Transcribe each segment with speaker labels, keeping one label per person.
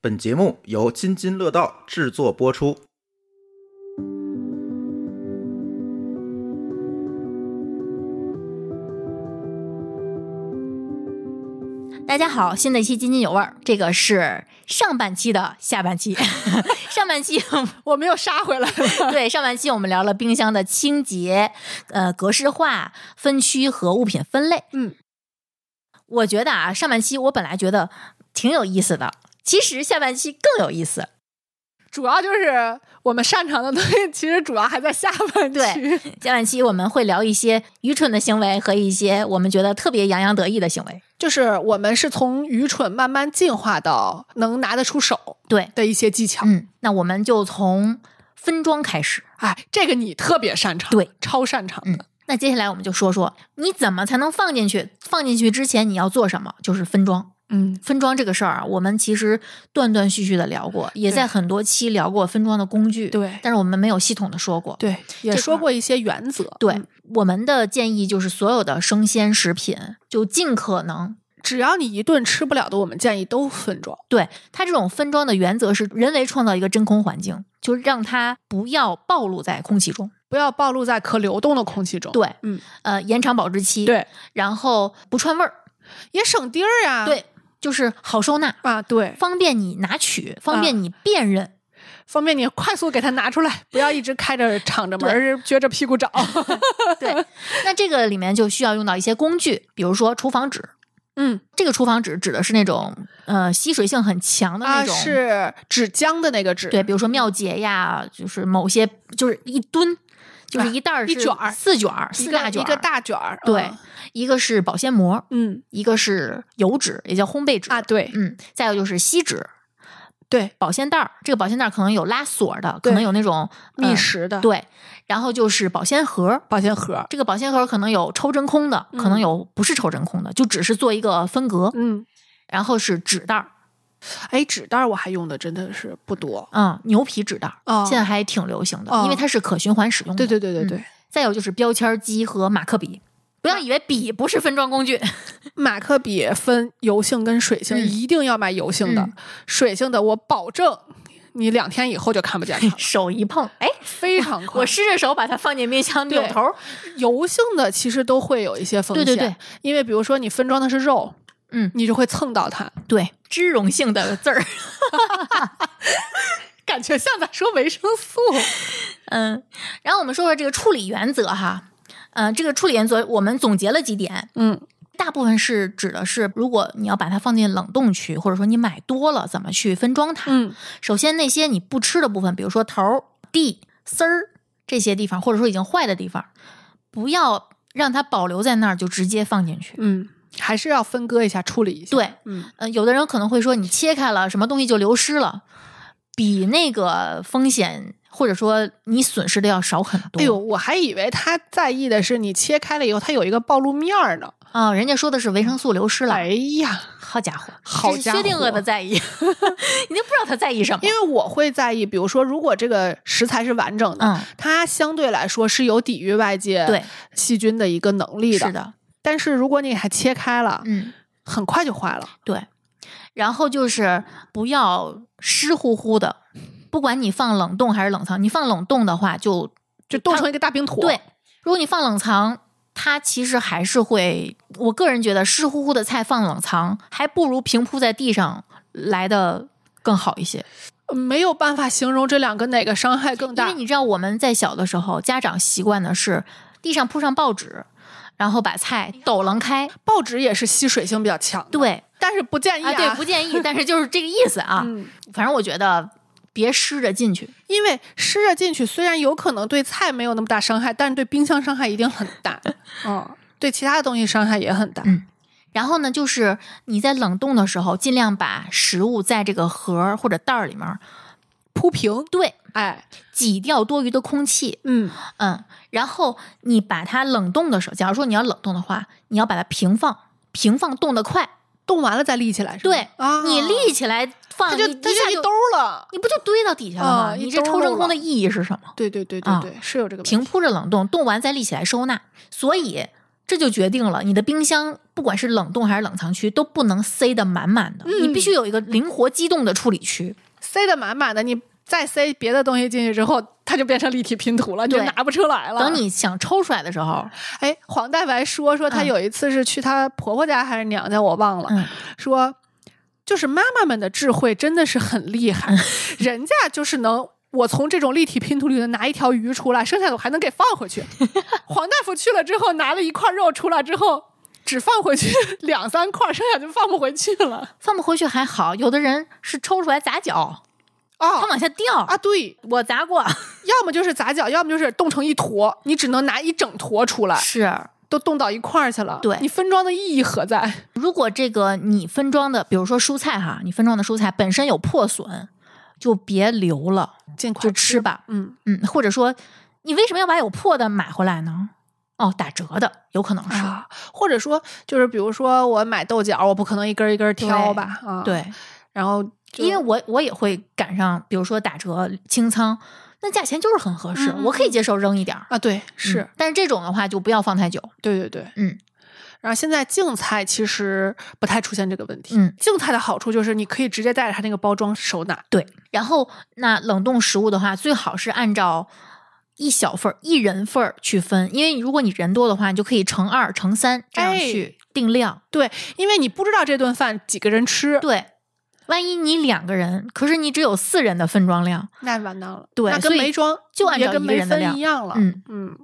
Speaker 1: 本节目由津津乐道制作播出。
Speaker 2: 大家好，新的一期津津有味儿，这个是上半期的下半 期。上半期
Speaker 3: 我们又杀回来了。
Speaker 2: 对上半期我们聊了冰箱的清洁、呃格式化、分区和物品分类。
Speaker 3: 嗯，
Speaker 2: 我觉得啊，上半期我本来觉得挺有意思的，其实下半期更有意思。
Speaker 3: 主要就是我们擅长的东西，其实主要还在下半
Speaker 2: 对
Speaker 3: 区。
Speaker 2: 下半期我们会聊一些愚蠢的行为和一些我们觉得特别洋洋得意的行为。
Speaker 3: 就是我们是从愚蠢慢慢进化到能拿得出手
Speaker 2: 对，
Speaker 3: 的一些技巧。
Speaker 2: 嗯，那我们就从分装开始。
Speaker 3: 哎，这个你特别擅长，
Speaker 2: 对，
Speaker 3: 超擅长的。
Speaker 2: 那接下来我们就说说你怎么才能放进去。放进去之前你要做什么？就是分装。
Speaker 3: 嗯，
Speaker 2: 分装这个事儿啊，我们其实断断续续的聊过，也在很多期聊过分装的工具。
Speaker 3: 对
Speaker 2: 但是我们没有系统的说过。
Speaker 3: 对，也
Speaker 2: 这
Speaker 3: 说
Speaker 2: 块儿
Speaker 3: 过一些原则，
Speaker 2: 对，
Speaker 3: 嗯
Speaker 2: 我们的建议就是所有的生鲜食品就尽可能。
Speaker 3: 只要你一顿吃不了的，我们建议都分装。
Speaker 2: 对它这种分装的原则是人为创造一个真空环境，就是让它不要暴露在空气中。
Speaker 3: 不要暴露在可流动的空气中。，
Speaker 2: 对，
Speaker 3: 嗯，
Speaker 2: 呃，延长保质期，，
Speaker 3: 对，
Speaker 2: 然后不串味儿，
Speaker 3: 也省地儿啊。
Speaker 2: 对，就是好收纳，
Speaker 3: 啊，对，
Speaker 2: 方便你拿取，
Speaker 3: 嗯
Speaker 2: 方便你辨认。
Speaker 3: 方便你快速给它拿出来，不要一直开着敞着门儿撅着屁 股找。
Speaker 2: 对，那这个里面就需要用到一些工具，比如说厨房纸。
Speaker 3: 嗯
Speaker 2: 这个厨房纸指的是那种呃吸水性很强的
Speaker 3: 啊，
Speaker 2: 那种，
Speaker 3: 是纸浆的那个纸，
Speaker 2: 对，比如说妙洁呀，就是某些就是一吨，就是一袋儿、
Speaker 3: 啊一卷儿
Speaker 2: 四卷儿
Speaker 3: 一
Speaker 2: 四
Speaker 3: 个
Speaker 2: 大卷
Speaker 3: 一个
Speaker 2: 儿
Speaker 3: 大卷儿。
Speaker 2: 对，一个是保鲜膜，
Speaker 3: 嗯，嗯
Speaker 2: 一个是油纸，也叫烘焙纸
Speaker 3: 啊，对
Speaker 2: 嗯，再有就是锡纸、
Speaker 3: 对，
Speaker 2: 保鲜袋儿，这个保鲜袋儿可能有拉锁儿的，可能
Speaker 3: 对
Speaker 2: 有那种
Speaker 3: 密、
Speaker 2: 嗯
Speaker 3: 实的
Speaker 2: 对，然后就是保鲜盒儿，
Speaker 3: 保鲜盒。
Speaker 2: 这个保鲜盒可能有抽真空的，可能有不是抽真空的，就只是做一个分隔。
Speaker 3: 嗯，
Speaker 2: 然后是纸袋儿，
Speaker 3: 哎，纸袋儿我还用的真的是不多。
Speaker 2: 嗯，牛皮纸袋儿，
Speaker 3: 哦
Speaker 2: 现在还挺流行的，
Speaker 3: 哦
Speaker 2: 因为它是可循环使用的。
Speaker 3: 对对对对对，
Speaker 2: 再有就是标签机和马克笔，不要以为笔不是分装工具，
Speaker 3: 马克笔分油性跟水性，
Speaker 2: 嗯
Speaker 3: 一定要买油性的
Speaker 2: 嗯，
Speaker 3: 水性的我保证你两天以后就看不见它了，
Speaker 2: 手一碰，哎，
Speaker 3: 非常快。
Speaker 2: 我湿着手把它放进冰箱，扭头儿，
Speaker 3: 油性的其实都会有一些风
Speaker 2: 对
Speaker 3: 险，
Speaker 2: 对对，
Speaker 3: 因为比如说你分装的是肉，
Speaker 2: 嗯
Speaker 3: 你就会蹭到它，
Speaker 2: 对，脂溶性的字儿，
Speaker 3: 感觉像在说维生素。
Speaker 2: 嗯。然后我们说说这个处理原则哈，嗯，这个处理原则我们总结了几点，
Speaker 3: 嗯，
Speaker 2: 大部分是指的是，如果你要把它放进冷冻区，或者说你买多了，怎么去分装它？
Speaker 3: 嗯，
Speaker 2: 首先那些你不吃的部分，比如说头儿、蒂、丝儿这些地方，或者说已经坏的地方，不要让它保留在那儿就直接放进去。
Speaker 3: 嗯，还是要分割一下处理一下。，
Speaker 2: 对，
Speaker 3: 嗯，
Speaker 2: 呃，有的人可能会说，你切开了，什么东西就流失了，比那个风险或者说你损失的要少很多。
Speaker 3: 哎呦，我还以为他在意的是你切开了以后，它有一个暴露面儿呢。
Speaker 2: 啊、人家说的是维生素流失了，
Speaker 3: 哎呀，
Speaker 2: 好家伙，
Speaker 3: 好
Speaker 2: 这是
Speaker 3: 家
Speaker 2: 薛定谔
Speaker 3: 伙
Speaker 2: 的在意，你 都不知道他在意什么
Speaker 3: 因。为我会在意，比如说，如果这个食材是完整的，
Speaker 2: 嗯，
Speaker 3: 它相对来说是有抵御外界
Speaker 2: 对，
Speaker 3: 细菌的一个能力的。
Speaker 2: 是的，
Speaker 3: 但是如果你还切开了，
Speaker 2: 嗯，
Speaker 3: 很快就坏了。
Speaker 2: 对。然后就是不要湿乎乎的，不管你放冷冻还是冷藏，你放冷冻的话就
Speaker 3: 就冻
Speaker 2: 它
Speaker 3: 成一个大冰坨，
Speaker 2: 对，如果你放冷藏，它其实还是会，我个人觉得湿乎乎的菜放冷藏，还不如平铺在地上来的更好一些。
Speaker 3: 没有办法形容这两个哪个伤害更
Speaker 2: 因为
Speaker 3: 大。
Speaker 2: 你知道我们在小的时候，家长习惯的是地上铺上报纸，然后把菜抖楞开。
Speaker 3: 报纸也是吸水性比较强，，
Speaker 2: 对
Speaker 3: 但是不建议
Speaker 2: 啊，对，不建议，但是就是这个意思啊。
Speaker 3: 嗯，
Speaker 2: 反正我觉得别湿着进去。
Speaker 3: 因为湿着进去，虽然有可能对菜没有那么大伤害，但是对冰箱伤害一定很 大。嗯，对其他的东西伤害也很大。
Speaker 2: 嗯然后呢，就是你在冷冻的时候，尽量把食物在这个盒儿或者袋儿里面儿，
Speaker 3: 铺平，
Speaker 2: 对，
Speaker 3: 哎，
Speaker 2: 挤掉多余的空气，
Speaker 3: 嗯，
Speaker 2: 嗯，然后你把它冷冻的时候，假如说你要冷冻的话，你要把它平放，平放冻得快，
Speaker 3: 冻完了再立起来是吧？
Speaker 2: 对、
Speaker 3: 啊，
Speaker 2: 你立起来放，
Speaker 3: 它就
Speaker 2: 你
Speaker 3: 它
Speaker 2: 一下
Speaker 3: 就一
Speaker 2: 就
Speaker 3: 兜了。
Speaker 2: 你不就堆到底下了吗？
Speaker 3: 啊一
Speaker 2: 你这
Speaker 3: 兜
Speaker 2: 抽真
Speaker 3: 漏
Speaker 2: 空的
Speaker 3: 了
Speaker 2: 意义是什么？
Speaker 3: 对对对
Speaker 2: 啊
Speaker 3: 对对，是有这个问
Speaker 2: 平
Speaker 3: 题
Speaker 2: 铺着冷冻，冻完再立起来收纳。所以这就决定了你的冰箱不管是冷冻还是冷藏区都不能塞得满满的，你
Speaker 3: 嗯
Speaker 2: 必须有一个灵活机动的处理区。
Speaker 3: 塞得满满的，你再塞别的东西进去之后，它就变成立体拼图了，你就
Speaker 2: 对
Speaker 3: 拿不出来了。
Speaker 2: 等你想抽出来的时候，
Speaker 3: 哎，黄大白说说他
Speaker 2: 嗯
Speaker 3: 有一次是去他婆婆家还是娘家，我忘了，
Speaker 2: 嗯
Speaker 3: 说就是妈妈们的智慧真的是很厉
Speaker 2: 嗯
Speaker 3: 害，人家就是能。我从这种立体拼图里头拿一条鱼出来，剩下的我还能给放 回去。黄大夫去了之后，拿了一块肉出来之后，只放回去 两三块，剩下就放不回去了。
Speaker 2: 放不回去还好，有的人是抽出来砸脚，它
Speaker 3: 哦
Speaker 2: 往下掉。
Speaker 3: 啊，对，
Speaker 2: 我砸 过，
Speaker 3: 要么就是砸脚，要么就是冻成一坨，你只能拿一整坨出来，
Speaker 2: 是
Speaker 3: 都冻到一块儿去了。
Speaker 2: 对
Speaker 3: 你分装的意义何在？
Speaker 2: 如果这个你分装的，比如说蔬菜哈，你分装的蔬菜本身有破损，就别留了，
Speaker 3: 尽快
Speaker 2: 就吃吧。
Speaker 3: 嗯，
Speaker 2: 嗯，或者说你为什么要把有破的买回来呢？哦，打折的有可能是，
Speaker 3: 啊，或者说就是比如说我买豆角，我不可能一根儿一根儿挑
Speaker 2: 对
Speaker 3: 吧，啊，，
Speaker 2: 对，
Speaker 3: 然后就
Speaker 2: 因为我我也会赶上，比如说打折清仓，那价钱就是很合适，
Speaker 3: 嗯嗯
Speaker 2: 我可以接受扔一点儿。
Speaker 3: 啊，对，是、
Speaker 2: 嗯但是这种的话就不要放太久。
Speaker 3: 对对对，
Speaker 2: 嗯。
Speaker 3: 然后现在净菜其实不太出现这个问题，
Speaker 2: 嗯，
Speaker 3: 净菜的好处就是你可以直接带着它那个包装手拿，
Speaker 2: 对，然后那冷冻食物的话，最好是按照一小份儿、一人份儿去分，因为如果你人多的话，你就可以乘二、乘三这样
Speaker 3: 哎
Speaker 2: 去定量。
Speaker 3: 对，因为你不知道这顿饭几个人吃，
Speaker 2: 对，万一你两个人，可是你只有四人的分装量，
Speaker 3: 那完蛋了，
Speaker 2: 对
Speaker 3: 那跟
Speaker 2: 所以
Speaker 3: 没装
Speaker 2: 就按
Speaker 3: 也
Speaker 2: 照
Speaker 3: 跟
Speaker 2: 一个
Speaker 3: 没
Speaker 2: 人的
Speaker 3: 分
Speaker 2: 量
Speaker 3: 一样了，
Speaker 2: 嗯
Speaker 3: 嗯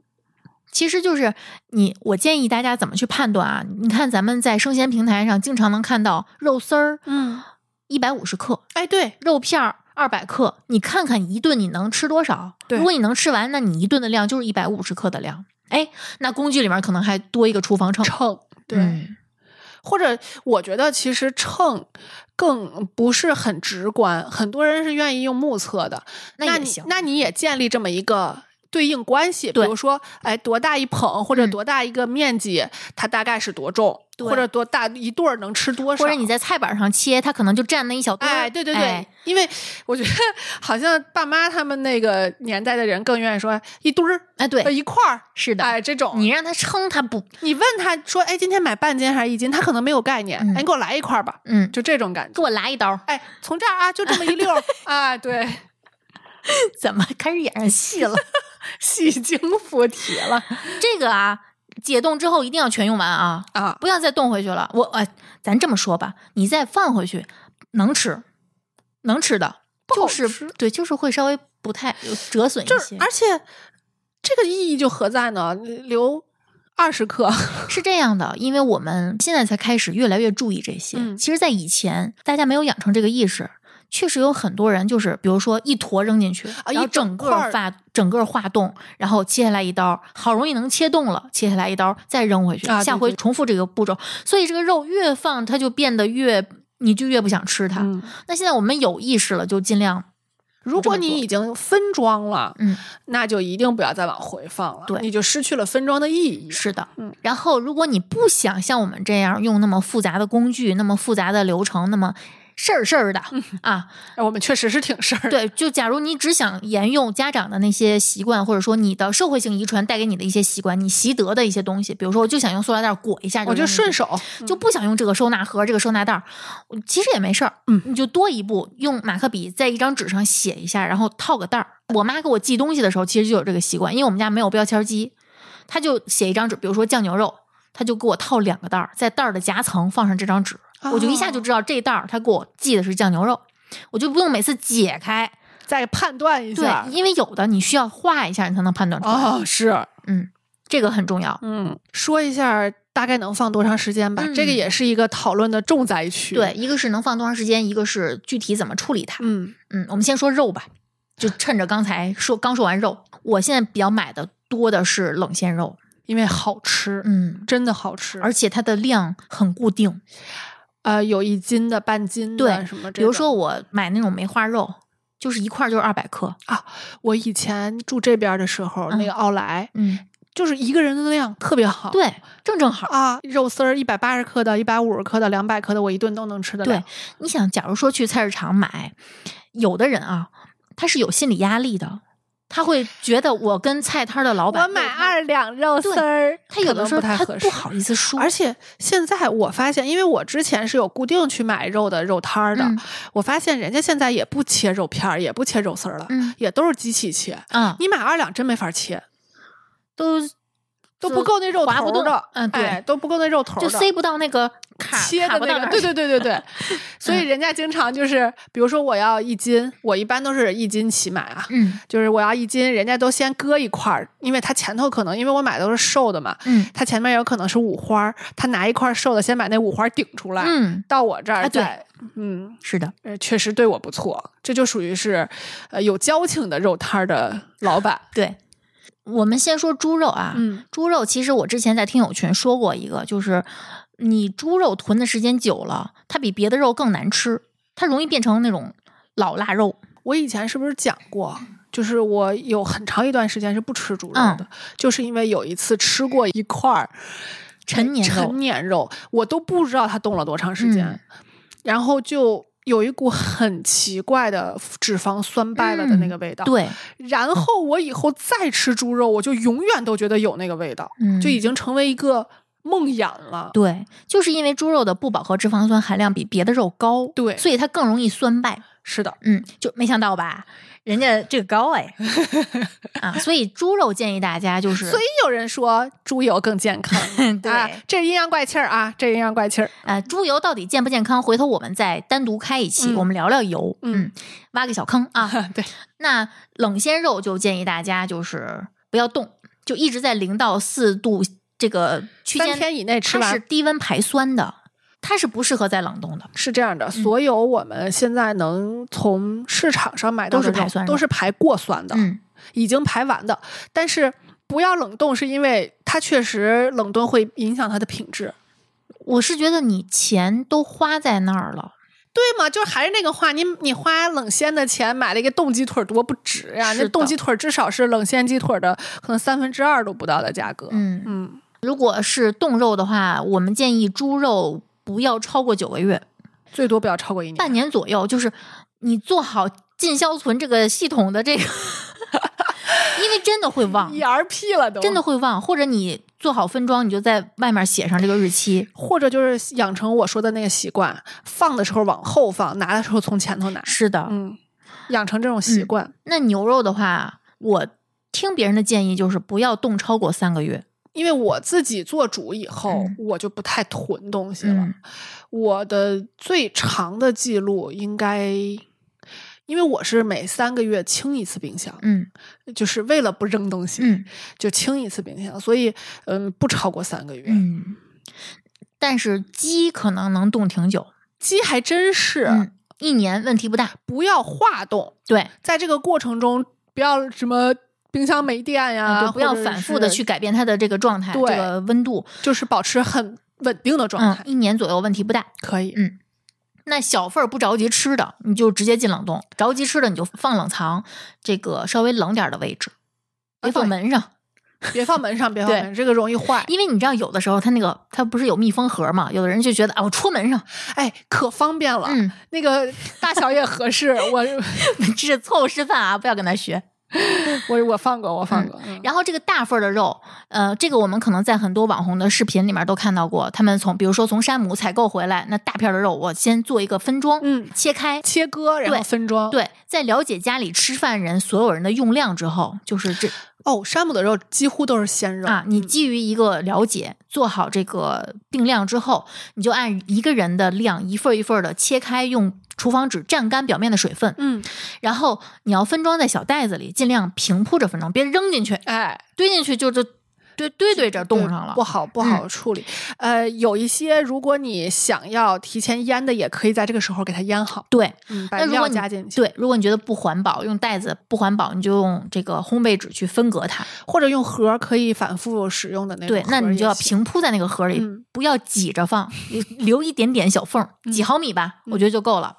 Speaker 2: 其实就是你，我建议大家怎么去判断啊？你看咱们在生鲜平台上经常能看到肉丝儿，
Speaker 3: 嗯，
Speaker 2: 一百五十克，
Speaker 3: 哎，对，
Speaker 2: 肉片儿二百克，你看看一顿你能吃多少？
Speaker 3: 对
Speaker 2: 如果你能吃完，那你一顿的量就是一百五十克的量。哎，那工具里面可能还多一个厨房秤。
Speaker 3: 秤，对。
Speaker 2: 嗯
Speaker 3: 或者我觉得其实秤更不是很直观，很多人是愿意用目测的。
Speaker 2: 那
Speaker 3: 那
Speaker 2: 也
Speaker 3: 你
Speaker 2: 行
Speaker 3: 那你也建立这么一个。对应关系，比
Speaker 2: 对
Speaker 3: 如说，哎，多大一捧或者
Speaker 2: 嗯
Speaker 3: 多大一个面积，它大概是多重，
Speaker 2: 对
Speaker 3: 或者多大一对儿能吃多少？
Speaker 2: 或者你在菜板上切，它可能就占那一小堆儿。
Speaker 3: 哎，对对对，
Speaker 2: 哎
Speaker 3: 因为我觉得好像爸妈他们那个年代的人更愿意说一堆儿、
Speaker 2: 哎
Speaker 3: 呃
Speaker 2: 对，
Speaker 3: 一块儿，
Speaker 2: 是的。
Speaker 3: 哎，这种
Speaker 2: 你让它称，它不，
Speaker 3: 你问他说，哎，今天买半斤还是一斤？他可能没有概念，
Speaker 2: 嗯
Speaker 3: 哎，你给我来一块儿吧，
Speaker 2: 嗯，
Speaker 3: 就这种感觉。
Speaker 2: 给我来一 刀，
Speaker 3: 哎，从这儿啊，就这么一 溜儿啊，对，
Speaker 2: 怎么开始演上戏了？
Speaker 3: 戏精附体了
Speaker 2: 这个啊，解冻之后一定要全用完啊。
Speaker 3: 啊！
Speaker 2: 不要再冻回去了。我哎，咱这么说吧，你再放回去能吃，能吃的，
Speaker 3: 不好
Speaker 2: 就是
Speaker 3: 吃
Speaker 2: 对，就是会稍微不太有折损一
Speaker 3: 就
Speaker 2: 些
Speaker 3: 是，。而啊且这个意义就何在呢？留二十克，
Speaker 2: 是这样的，因为我们现在才开始越来越注意这些。
Speaker 3: 嗯
Speaker 2: 其实，在以前大家没有养成这个意识。确实有很多人就是，比如说一坨扔进去，然后
Speaker 3: 啊一整
Speaker 2: 整
Speaker 3: 块儿
Speaker 2: 个发整个化冻，然后切下来一刀，好容易能切动了，切下来一刀再扔回去，
Speaker 3: 啊对
Speaker 2: 下回
Speaker 3: 对
Speaker 2: 重复这个步骤。所以这个肉越放，它就变得越，你就越不想吃它。
Speaker 3: 嗯，
Speaker 2: 那现在我们有意识了，就尽量
Speaker 3: 如果
Speaker 2: 这么
Speaker 3: 你
Speaker 2: 做
Speaker 3: 已经分装了，
Speaker 2: 嗯，
Speaker 3: 那就一定不要再往回放了，
Speaker 2: 对
Speaker 3: 你就失去了分装的意义。
Speaker 2: 是的。
Speaker 3: 嗯
Speaker 2: 然后，如果你不想像我们这样用那么复杂的工具、那么复杂的流程、那么事儿事儿的、啊，
Speaker 3: 哎我们确实是挺事儿的，
Speaker 2: 对，就假如你只想沿用家长的那些习惯，或者说你的社会性遗传带给你的一些习惯，你习得的一些东西，比如说我就想用塑料袋裹一下，
Speaker 3: 我就
Speaker 2: 扔进去
Speaker 3: 顺手
Speaker 2: 就不想用这个收纳盒、这个收纳袋儿，我其实也没事儿，
Speaker 3: 嗯
Speaker 2: 你就多一步，用马克笔在一张纸上写一下，然后套个袋儿。我妈给我寄东西的时候，其实就有这个习惯，因为我们家没有标签机，她就写一张纸，比如说酱牛肉，她就给我套两个袋儿，在袋儿的夹层放上这张纸，
Speaker 3: 哦
Speaker 2: 我就一
Speaker 3: 啊
Speaker 2: 下就知道这袋儿她给我寄的是酱牛肉，我就不用每次解开。
Speaker 3: 再判断一
Speaker 2: 对
Speaker 3: 下，。
Speaker 2: 因为有的你需要画一下，你才能判断出来，
Speaker 3: 哦，是，
Speaker 2: 这个很重要。
Speaker 3: 嗯，说一下大概能放多长时间吧，
Speaker 2: 嗯
Speaker 3: 这个也是一个讨论的重灾区。
Speaker 2: 对，，一个是能放多长时间，一个是具体怎么处理它。
Speaker 3: 嗯，
Speaker 2: 嗯，我们先说肉吧，就趁着刚才说刚说完肉，我现在比较买的多的是冷鲜肉，
Speaker 3: 因为好吃，
Speaker 2: 嗯，
Speaker 3: 真的好吃，
Speaker 2: 而且它的量很固定。
Speaker 3: 呃，有一斤的、半斤的，
Speaker 2: 对
Speaker 3: 什么这种。
Speaker 2: 比如说我买那种梅花肉，就是一块儿就是二百克，
Speaker 3: 我以前住这边儿的时候，那
Speaker 2: 嗯
Speaker 3: 个奥莱
Speaker 2: 嗯，
Speaker 3: 就是一个人的量特别好，
Speaker 2: 对，正正好。
Speaker 3: 啊，肉丝儿一百八十克的、一百五十克的、两百克的，我一顿都能吃得了
Speaker 2: 对。你想，假如说去菜市场买，有的人啊，他是有心理压力的。他会觉得我跟菜摊儿的老板，
Speaker 4: 我买二两肉丝
Speaker 2: 对
Speaker 4: 儿，
Speaker 2: 他有
Speaker 3: 可能
Speaker 2: 的时候
Speaker 3: 不太
Speaker 2: 他
Speaker 3: 合
Speaker 2: 不
Speaker 3: 适
Speaker 2: 好意思说，
Speaker 3: 而且现在我发现，因为我之前是有固定去买肉的肉摊儿的，
Speaker 2: 嗯
Speaker 3: 我发现人家现在也不切肉片儿，也不切肉丝儿了，
Speaker 2: 嗯
Speaker 3: 也都是机器切。
Speaker 2: 啊、
Speaker 3: 你买二两真没法切，
Speaker 2: 都
Speaker 3: 都
Speaker 2: 就
Speaker 3: 不够那肉头
Speaker 2: 划不动
Speaker 3: 的，
Speaker 2: 嗯对
Speaker 3: 哎，都不够那肉头
Speaker 2: 就
Speaker 3: 的，
Speaker 2: 塞不到那个卡
Speaker 3: 切
Speaker 2: 卡
Speaker 3: 的
Speaker 2: 不
Speaker 3: 那
Speaker 2: 到
Speaker 3: 个，
Speaker 2: 儿
Speaker 3: 对
Speaker 2: 去
Speaker 3: 对对对 对。所以人家经常就是，比如说我要一斤，我一般都是一斤起买啊，
Speaker 2: 嗯
Speaker 3: 就是我要一斤，人家都先割一块儿，因为它前头可能因为我买都是瘦的嘛，
Speaker 2: 嗯
Speaker 3: 它前面有可能是五花儿，他拿一块瘦的先把那五花顶出来，
Speaker 2: 嗯，
Speaker 3: 到我这
Speaker 2: 啊
Speaker 3: 儿
Speaker 2: 对
Speaker 3: 再，嗯，
Speaker 2: 是的，
Speaker 3: 呃确实对我不错，这就属于是，呃，有交情的肉摊儿的老板，
Speaker 2: 对。我们先说猪肉啊，
Speaker 3: 嗯
Speaker 2: 猪肉其实我之前在听友群说过一个，就是你猪肉囤的时间久了，它比别的肉更难吃，它容易变成那种老腊肉。
Speaker 3: 我以前是不是讲过？就是我有很长一段时间是不吃猪肉
Speaker 2: 嗯
Speaker 3: 的，就是因为有一次吃过一块儿
Speaker 2: 陈年肉
Speaker 3: 陈年肉，我都不知道它冻了多长时间，
Speaker 2: 嗯
Speaker 3: 然后就有一股很奇怪的脂肪酸败了的那个味道。，
Speaker 2: 嗯对，
Speaker 3: 然后我以后再吃猪肉，我就永远都觉得有那个味道，
Speaker 2: 嗯，
Speaker 3: 就已经成为一个梦魇了。
Speaker 2: 对，就是因为猪肉的不饱和脂肪酸含量比别的肉高，
Speaker 3: 对
Speaker 2: 所以它更容易酸败。
Speaker 3: 是的，
Speaker 2: 嗯，就没想到吧，人家这个高哎， 啊，所以猪肉建议大家就是，。
Speaker 3: 所以有人说猪油更健康
Speaker 2: 对
Speaker 3: 啊，这阴阳怪气儿啊，这阴阳怪气儿。
Speaker 2: 呃，猪油到底健不健康？回头我们再单独开一期，
Speaker 3: 嗯
Speaker 2: 我们聊聊油，
Speaker 3: 嗯
Speaker 2: 挖个小坑 啊。
Speaker 3: 对，
Speaker 2: 那冷鲜肉就建议大家就是不要动，就一直在零到四度这个区
Speaker 3: 三
Speaker 2: 间，
Speaker 3: 天以内吃
Speaker 2: 它
Speaker 3: 完
Speaker 2: 是低温排酸的，它是不适合在冷冻的。
Speaker 3: 是这样的，所有我们现在能从市场上买到
Speaker 2: 都是
Speaker 3: 的肉
Speaker 2: 排酸肉
Speaker 3: 都是排过酸的，
Speaker 2: 嗯，
Speaker 3: 已经排完的。但是不要冷冻，是因为它确实冷冻会影响它的品质，
Speaker 2: 我是觉得你钱都花在那儿了，
Speaker 3: 对吗？就是还是那个话，你你花冷鲜的钱买了一个冻鸡腿，多不值呀！
Speaker 2: 是的
Speaker 3: 那冻鸡腿至少是冷鲜鸡腿的可能三分之二都不到的价格。
Speaker 2: 嗯
Speaker 3: 嗯，
Speaker 2: 如果是冻肉的话，我们建议猪肉不要超过九个月，
Speaker 3: 最多不要超过一年。
Speaker 2: 半年左右。就是你做好进销存这个系统的这个， 因为真的会忘，
Speaker 3: ERP E 了都
Speaker 2: 真的，会忘，或者你做好分装，你就在外面写上这个日期。
Speaker 3: 或者就是养成我说的那个习惯，放的时候往后放，拿的时候从前头拿。
Speaker 2: 是的，
Speaker 3: 嗯，养成这种习
Speaker 2: 嗯
Speaker 3: 惯。
Speaker 2: 那牛肉的话，我听别人的建议就是不要冻超过三个月。
Speaker 3: 因为我自己做主以后，
Speaker 2: 嗯
Speaker 3: 我就不太囤东西了。
Speaker 2: 嗯
Speaker 3: 我的最长的记录应该，因为我是每三个月清一次冰箱，
Speaker 2: 嗯
Speaker 3: 就是为了不扔东西，
Speaker 2: 嗯
Speaker 3: 就清一次冰箱，所以嗯，不超过三个月。
Speaker 2: 嗯，但是鸡可能能冻挺久，
Speaker 3: 鸡还真是、
Speaker 2: 嗯，一年问题不大。
Speaker 3: 不要化冻，
Speaker 2: 对，
Speaker 3: 在这个过程中不要什么冰箱没电呀，
Speaker 2: 啊，对，不要
Speaker 3: 或者
Speaker 2: 反复的
Speaker 3: 是
Speaker 2: 去，改变它的这个状态，这
Speaker 3: 对
Speaker 2: 个温度，
Speaker 3: 就是保持很稳定的状
Speaker 2: 嗯
Speaker 3: 态，，
Speaker 2: 一年左右问题不大。
Speaker 3: 可 以。
Speaker 2: 那小份儿不着急吃的，你就直接进冷冻；着急吃的，你就放冷藏这个稍微冷点儿的位置，别
Speaker 3: 啊
Speaker 2: 放
Speaker 3: 对
Speaker 2: 门上，
Speaker 3: 别放门上，别放
Speaker 2: 对
Speaker 3: 门上，这个容易坏。
Speaker 2: 因为你知道有的时候它那个它不是有密封盒嘛，有的人就觉得啊，我戳门上，
Speaker 3: 哎，可方便了，
Speaker 2: 嗯，
Speaker 3: 那个大小也合适。我
Speaker 2: 这是错误示范啊，不要跟他学。
Speaker 3: 我我放过，我放过。嗯
Speaker 2: 然后这个大份儿的肉，呃，这个我们可能在很多网红的视频里面都看到过，他们从比如说从山姆采购回来那大片儿的肉，我先做一个分装，
Speaker 3: 嗯
Speaker 2: 切开，
Speaker 3: 切割，然
Speaker 2: 对
Speaker 3: 后分装。，
Speaker 2: 对，在了解家里吃饭人所有人的用量之后，就是这
Speaker 3: 哦，山姆的肉几乎都是鲜肉
Speaker 2: 啊，你
Speaker 3: 嗯
Speaker 2: 基于一个了解，做好这个定量之后，你就按一个人的量一份儿一份的切开，用厨房纸蘸干表面的水分，
Speaker 3: 嗯，
Speaker 2: 然后你要分装在小袋子里，尽量平铺着分装，别扔进去，
Speaker 3: 哎，
Speaker 2: 堆进去就就堆堆堆着冻
Speaker 3: 对
Speaker 2: 上了嗯
Speaker 3: 不。好不好处理。呃，有一些如果你想要提前腌的，也可以在这个时候给它腌好，
Speaker 2: 对，
Speaker 3: 嗯，把
Speaker 2: 那如果
Speaker 3: 料
Speaker 2: 你
Speaker 3: 加进去，
Speaker 2: 对，如果你觉得不环保，用袋子不环保，你就用这个烘焙纸去分隔它。
Speaker 3: 或者用盒儿可以反复使用的那种
Speaker 2: 对
Speaker 3: 盒，儿
Speaker 2: 那
Speaker 3: 也行。
Speaker 2: 你就要平铺在那个盒里，
Speaker 3: 嗯
Speaker 2: 不要挤着放，留留一点点小缝儿，几
Speaker 3: 嗯
Speaker 2: 毫米吧，我觉得就够了。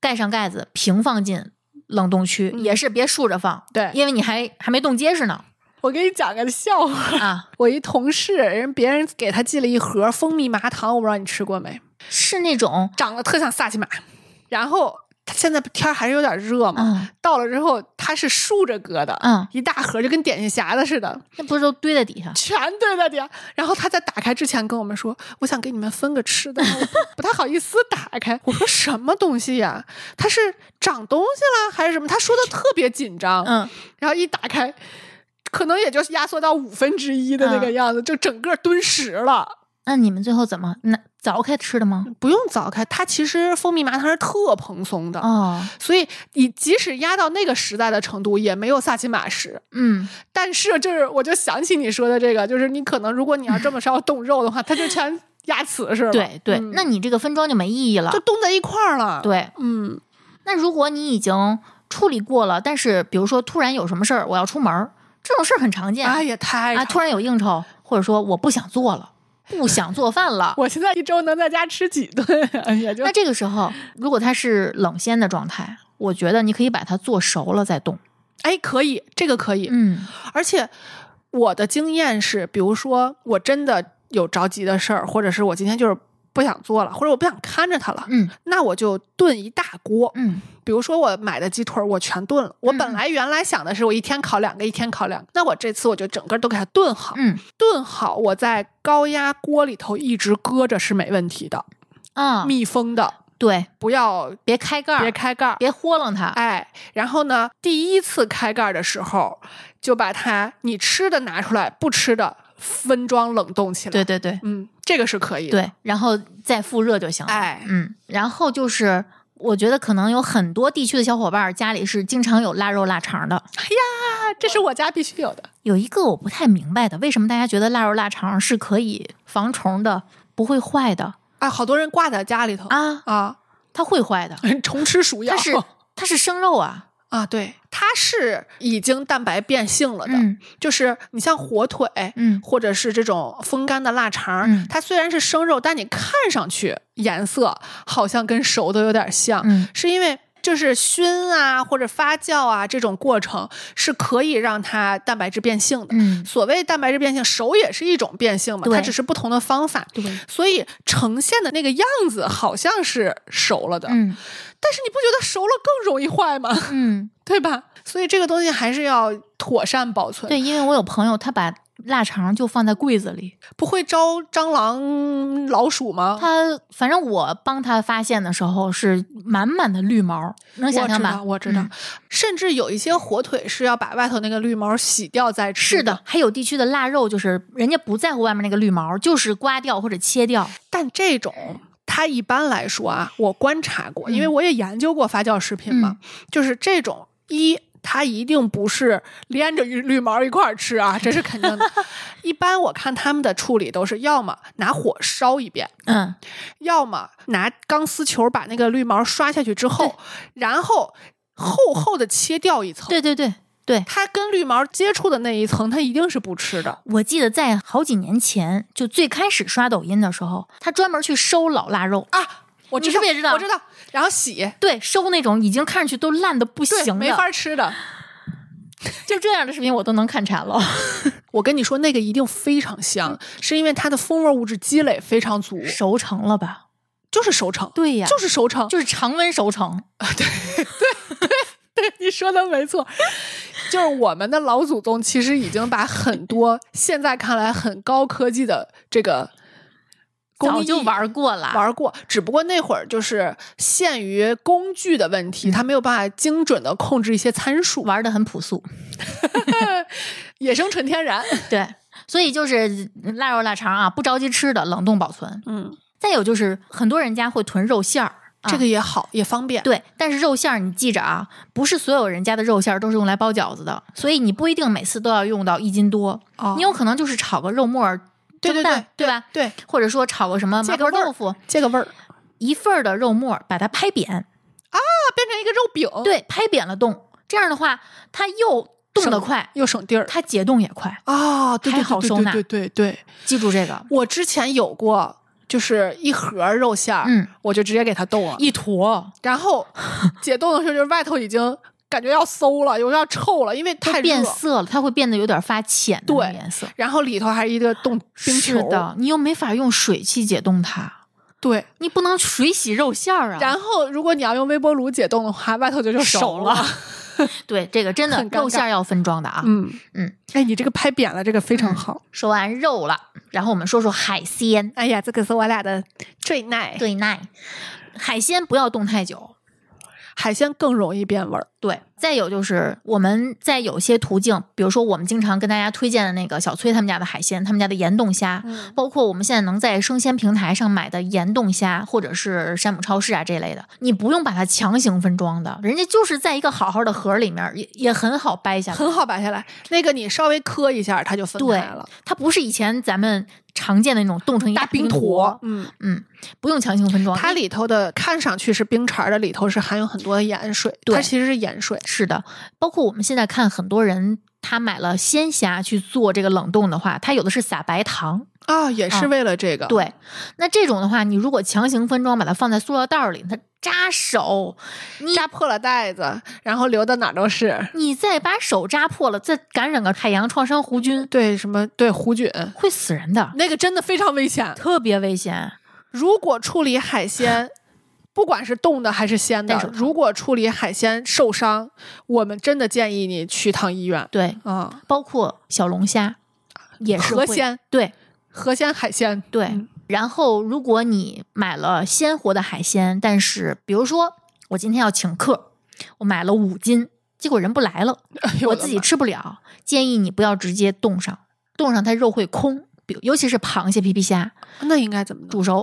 Speaker 2: 盖上盖子，平放进冷冻区，
Speaker 3: 嗯
Speaker 2: 也是别竖着放，
Speaker 3: 对
Speaker 2: 因为你还还没冻结实 呢
Speaker 3: 我给你讲个笑话，
Speaker 2: 啊！
Speaker 3: 我一同事，人别人给他寄了一盒蜂蜜麻糖，我不知道你吃过没？
Speaker 2: 是那
Speaker 3: 哦
Speaker 2: 种
Speaker 3: 长得特像萨琪玛。然后他现在不天儿还是有点热嘛，
Speaker 2: 啊，
Speaker 3: 到了之后他它是竖着搁的，
Speaker 2: 嗯，
Speaker 3: 一大盒就跟点心匣子似的，
Speaker 2: 那不是都堆在底下？
Speaker 3: 全对在底下。然后他在打开之前跟我们说：“我想给你们分个吃的，我不不太好意思打开。”我说：“什么东西呀？它是长东西了还是什么？”他说的特别紧张，
Speaker 2: 嗯，
Speaker 3: 然后一打开，可能也就压缩到五分之一的那个
Speaker 2: 嗯
Speaker 3: 样子，就整个蹲实了。
Speaker 2: 那你们最后怎么那凿开吃的吗？
Speaker 3: 不用凿开，它其实蜂蜜麻糖是特蓬松的，
Speaker 2: 哦，
Speaker 3: 所以你即使压到那个时代的程度，也没有萨琪玛实。
Speaker 2: 嗯，
Speaker 3: 但是就是，我就想起你说的这个，就是你可能如果你要这么烧冻肉的话，它就全压瓷实了，
Speaker 2: 对对，
Speaker 3: 嗯
Speaker 2: 那你这个分装就没意义了
Speaker 3: 就。冻在一块儿了。，
Speaker 2: 对，
Speaker 3: 嗯，
Speaker 2: 那如果你已经处理过了，但是比如说突然有什么事儿，我要出门儿，这种事儿很常见
Speaker 3: 哎呀，太，
Speaker 2: 啊，突然有应酬，或者说我不想做了，不想做饭了
Speaker 3: 我现在一周能在家吃几顿啊？ 也就
Speaker 2: 那这个时候，如果它是冷鲜的状态，我觉得你可以把它做熟了再冻。
Speaker 3: 哎，可以，这个可以，
Speaker 2: 嗯
Speaker 3: 而且我的经验是，比如说我真的有着急的事儿，或者是我今天就是不想做了，或者我不想看着它了，
Speaker 2: 嗯
Speaker 3: 那我就炖一大锅。
Speaker 2: 嗯
Speaker 3: 比如说我买的鸡腿儿，我全炖了。我
Speaker 2: 嗯
Speaker 3: 本来原来想的是我一天烤两个，一天烤两个，那我这次我就整个都给它炖好，
Speaker 2: 嗯
Speaker 3: 炖好我在高压锅里头一直搁着是没问题的，
Speaker 2: 啊，
Speaker 3: 密封的，
Speaker 2: 对，
Speaker 3: 不要
Speaker 2: 别开盖儿，
Speaker 3: 别开盖儿。
Speaker 2: 别豁楞它。
Speaker 3: 哎，然后呢，第一次开盖儿的时候，就把它你吃的拿出来，不吃的分装冷冻起来。
Speaker 2: 对，对对
Speaker 3: 嗯，这个是可以的。
Speaker 2: 对，然后再复热就行了。
Speaker 3: 哎
Speaker 2: 嗯，然后就是。我觉得可能有很多地区的小伙伴儿家里是经常有腊肉、腊肠的。
Speaker 3: 啊，这是我家必须有的。
Speaker 2: 有一个我不太明白的，为什么大家觉得腊肉、腊肠是可以防虫的，不会坏的
Speaker 3: 啊，好多人挂在家里头
Speaker 2: 啊？
Speaker 3: 啊，
Speaker 2: 它会坏的，
Speaker 3: 虫吃鼠药
Speaker 2: 它是它是生肉啊。
Speaker 3: 啊，对，它是已经蛋白变性了的，
Speaker 2: 嗯
Speaker 3: 就是你像火腿。
Speaker 2: 嗯
Speaker 3: 或者是这种风干的腊肠，
Speaker 2: 嗯
Speaker 3: 它虽然是生肉，但你看上去颜色好像跟熟的有点像，
Speaker 2: 嗯
Speaker 3: 是因为就是熏啊或者发酵啊这种过程是可以让它蛋白质变性的。
Speaker 2: 嗯，
Speaker 3: 所谓蛋白质变性，熟也是一种变性嘛，
Speaker 2: 对
Speaker 3: 它只是不同的方法。
Speaker 2: 对，
Speaker 3: 所以呈现的那个样子好像是熟了的，
Speaker 2: 嗯
Speaker 3: 但是你不觉得熟了更容易坏吗？
Speaker 2: 嗯。
Speaker 3: 对吧？所以这个东西还是要妥善保存，
Speaker 2: 对，因为我有朋友，他把腊肠就放在柜子里。
Speaker 3: 不会招蟑螂、老鼠吗？
Speaker 2: 他反正我帮他发现的时候是满满的绿毛，能想象吧？
Speaker 3: 我知道，我知道，
Speaker 2: 嗯
Speaker 3: 甚至有一些火腿是要把外头那个绿毛洗掉再吃。
Speaker 2: 是的，，还有地区的腊肉，就是人家不在乎外面那个绿毛，就是刮掉或者切掉。
Speaker 3: 但这种它一般来说啊，我观察过，
Speaker 2: 嗯
Speaker 3: 因为我也研究过发酵食品嘛，就是这种一。它一定不是连着绿绿毛一块儿吃啊，这是肯定的。 一般我看他们的处理都是要么拿火烧一遍，
Speaker 2: 嗯，
Speaker 3: 要么拿钢丝球把那个绿毛刷下去之
Speaker 2: 对
Speaker 3: 后，然后厚厚的切掉一层。
Speaker 2: 对对对对。
Speaker 3: 它跟绿毛接触的那一层，它一定是不吃的。
Speaker 2: 我记得在好几年前，就最开始刷抖音的时候，他专门去收老腊肉，
Speaker 3: 啊我知
Speaker 2: 你是
Speaker 3: 道，
Speaker 2: 不是也知道
Speaker 3: 我知道。然后洗，
Speaker 2: 对，收那种已经看上去都烂的不
Speaker 3: 对，
Speaker 2: 行
Speaker 3: 没
Speaker 2: 的，
Speaker 3: 法吃的。
Speaker 2: 就这样的视频我都能看馋了。
Speaker 3: 我跟你说，那个一定非常香，是因为它的风味物质积累非常足，
Speaker 2: 熟成了吧？
Speaker 3: 就是熟成，
Speaker 2: 对呀，
Speaker 3: 就是熟 成。
Speaker 2: 就是常温熟成。
Speaker 3: 对，你说的没错，就是我们的老祖宗其实已经把很 多现在看来很高科技的这个工
Speaker 2: 早
Speaker 3: 艺
Speaker 2: 就玩过了，
Speaker 3: 玩过，只不过那会儿就是限于工具的问题，它没有办法精准的控制一些参数。
Speaker 2: 玩的很朴素，
Speaker 3: 野生纯天然，
Speaker 2: 对，所以就是腊肉、腊肠啊，不着急吃的，冷冻保存。
Speaker 3: 嗯，
Speaker 2: 再有就是很多人家会囤肉馅儿，啊
Speaker 3: 这个也好，也方便。
Speaker 2: 对，但是肉馅儿你记着啊，不是所有人家的肉馅儿都是用来包饺子的，所以你不一定每次都要用到一斤多，
Speaker 3: 哦
Speaker 2: 你有可能就是炒个肉末儿
Speaker 3: 对
Speaker 2: 蒸
Speaker 3: 对
Speaker 2: 蛋，
Speaker 3: 对
Speaker 2: 吧？
Speaker 3: 对，
Speaker 2: 或者说炒个什么
Speaker 3: 借
Speaker 2: 麻
Speaker 3: 个
Speaker 2: 婆
Speaker 3: 味儿
Speaker 2: 豆腐，
Speaker 3: 这个味儿，它
Speaker 2: 一份儿的肉末儿把它拍扁，
Speaker 3: 变成一个肉饼，，
Speaker 2: 对，拍扁了冻，这样的话它又冻得
Speaker 3: 省
Speaker 2: 快，
Speaker 3: 又省地儿
Speaker 2: 它解冻也快，
Speaker 3: 啊，对对
Speaker 2: 还好
Speaker 3: 对对
Speaker 2: 收
Speaker 3: 对
Speaker 2: 纳
Speaker 3: 对对对，
Speaker 2: 记住这个，
Speaker 3: 我之前有过，就是一盒肉馅儿，
Speaker 2: 嗯，
Speaker 3: 我就直接给它冻了，
Speaker 2: 一坨
Speaker 3: 然后解冻的时候，就是外头已经感觉要馊了，有点臭了，因为
Speaker 2: 它
Speaker 3: 太热
Speaker 2: 变。色了，它会变得有点发浅的那
Speaker 3: 对
Speaker 2: 个颜色。
Speaker 3: 然后里头还是一个冻冰球，
Speaker 2: 是的，你又没法用水去解冻它，
Speaker 3: 对。
Speaker 2: 你不能水洗肉馅儿啊。
Speaker 3: 然后，如果你要用微波炉解冻的话，外头就就
Speaker 2: 熟
Speaker 3: 了。
Speaker 2: 对，这个真的
Speaker 3: 很尴尬
Speaker 2: 肉馅儿要分装的啊。
Speaker 3: 嗯
Speaker 2: 嗯，
Speaker 3: 哎，你这个拍扁了，这个非常好。
Speaker 2: 说完肉了，然后我们说说海鲜。
Speaker 3: 哎呀，这可是我俩的最耐。，
Speaker 2: 对耐，海鲜不要冻太久。
Speaker 3: 海鲜更容易变味儿。
Speaker 2: 对，再有就是我们在有些途径，比如说我们经常跟大家推荐的那个小崔他们家的海鲜，他们家的盐冻虾，
Speaker 3: 嗯
Speaker 2: 包括我们现在能在生鲜平台上买的盐冻虾，或者是山姆超市啊这类的，你不用把它强行分装的，人家就是在一个好好的盒儿里面儿，也也很好掰下来。
Speaker 3: 很好摆下来，那个你稍微磕一下，它就分
Speaker 2: 对
Speaker 3: 开了。，
Speaker 2: 它不是以前咱们常见的那种冻成一
Speaker 3: 大
Speaker 2: 冰
Speaker 3: 冰坨，，嗯，哦
Speaker 2: 嗯，不用强行分装。
Speaker 3: 它里头的看上去是冰碴儿的，里头是含有很多的盐水，
Speaker 2: 对
Speaker 3: 它其实是盐水。
Speaker 2: 是的，包括我们现在看很多人，他买了鲜虾去做这个冷冻的话，他有的是撒白糖。
Speaker 3: 啊，也是
Speaker 2: 啊
Speaker 3: 为了这个。，
Speaker 2: 对，那这种的话，你如果强行分装，把它放在塑料袋儿里，它扎手，你
Speaker 3: 扎破了袋子，然后流的哪儿都是。
Speaker 2: 你再把手扎破了，再感染个海洋创伤弧菌，
Speaker 3: 对，什么对弧菌，
Speaker 2: 会死人的，
Speaker 3: 那个真的非常危险。
Speaker 2: 特别危险。
Speaker 3: 如果处理海 鲜，不管是冻的还是鲜
Speaker 2: 戴手
Speaker 3: 的，
Speaker 2: 套
Speaker 3: 如果处理海鲜受伤，我们真的建议你去趟医院
Speaker 2: 对，
Speaker 3: 啊。
Speaker 2: 包括小龙虾也是
Speaker 3: 河
Speaker 2: 会，
Speaker 3: 鲜，
Speaker 2: 对
Speaker 3: 河鲜海鲜，
Speaker 2: 对。
Speaker 3: 嗯
Speaker 2: 然后，如果你买了鲜活的海鲜，但是比如说我今天要请客，我买了五斤，结果人不来 了。
Speaker 3: 哎呦
Speaker 2: 我
Speaker 3: 的
Speaker 2: 自己
Speaker 3: 妈
Speaker 2: 吃不了，建议你不要直接冻上，冻上它肉会空，比如尤其是螃蟹、皮皮虾，
Speaker 3: 那应该怎么弄？
Speaker 2: 煮熟，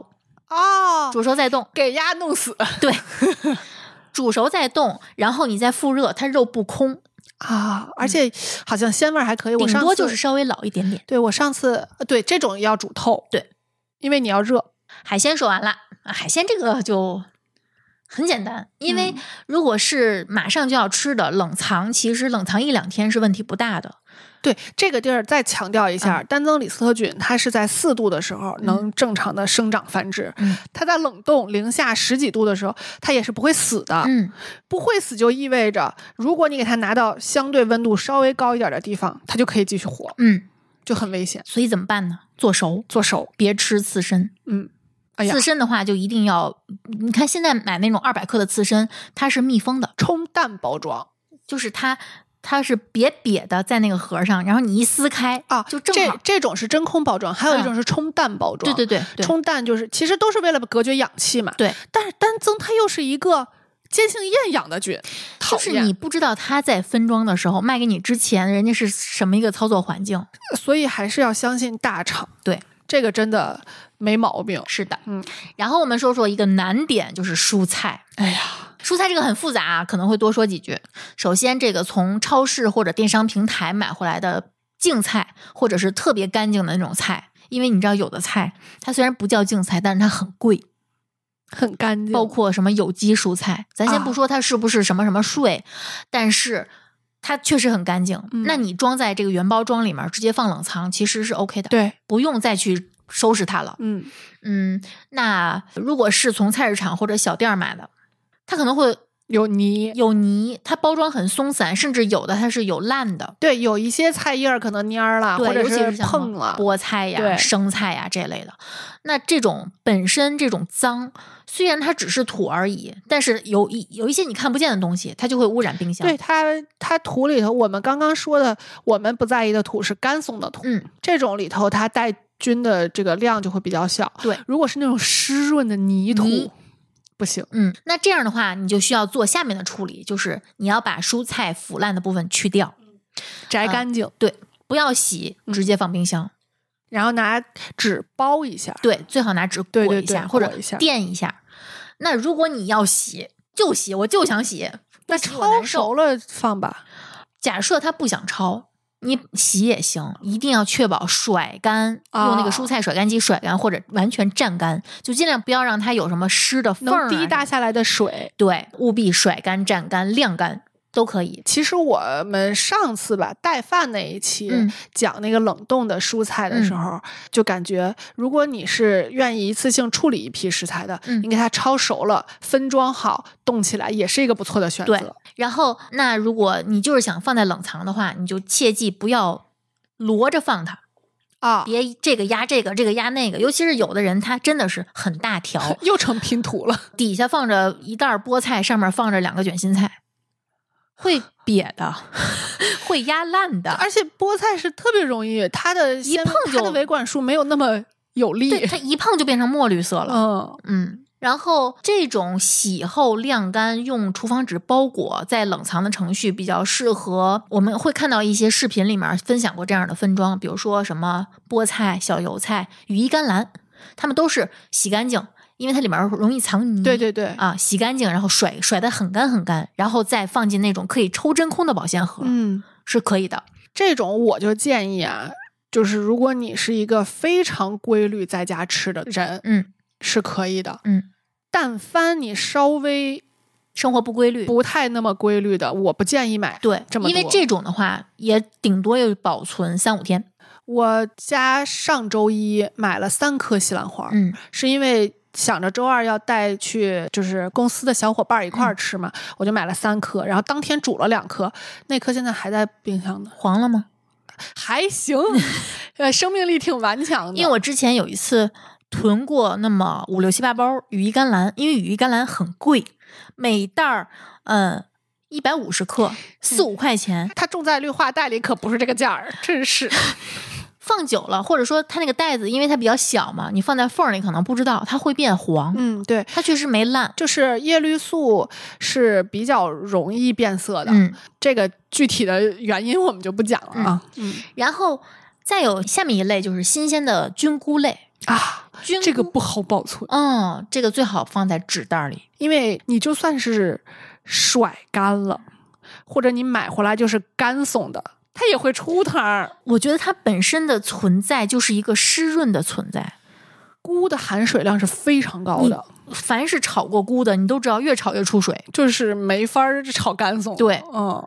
Speaker 3: 哦，
Speaker 2: 煮熟再冻，
Speaker 3: 给鸭弄死
Speaker 2: 对，煮熟再冻，然后你再复热，它肉不空，
Speaker 3: 啊！而且好像鲜味儿还可以，
Speaker 2: 嗯
Speaker 3: 我
Speaker 2: 顶
Speaker 3: 上
Speaker 2: 多
Speaker 3: 次
Speaker 2: 就是稍微老一点点。
Speaker 3: 对我上次呃对这种要煮透，
Speaker 2: 对，
Speaker 3: 因为你要热，
Speaker 2: 海鲜说完了，啊海鲜这个就很简单，因为如果是马上就要吃的，冷藏其实冷藏一两天是问题不大的。
Speaker 3: 对这个地儿再强调一
Speaker 2: 嗯
Speaker 3: 下，单增李斯特菌它是在四度的时候能正常的生长繁殖，
Speaker 2: 嗯
Speaker 3: 它在冷冻零下十几度的时候，它也是不会死的。
Speaker 2: 嗯，
Speaker 3: 不会死就意味着，如果你给它拿到相对温度稍微高一点的地方，它就可以继续活，
Speaker 2: 嗯，
Speaker 3: 就很危险。
Speaker 2: 所以怎么办呢？做熟，
Speaker 3: 做熟，
Speaker 2: 别吃刺身。
Speaker 3: 嗯，哎呀
Speaker 2: 刺，身的话就一定要，你看现在买那种二百克的刺身，它是密封的，
Speaker 3: 冲淡包装
Speaker 2: 就是它它是瘪瘪的在那个盒上，然后你一撕开
Speaker 3: 啊，
Speaker 2: 就正
Speaker 3: 这
Speaker 2: 好。
Speaker 3: 这种是真空包装，还有一种是冲淡包装。
Speaker 2: 对对对对
Speaker 3: 冲淡就是其实都是为了隔绝氧气嘛。
Speaker 2: 对，
Speaker 3: 但是单增它又是一个间性厌氧的菌，讨
Speaker 2: 就
Speaker 3: 厌。
Speaker 2: 是你不知道它在分装的时候卖给你之前，人家是什么一个操作环境。
Speaker 3: 所以还是要相信大厂。
Speaker 2: 对，
Speaker 3: 这个真的没毛病。
Speaker 2: 是的，
Speaker 3: 嗯。
Speaker 2: 然后我们说说一个难点，就是蔬菜。
Speaker 3: 哎呀，
Speaker 2: 蔬菜这个很复杂啊，可能会多说几句。首先，这个从超市或者电商平台买回来的净菜，或者是特别干净的那种菜，因为你知道有的菜它虽然不叫净菜，但是它很贵，
Speaker 3: 很干净，
Speaker 2: 包括什么有机蔬菜，咱先
Speaker 3: 啊
Speaker 2: 不说它是不是什么什么税，但是它确实很干净。
Speaker 3: 嗯
Speaker 2: 那你装在这个原包装里面直接放冷藏，其实是 OK 的，
Speaker 3: 对，
Speaker 2: 不用再去收拾它了。
Speaker 3: 嗯，
Speaker 2: 嗯，那如果是从菜市场或者小店儿买的，它可能会
Speaker 3: 有泥。
Speaker 2: 有泥，它包装很松散，甚至有的它是有烂的，
Speaker 3: 对，有一些菜叶儿可能蔫儿了，
Speaker 2: 对，
Speaker 3: 啊或者
Speaker 2: 尤其是像什
Speaker 3: 碰
Speaker 2: 么
Speaker 3: 了。
Speaker 2: 菠菜呀、
Speaker 3: 对
Speaker 2: 生菜呀这类的。那这种本身这种脏，虽然它只是土而已，但是有一有一些你看不见的东西，它就会污染冰箱。
Speaker 3: 对，它，它土里头，我们刚刚说的，我们不在意的土是干松的土，
Speaker 2: 嗯，
Speaker 3: 这种里头它带菌的这个量就会比较小。
Speaker 2: 对，
Speaker 3: 如果是那种湿润的泥土，
Speaker 2: 泥
Speaker 3: 不行。
Speaker 2: 嗯，那这样的话，你就需要做下面的处理，就是你要把蔬菜腐烂的部分去掉，啊
Speaker 3: 摘干净，
Speaker 2: 不要洗，直
Speaker 3: 嗯
Speaker 2: 接放冰箱。
Speaker 3: 然后拿纸包一下。
Speaker 2: 对，最好拿纸裹
Speaker 3: 对对
Speaker 2: 一下
Speaker 3: 对
Speaker 2: 或者
Speaker 3: 裹一下
Speaker 2: 垫一下。那如果你要洗，就洗，我就想洗，
Speaker 3: 那
Speaker 2: 洗我难受
Speaker 3: 焯熟了放吧。
Speaker 2: 假设他不想焯，你洗也行，一定要确保甩干，
Speaker 3: 啊
Speaker 2: 用那个蔬菜甩干机甩干，或者完全蘸干，就尽量不要让它有什么湿的缝儿、啊。
Speaker 3: 能滴答下来的水，
Speaker 2: 对，务必甩干、蘸干、晾干都可以。
Speaker 3: 其实我们上次吧带饭那一期、
Speaker 2: 嗯
Speaker 3: 讲那个冷冻的蔬菜的时候，就感觉如果你是愿意一次性处理一批食材的，
Speaker 2: 嗯
Speaker 3: 你给它焯熟了、分装好、冻起来，也是一个不错的选
Speaker 2: 对
Speaker 3: 择。
Speaker 2: 然后，那如果你就是想放在冷藏的话，你就切记不要摞着放它，
Speaker 3: 啊，，
Speaker 2: 别这个压这个，这个压那个。尤其是有的人，他真的是很大条
Speaker 3: 又成拼图了。
Speaker 2: 底下放着一袋儿菠菜，上面放着两个卷心菜， 会瘪 的，会压烂的，
Speaker 3: 而且菠菜是特别容易，它的纤维
Speaker 2: 啊碰就
Speaker 3: 它的维管束没有那么有
Speaker 2: 对
Speaker 3: 力
Speaker 2: 它。一碰就变成墨绿色了。
Speaker 3: 嗯，
Speaker 2: 嗯，然后这种洗后晾干，用厨房纸包裹，在冷藏的程序比较适合。我们会看到一些视频里面分享过这样的分装，比如说什么菠菜、小油菜、羽衣甘蓝，它们都是洗干净，因为它里面容易藏泥。
Speaker 3: 对对对，
Speaker 2: 啊，洗干净，然后甩甩得很干很干，然后再放进那种可以抽真空的保鲜盒，
Speaker 3: 嗯，
Speaker 2: 是可以的。
Speaker 3: 这种我就建议啊，就是如果你是一个非常规律在家吃的人，
Speaker 2: 嗯，
Speaker 3: 是可以的。
Speaker 2: 嗯，
Speaker 3: 但凡你稍微
Speaker 2: 生活不规律，
Speaker 3: 不太那么规律的，我不建议买。
Speaker 2: 对，
Speaker 3: 这么
Speaker 2: 因为
Speaker 3: 多
Speaker 2: 这种的话，也顶多要保存三五天。
Speaker 3: 我家上周一买了三颗西兰花，
Speaker 2: 嗯
Speaker 3: 是因为想着周二要带去，就是公司的小伙伴儿一块
Speaker 2: 嗯
Speaker 3: 儿吃嘛，我就买了三颗，然后当天煮了两颗，那颗现在还在冰箱呢，
Speaker 2: 黄了吗？
Speaker 3: 还行，呃，生命力挺顽强的。
Speaker 2: 因为我之前有一次囤过那么五六七八包羽衣甘蓝，因为羽衣甘蓝很贵，每袋儿嗯一百五十克四
Speaker 3: 嗯
Speaker 2: 五块钱，
Speaker 3: 它种在绿化带里，可不是这个价儿，真是。
Speaker 2: 放久了或者说它那个袋子，因为它比较小嘛，你放在缝儿里可能不知道它会变黄，
Speaker 3: 嗯，对，
Speaker 2: 它确实没烂。
Speaker 3: 就是叶绿素是比较容易变色的，
Speaker 2: 嗯，
Speaker 3: 这个具体的原因我们就不讲了啊。嗯
Speaker 2: 然后再有下面一类就是新鲜的菌菇类，
Speaker 3: 啊，
Speaker 2: 菌
Speaker 3: 这个
Speaker 2: 菇
Speaker 3: 不好保存，
Speaker 2: 嗯，这个最好放在纸袋里。
Speaker 3: 因为你就算是甩干了，或者你买回来就是干松的，它也会出汤儿。
Speaker 2: 我觉得它本身的存在就是一个湿润的存在。
Speaker 3: 菇的含水量是非常高的，
Speaker 2: 凡是炒过菇的，你都知道越炒越出水。
Speaker 3: 嗯就是没法儿炒干松。
Speaker 2: 对，
Speaker 3: 嗯，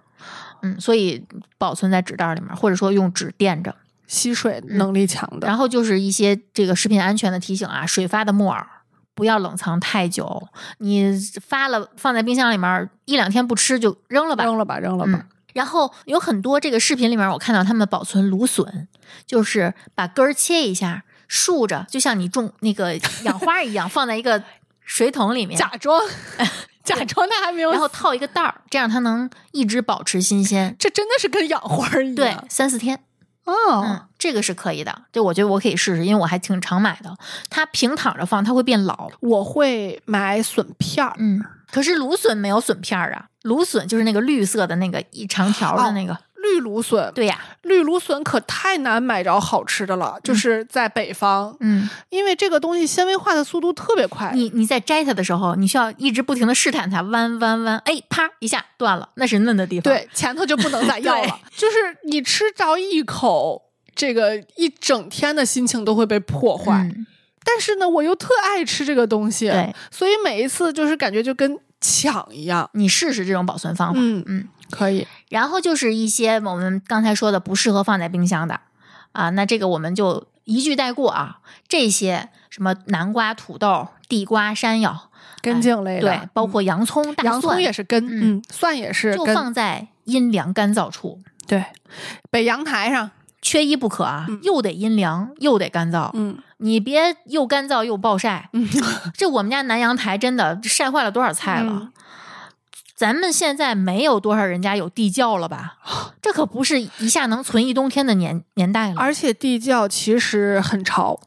Speaker 2: 嗯，所以保存在纸袋里面，或者说用纸垫着。
Speaker 3: 吸水能力强的。
Speaker 2: 然后就是一些这个食品安全的提醒啊，水发的木耳不要冷藏太久，你发了放在冰箱里面一两天不吃就扔了吧，
Speaker 3: 扔了吧，扔了吧。
Speaker 2: 嗯然后有很多这个视频里面，我看到他们保存芦笋，就是把根儿切一下，竖着，就像你种那 个养花一样，放在一个水桶里面，
Speaker 3: 假 装假装它还没有
Speaker 2: 然，后套一个袋儿，这样它能一直保持新鲜。
Speaker 3: 这真的是跟养花儿一
Speaker 2: 对
Speaker 3: 样。，
Speaker 2: 三四天，
Speaker 3: 哦，
Speaker 2: 嗯，这个是可以的。这我觉得我可以试试，因为我还挺常买的。它平躺着放，它会变老。
Speaker 3: 我会买笋片儿。
Speaker 2: 嗯，可是芦笋没有笋片儿啊，芦笋就是那个绿色的那个一长条
Speaker 3: 哦
Speaker 2: 的那个。
Speaker 3: 绿芦笋，
Speaker 2: 对呀，
Speaker 3: 绿芦笋可太难买着好吃的了，就是在北方，
Speaker 2: 嗯，
Speaker 3: 因为这个东西纤维化的速度特别快。
Speaker 2: 你你在摘它的时候，你需要一直不停的试探它，弯弯弯，哎，啪一下断了，那是嫩的地方。，
Speaker 3: 对，前头就不能再 要了。就是你吃着一口，这个一整天的心情都会被破坏。
Speaker 2: 嗯，
Speaker 3: 但是呢，我又特爱吃这个东西，
Speaker 2: 对，
Speaker 3: 所以每一次就是感觉就跟抢一样。
Speaker 2: 你试试这种保存方法。
Speaker 3: 嗯
Speaker 2: 嗯，
Speaker 3: 可以，
Speaker 2: 然后就是一些我们刚才说的不适合放在冰箱的啊，那这个我们就一句带过啊。这些什么南瓜、土豆、地瓜、山药，
Speaker 3: 根茎类的，
Speaker 2: 哎
Speaker 3: 嗯
Speaker 2: 对，包括洋葱、大蒜，
Speaker 3: 洋葱也是根，
Speaker 2: 嗯
Speaker 3: 嗯，蒜也是
Speaker 2: 就
Speaker 3: 根，
Speaker 2: 放在阴凉干燥处，
Speaker 3: 对，北阳台上，
Speaker 2: 缺一不可啊，又得阴凉又得干燥。
Speaker 3: 嗯
Speaker 2: 你别又干燥又暴晒， 这我们家南阳台真的晒坏了多少菜了？
Speaker 3: 嗯
Speaker 2: 咱们现在没有多少人家有地窖了吧？这可不是一下能存一冬天的年年代了。
Speaker 3: 而且地窖其实很潮，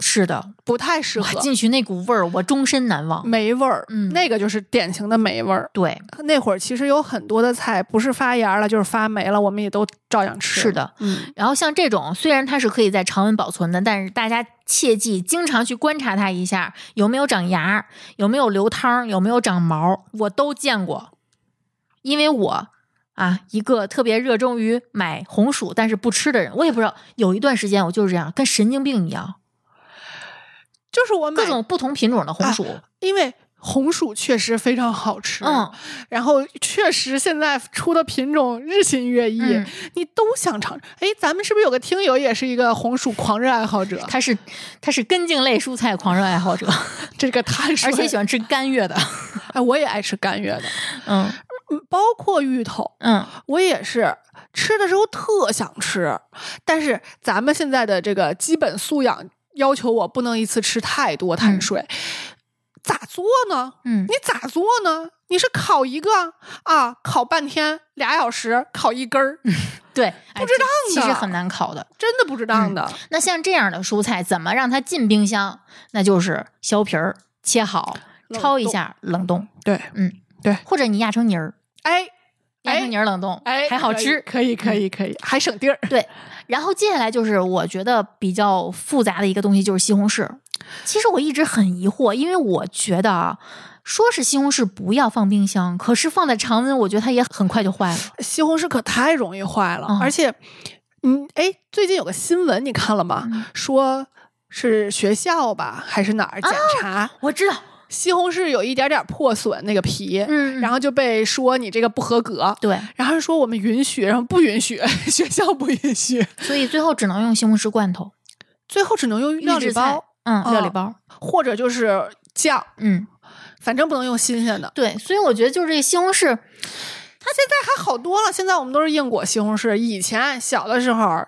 Speaker 2: 是的，
Speaker 3: 不太适
Speaker 2: 我
Speaker 3: 合，
Speaker 2: 进去那股味儿，我终身难忘。
Speaker 3: 霉味儿，
Speaker 2: 嗯
Speaker 3: 那个就是典型的霉味儿。
Speaker 2: 对，
Speaker 3: 那会儿其实有很多的菜不是发芽了，就是发霉了，我们也都照样吃。
Speaker 2: 是，的。
Speaker 3: 嗯，
Speaker 2: 然后像这种，虽然它是可以在常温保存的，但是大家切记经常去观察它一下，有没有长芽，有没有流汤，有没有长毛，我都见过。因为我啊，一个特别热衷于买红薯但是不吃的人，我也不知道，有一段时间我就是这样，跟神经病一样，
Speaker 3: 就是我买
Speaker 2: 各，种不同品种的
Speaker 3: 啊
Speaker 2: 红薯，
Speaker 3: 因为红薯确实非常好吃，
Speaker 2: 嗯，
Speaker 3: 然后确实现在出的品种日新月异，
Speaker 2: 嗯
Speaker 3: 你都想尝。哎，咱们是不是有个听友也是一个红薯狂热爱好者？
Speaker 2: 他是他是根茎类蔬菜狂热爱 好者，
Speaker 3: 这个碳水，
Speaker 2: 而且喜欢吃干月的，
Speaker 3: 哎，我也爱吃甘月的，
Speaker 2: 嗯
Speaker 3: 嗯包括芋头，
Speaker 2: 嗯，
Speaker 3: 我也是吃的时候特想吃，但是咱们现在的这个基本素养要求嗯我不能一次吃太多碳水，咋做呢？
Speaker 2: 嗯
Speaker 3: 你咋做呢？你是烤一个啊，烤半天俩小时，烤一根儿，
Speaker 2: 对，
Speaker 3: 不知道
Speaker 2: 哎这其实
Speaker 3: 呢
Speaker 2: 很难烤的。
Speaker 3: 真的不值当的。
Speaker 2: 那像这样的蔬菜，怎么让它进冰箱？那就是削皮儿，切好，
Speaker 3: 冷
Speaker 2: 焯一
Speaker 3: 冻
Speaker 2: 下，冷冻，
Speaker 3: 对，
Speaker 2: 嗯，
Speaker 3: 对
Speaker 2: 或者你压成泥儿，
Speaker 3: 哎
Speaker 2: 压成
Speaker 3: 哎
Speaker 2: 泥儿冷冻，
Speaker 3: 哎，
Speaker 2: 还好
Speaker 3: 可以
Speaker 2: 吃。嗯
Speaker 3: 可以可以可以，还省地儿。
Speaker 2: 对，然后接下来就是我觉得比较复杂的一个东西，就是西红柿。其实我一直很疑惑，因为我觉得啊，说是西红柿不要放冰箱，可是放在常温，我觉得它也很快就坏了。
Speaker 3: 西红柿可太容易坏了，
Speaker 2: 嗯
Speaker 3: 而且，嗯，哎，最近有个新闻你看了吗？
Speaker 2: 嗯
Speaker 3: 说是学校吧，还是哪儿
Speaker 2: 哦
Speaker 3: 检查、
Speaker 2: 我知道，
Speaker 3: 西红柿有一点点破损那个皮，
Speaker 2: 嗯，
Speaker 3: 然
Speaker 2: 后
Speaker 3: 后就被说你这个不合格。
Speaker 2: 对，
Speaker 3: 然后说我们允许，然后不允许， 学校不允许，
Speaker 2: 所以最后只能用西红柿罐头、
Speaker 3: 最后只能用
Speaker 2: 预
Speaker 3: 料
Speaker 2: 制
Speaker 3: 理
Speaker 2: 菜
Speaker 3: 包，，
Speaker 2: 嗯，料理
Speaker 3: 哦
Speaker 2: 包，
Speaker 3: 或者就是酱，
Speaker 2: 嗯，
Speaker 3: 反正不能用新鲜的。
Speaker 2: 对。所以我觉得就是这个西红柿，
Speaker 3: 它现在还好多了，现在我们都是硬果西红柿，以前小的时候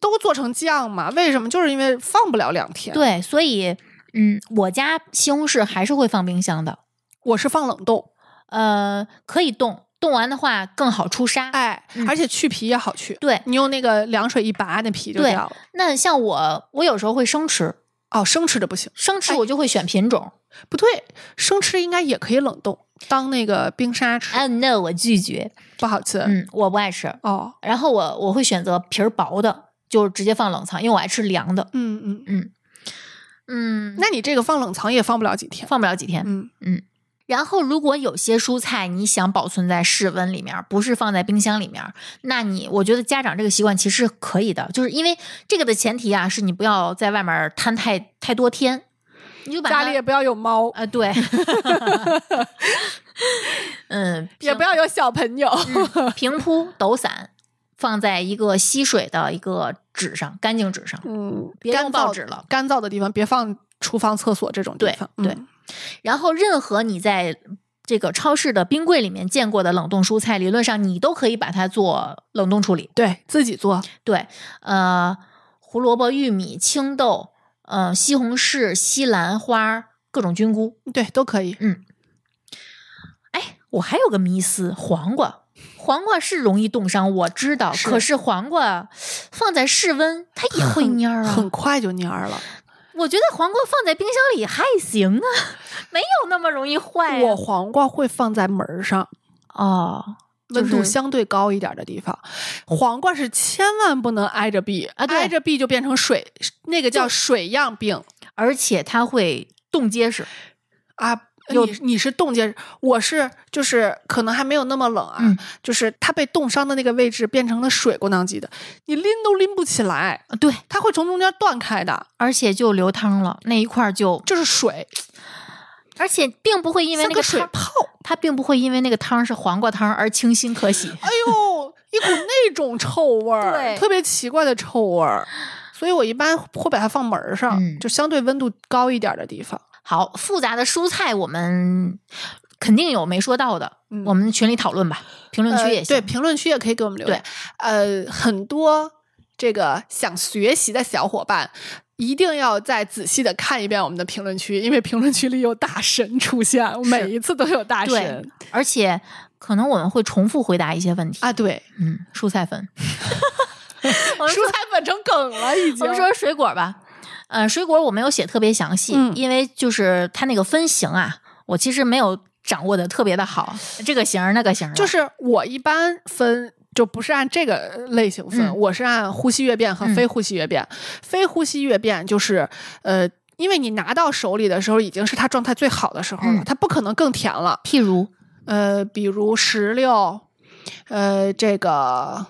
Speaker 3: 都做成酱嘛，为什么？就是因为放不了两天。
Speaker 2: 对，所以嗯，我家西红柿还是会放冰箱的，
Speaker 3: 我是放冷冻，
Speaker 2: 呃，可以冻，冻完的话更好出沙。
Speaker 3: 哎，
Speaker 2: 嗯
Speaker 3: 而且去皮也好去，
Speaker 2: 对，
Speaker 3: 你用那个凉水一拔，那皮就
Speaker 2: 对
Speaker 3: 掉了。
Speaker 2: 那像我，我有时候会生吃，
Speaker 3: 哦，生吃的不行，
Speaker 2: 生吃
Speaker 3: 哎
Speaker 2: 我就会选品种。
Speaker 3: 不对，生吃应该也可以冷冻，当那个冰沙吃，
Speaker 2: 啊 no，我拒绝。
Speaker 3: 不好吃。
Speaker 2: 嗯，我不爱吃。
Speaker 3: 哦，
Speaker 2: 然后我我会选择皮儿薄的，就直接放冷藏，因为我爱吃凉的。
Speaker 3: 嗯嗯，
Speaker 2: 嗯，
Speaker 3: 那你这个放冷藏也放不了几天。
Speaker 2: 放不了几天。
Speaker 3: 嗯，
Speaker 2: 然后，如果有些蔬菜你想保存在室温里面，不是放在冰箱里面，那你我觉得家长这个习惯其实是可以的，就是因为这个的前提啊，是你不要在外面摊太太多天，你就把
Speaker 3: 家
Speaker 2: 它
Speaker 3: 里也不要有猫，
Speaker 2: 啊、对， 嗯，
Speaker 3: 也不要有小朋友。
Speaker 2: 嗯平铺抖散，放在一个吸水的一个纸上，干净纸上。
Speaker 3: 嗯，
Speaker 2: 别
Speaker 3: 干
Speaker 2: 用
Speaker 3: 燥
Speaker 2: 报纸了
Speaker 3: 干燥的地方别放厨房、厕所这种地
Speaker 2: 对
Speaker 3: 方。
Speaker 2: 对
Speaker 3: 嗯
Speaker 2: 然后，任何你在这个超市的冰柜里面见过的冷冻蔬菜，理论上你都可以把它做冷冻处理。
Speaker 3: 对，自己做。
Speaker 2: 对，呃，胡萝卜、玉米、青豆，呃，西红柿、西兰花，各种菌菇。
Speaker 3: 对，都可以。
Speaker 2: 哎，我还有个迷思，黄瓜。黄瓜是容易冻伤，我知道。
Speaker 3: 是
Speaker 2: 可是黄瓜放在室温，它也会
Speaker 3: 很
Speaker 2: 蔫儿啊
Speaker 3: 很快就蔫儿了。
Speaker 2: 我觉得黄瓜放在冰箱里还行啊， 没有那么容易坏、啊
Speaker 3: 我黄瓜会放在门儿上，
Speaker 2: 哦，就
Speaker 3: 温度
Speaker 2: 是
Speaker 3: 相对高一点的地方，黄瓜是千万不能挨着壁，
Speaker 2: 啊对
Speaker 3: 挨着壁就变成水，那个叫水样病
Speaker 2: 而且它会冻结实。
Speaker 3: 啊。
Speaker 2: 有
Speaker 3: 你你是冻结，我是就是可能还没有那么冷啊，
Speaker 2: 嗯
Speaker 3: 就是它被冻伤的那个位置变成了水过囊级的，你拎都拎不起来，
Speaker 2: 对，
Speaker 3: 它会从中间断开的，
Speaker 2: 而且就流汤了，那一块儿就，
Speaker 3: 就是水，
Speaker 2: 而且并不会因为
Speaker 3: 像
Speaker 2: 那
Speaker 3: 个水
Speaker 2: 汤，
Speaker 3: 泡，
Speaker 2: 它并不会因为那个汤是黄瓜汤而清新可喜。
Speaker 3: 哎呦，一股那种臭味儿，
Speaker 2: 对
Speaker 3: 特别奇怪的臭味儿。所以我一般会把它放门儿上，
Speaker 2: 嗯
Speaker 3: 就相对温度高一点儿的地方。
Speaker 2: 好，复杂的蔬菜我们肯定有没说到的，
Speaker 3: 嗯
Speaker 2: 我们群里讨论吧，评论区也行。
Speaker 3: 呃对，评论区也可以给我们留言
Speaker 2: 对。
Speaker 3: 呃，很多这个想学习的小伙伴。一定要再仔细的看一遍我们的评论区，因为评论区里有大神出现，每一次都有大
Speaker 2: 对
Speaker 3: 神
Speaker 2: 而且可能我们会重复回答一些问题。
Speaker 3: 啊！对，
Speaker 2: 嗯，蔬菜 粉，我们
Speaker 3: 蔬菜粉成梗了，已经。
Speaker 2: 我们说水果吧，呃，水果我没有写特别详细，
Speaker 3: 嗯
Speaker 2: 因为就是它那个分型啊，我其实没有掌握的特别的好，这个型儿那个型儿的，
Speaker 3: 就是我一般分就不是按这个类型分，
Speaker 2: 嗯
Speaker 3: 我是按呼吸越变和
Speaker 2: 嗯
Speaker 3: 非呼吸越变。非呼吸越变就是呃，因为你拿到手里的时候已经是它状态最好的时候了，
Speaker 2: 嗯
Speaker 3: 它不可能更甜了。
Speaker 2: 譬如
Speaker 3: 呃，比如石榴，呃，这个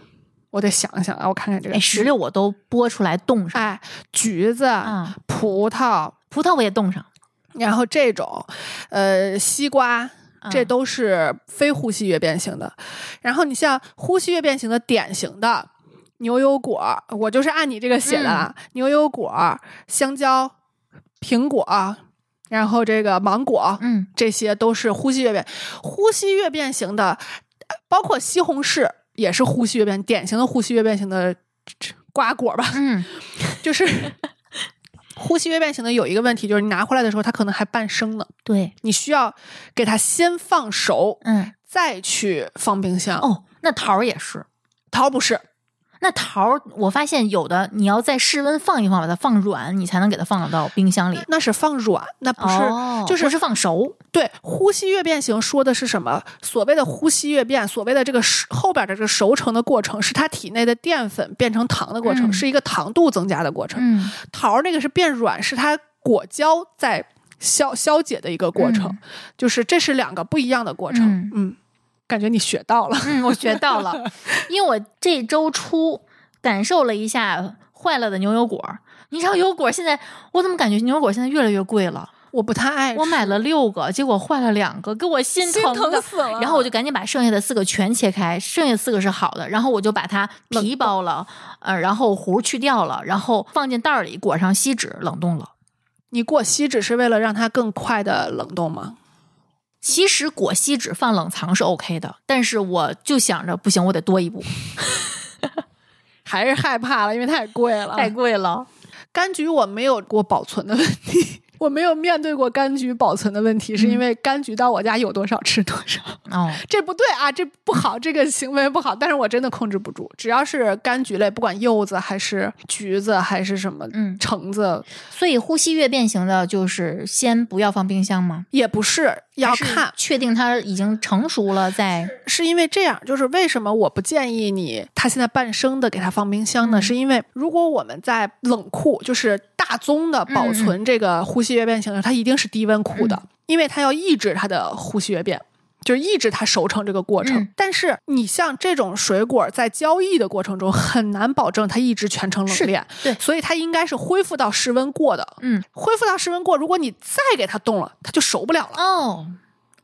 Speaker 3: 我得想一想啊，我看看这个
Speaker 2: 哎，石，榴我都剥出来冻上，
Speaker 3: 哎，橘子，
Speaker 2: 啊，
Speaker 3: 葡萄，
Speaker 2: 葡萄我也冻上，
Speaker 3: 然后这种，呃，西瓜，这
Speaker 2: 嗯
Speaker 3: 都是非呼吸月变型的。然后你像呼吸月变型的典型的牛油果，我就是按你这个写的啊，
Speaker 2: 嗯
Speaker 3: 牛油果、香蕉、苹果，然后这个芒果，
Speaker 2: 嗯
Speaker 3: 这些都是呼吸月变。呼吸月变型的，呃包括西红柿也是呼吸月变，典型的呼吸月变型的瓜果吧，
Speaker 2: 嗯，
Speaker 3: 就是 呼吸微变型的有一个问题，就是你拿回来的时候，它可能还半生呢，
Speaker 2: 对，
Speaker 3: 你需要给它先放熟，
Speaker 2: 嗯，
Speaker 3: 再去放冰箱。
Speaker 2: 哦，那桃儿也是，
Speaker 3: 桃不是，
Speaker 2: 那桃儿我发现有的你要在室温放一放，把它放软，你才能给它放到冰箱里。
Speaker 3: 那是放软，那不是，
Speaker 2: 哦
Speaker 3: 就是
Speaker 2: 不是放熟，
Speaker 3: 对，呼吸越变型说的是什么？所谓的呼吸越变，所谓的这个熟后边的这个熟成的过程，是它体内的淀粉变成糖的过程，
Speaker 2: 嗯
Speaker 3: 是一个糖度增加的过程。
Speaker 2: 嗯
Speaker 3: 桃儿那个是变软，是它果胶在消消解的一个过程，
Speaker 2: 嗯
Speaker 3: 就是这是两个不一样的过程。
Speaker 2: 嗯
Speaker 3: 嗯感觉你学到了。
Speaker 2: 嗯，我学到 了，因为我这周初感受了一下坏了的牛油果儿。你知道油果现在，我怎么感觉牛油果现在越来越贵了？
Speaker 3: 我不太爱吃，
Speaker 2: 我买了六个，结果坏了两个，给我哎心
Speaker 3: 心
Speaker 2: 疼的。
Speaker 3: 疼死了。
Speaker 2: 然后我就赶紧把剩下的四个全切开，剩下四个是好的，然后我就把它皮剥了，呃，然后核去掉了，然后放进袋儿里，裹上锡纸冷冻了。
Speaker 3: 你过锡纸是为了让它更快的冷冻吗？嗯
Speaker 2: 其实裹锡纸放冷藏是 OK 的，但是我就想着不行，我得多一步，
Speaker 3: 还是害怕了，因为 太贵了。
Speaker 2: 贵了。
Speaker 3: 柑橘我没有过保存的问题，我没有面对过柑橘保存的问题，
Speaker 2: 嗯
Speaker 3: 是因为柑橘到我家有多少吃多少，
Speaker 2: 哦，
Speaker 3: 这不对啊，这不好，这个行为不好。但是我真的控制不住，只要是柑橘类，不管柚子还是橘子还是什么，
Speaker 2: 嗯
Speaker 3: 橙子
Speaker 2: 所以呼吸越变型的，就是先不要放冰箱吗？
Speaker 3: 也不是要
Speaker 2: 还是
Speaker 3: 看，
Speaker 2: 确定它已经成熟了再。
Speaker 3: 是因为这样，就是为什么我不建议你它现在半生的给它放冰箱呢？
Speaker 2: 嗯
Speaker 3: 是因为如果我们在冷库，就是大宗的
Speaker 2: 嗯
Speaker 3: 保存这个呼吸越变型的时候，它一定是低温库的，因为它要抑制它的呼吸越变。就是抑制它熟成这个过程，
Speaker 2: 嗯
Speaker 3: 但是你像这种水果在交易的过程中很难保证它一直全程冷
Speaker 2: 是
Speaker 3: 链，
Speaker 2: 对
Speaker 3: 所以它应该是恢复到室温过的，
Speaker 2: 嗯，
Speaker 3: 恢复到室温过，如果你再给它冻了，它就熟不了了。
Speaker 2: 哦，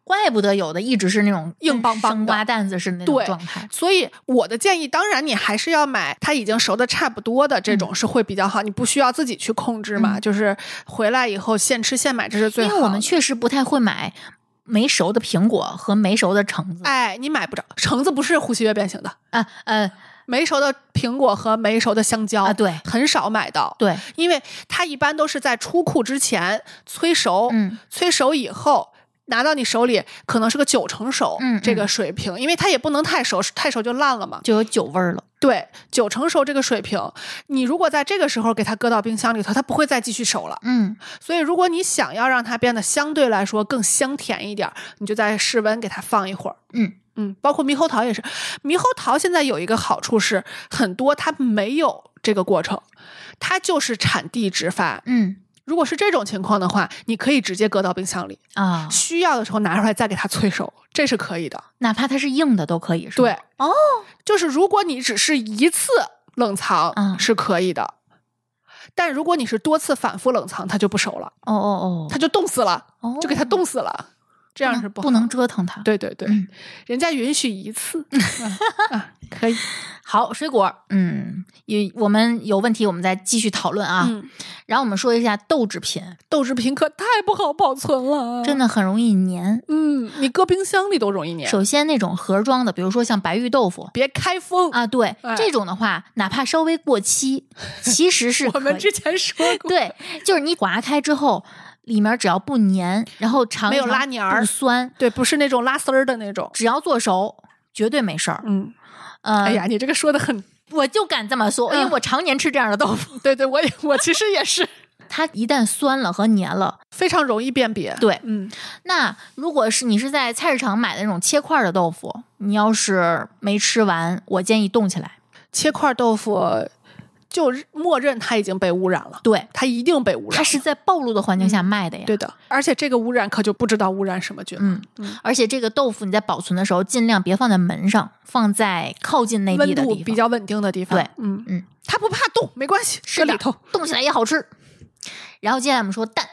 Speaker 2: 怪不得有的一直是那种
Speaker 3: 硬邦邦的
Speaker 2: 生瓜蛋子是那种
Speaker 3: 对
Speaker 2: 状态。
Speaker 3: 所以我的建议，当然你还是要买它已经熟的差不多的这种是会比较好，你不需要自己去控制嘛，
Speaker 2: 嗯
Speaker 3: 就是回来以后现吃现买，这是最
Speaker 2: 因
Speaker 3: 好的。
Speaker 2: 为我们确实不太会买没熟的苹果和没熟的橙子
Speaker 3: 哎，你买不着橙子不是呼吸月变型的，
Speaker 2: 啊，呃
Speaker 3: 没熟的苹果和没熟的香蕉
Speaker 2: 啊，对
Speaker 3: 很少买到，
Speaker 2: 对，
Speaker 3: 因为它一般都是在出库之前催熟，
Speaker 2: 嗯
Speaker 3: 催熟以后。拿到你手里可能是个九成熟，
Speaker 2: 嗯
Speaker 3: 这个水平，因为它也不能太熟，太熟就烂了嘛。
Speaker 2: 就有酒味儿了。
Speaker 3: 对，九成熟这个水平，你如果在这个时候给它搁到冰箱里头，它不会再继续熟了。
Speaker 2: 嗯，
Speaker 3: 所以，如果你想要让它变得相对来说更香甜一点儿，你就在室温给它放一会儿。
Speaker 2: 嗯
Speaker 3: 嗯，包括猕猴桃也是，猕猴桃现在有一个好处是，很多它没有这个过程，它就是产地直发。
Speaker 2: 嗯
Speaker 3: 如果是这种情况的话，你可以直接搁到冰箱里，
Speaker 2: 啊，
Speaker 3: 需要的时候拿出来再给它催熟，这是可以的。
Speaker 2: 哪怕它是硬的都可以，是吗
Speaker 3: 对，，
Speaker 2: 哦，
Speaker 3: 就是如果你只是一次冷藏
Speaker 2: 嗯
Speaker 3: 是可以的，但如果你是多次反复冷藏，它就不熟了，
Speaker 2: 哦哦
Speaker 3: 它就冻死了，
Speaker 2: 哦，
Speaker 3: 就给它冻死了，
Speaker 2: 这
Speaker 3: 这样是
Speaker 2: 不
Speaker 3: 好
Speaker 2: 能
Speaker 3: 的
Speaker 2: 折腾它。，
Speaker 3: 对对对，
Speaker 2: 嗯
Speaker 3: 人家允许一 次啊啊，可以
Speaker 2: 好，水果，嗯，有我们有问题，我们再继续讨论啊。
Speaker 3: 嗯哦
Speaker 2: 然后我们说一下豆制品，
Speaker 3: 豆制品可太不好保存了，
Speaker 2: 真
Speaker 3: 的。
Speaker 2: 的很容易粘。
Speaker 3: 嗯，你搁冰箱里都容易粘，
Speaker 2: 首先，那种盒装的，比如说像白玉豆腐，
Speaker 3: 别开封。
Speaker 2: 啊，对，
Speaker 3: 哎
Speaker 2: 这种的话，哪怕稍微过期，其实是
Speaker 3: 我们
Speaker 2: 可以
Speaker 3: 之前说 过，
Speaker 2: 对，就是你划开之后，里面只要不粘，然后尝
Speaker 3: 没
Speaker 2: 一
Speaker 3: 有
Speaker 2: 尝
Speaker 3: 拉黏儿
Speaker 2: 不酸，
Speaker 3: 对，不是那种拉丝儿的那种。
Speaker 2: 只要做熟，绝对没事儿。
Speaker 3: 嗯，
Speaker 2: 呃，
Speaker 3: 哎呀，你这个说的很，
Speaker 2: 我就敢这么说，因为
Speaker 3: 嗯
Speaker 2: 我常年吃这样的豆 腐，
Speaker 3: 对对，我也我其实也是
Speaker 2: 它一旦酸了和粘了，
Speaker 3: 非常容易辨别。
Speaker 2: 对。
Speaker 3: 嗯，
Speaker 2: 那如果是你是在菜市场买的那种切块儿的豆腐，你要是没吃完，我建议冻起来。
Speaker 3: 切块豆腐就默认它已经被污染了，
Speaker 2: 对，
Speaker 3: 它一定被污染了。
Speaker 2: 它是在暴露的环境下卖的呀。
Speaker 3: 嗯对的，而且这个污染可就不知道污染什么菌了，
Speaker 2: 嗯，而且这个豆腐你在保存的时候，尽量别放在门上，放在靠近内
Speaker 3: 温
Speaker 2: 壁的
Speaker 3: 度
Speaker 2: 地
Speaker 3: 比
Speaker 2: 方，
Speaker 3: 较稳定的地方。
Speaker 2: 对，
Speaker 3: 嗯
Speaker 2: 嗯，
Speaker 3: 它不怕冻，没关系，
Speaker 2: 是
Speaker 3: 搁
Speaker 2: 的
Speaker 3: 里头。
Speaker 2: 冻起来也好吃。然后接下来我们说蛋，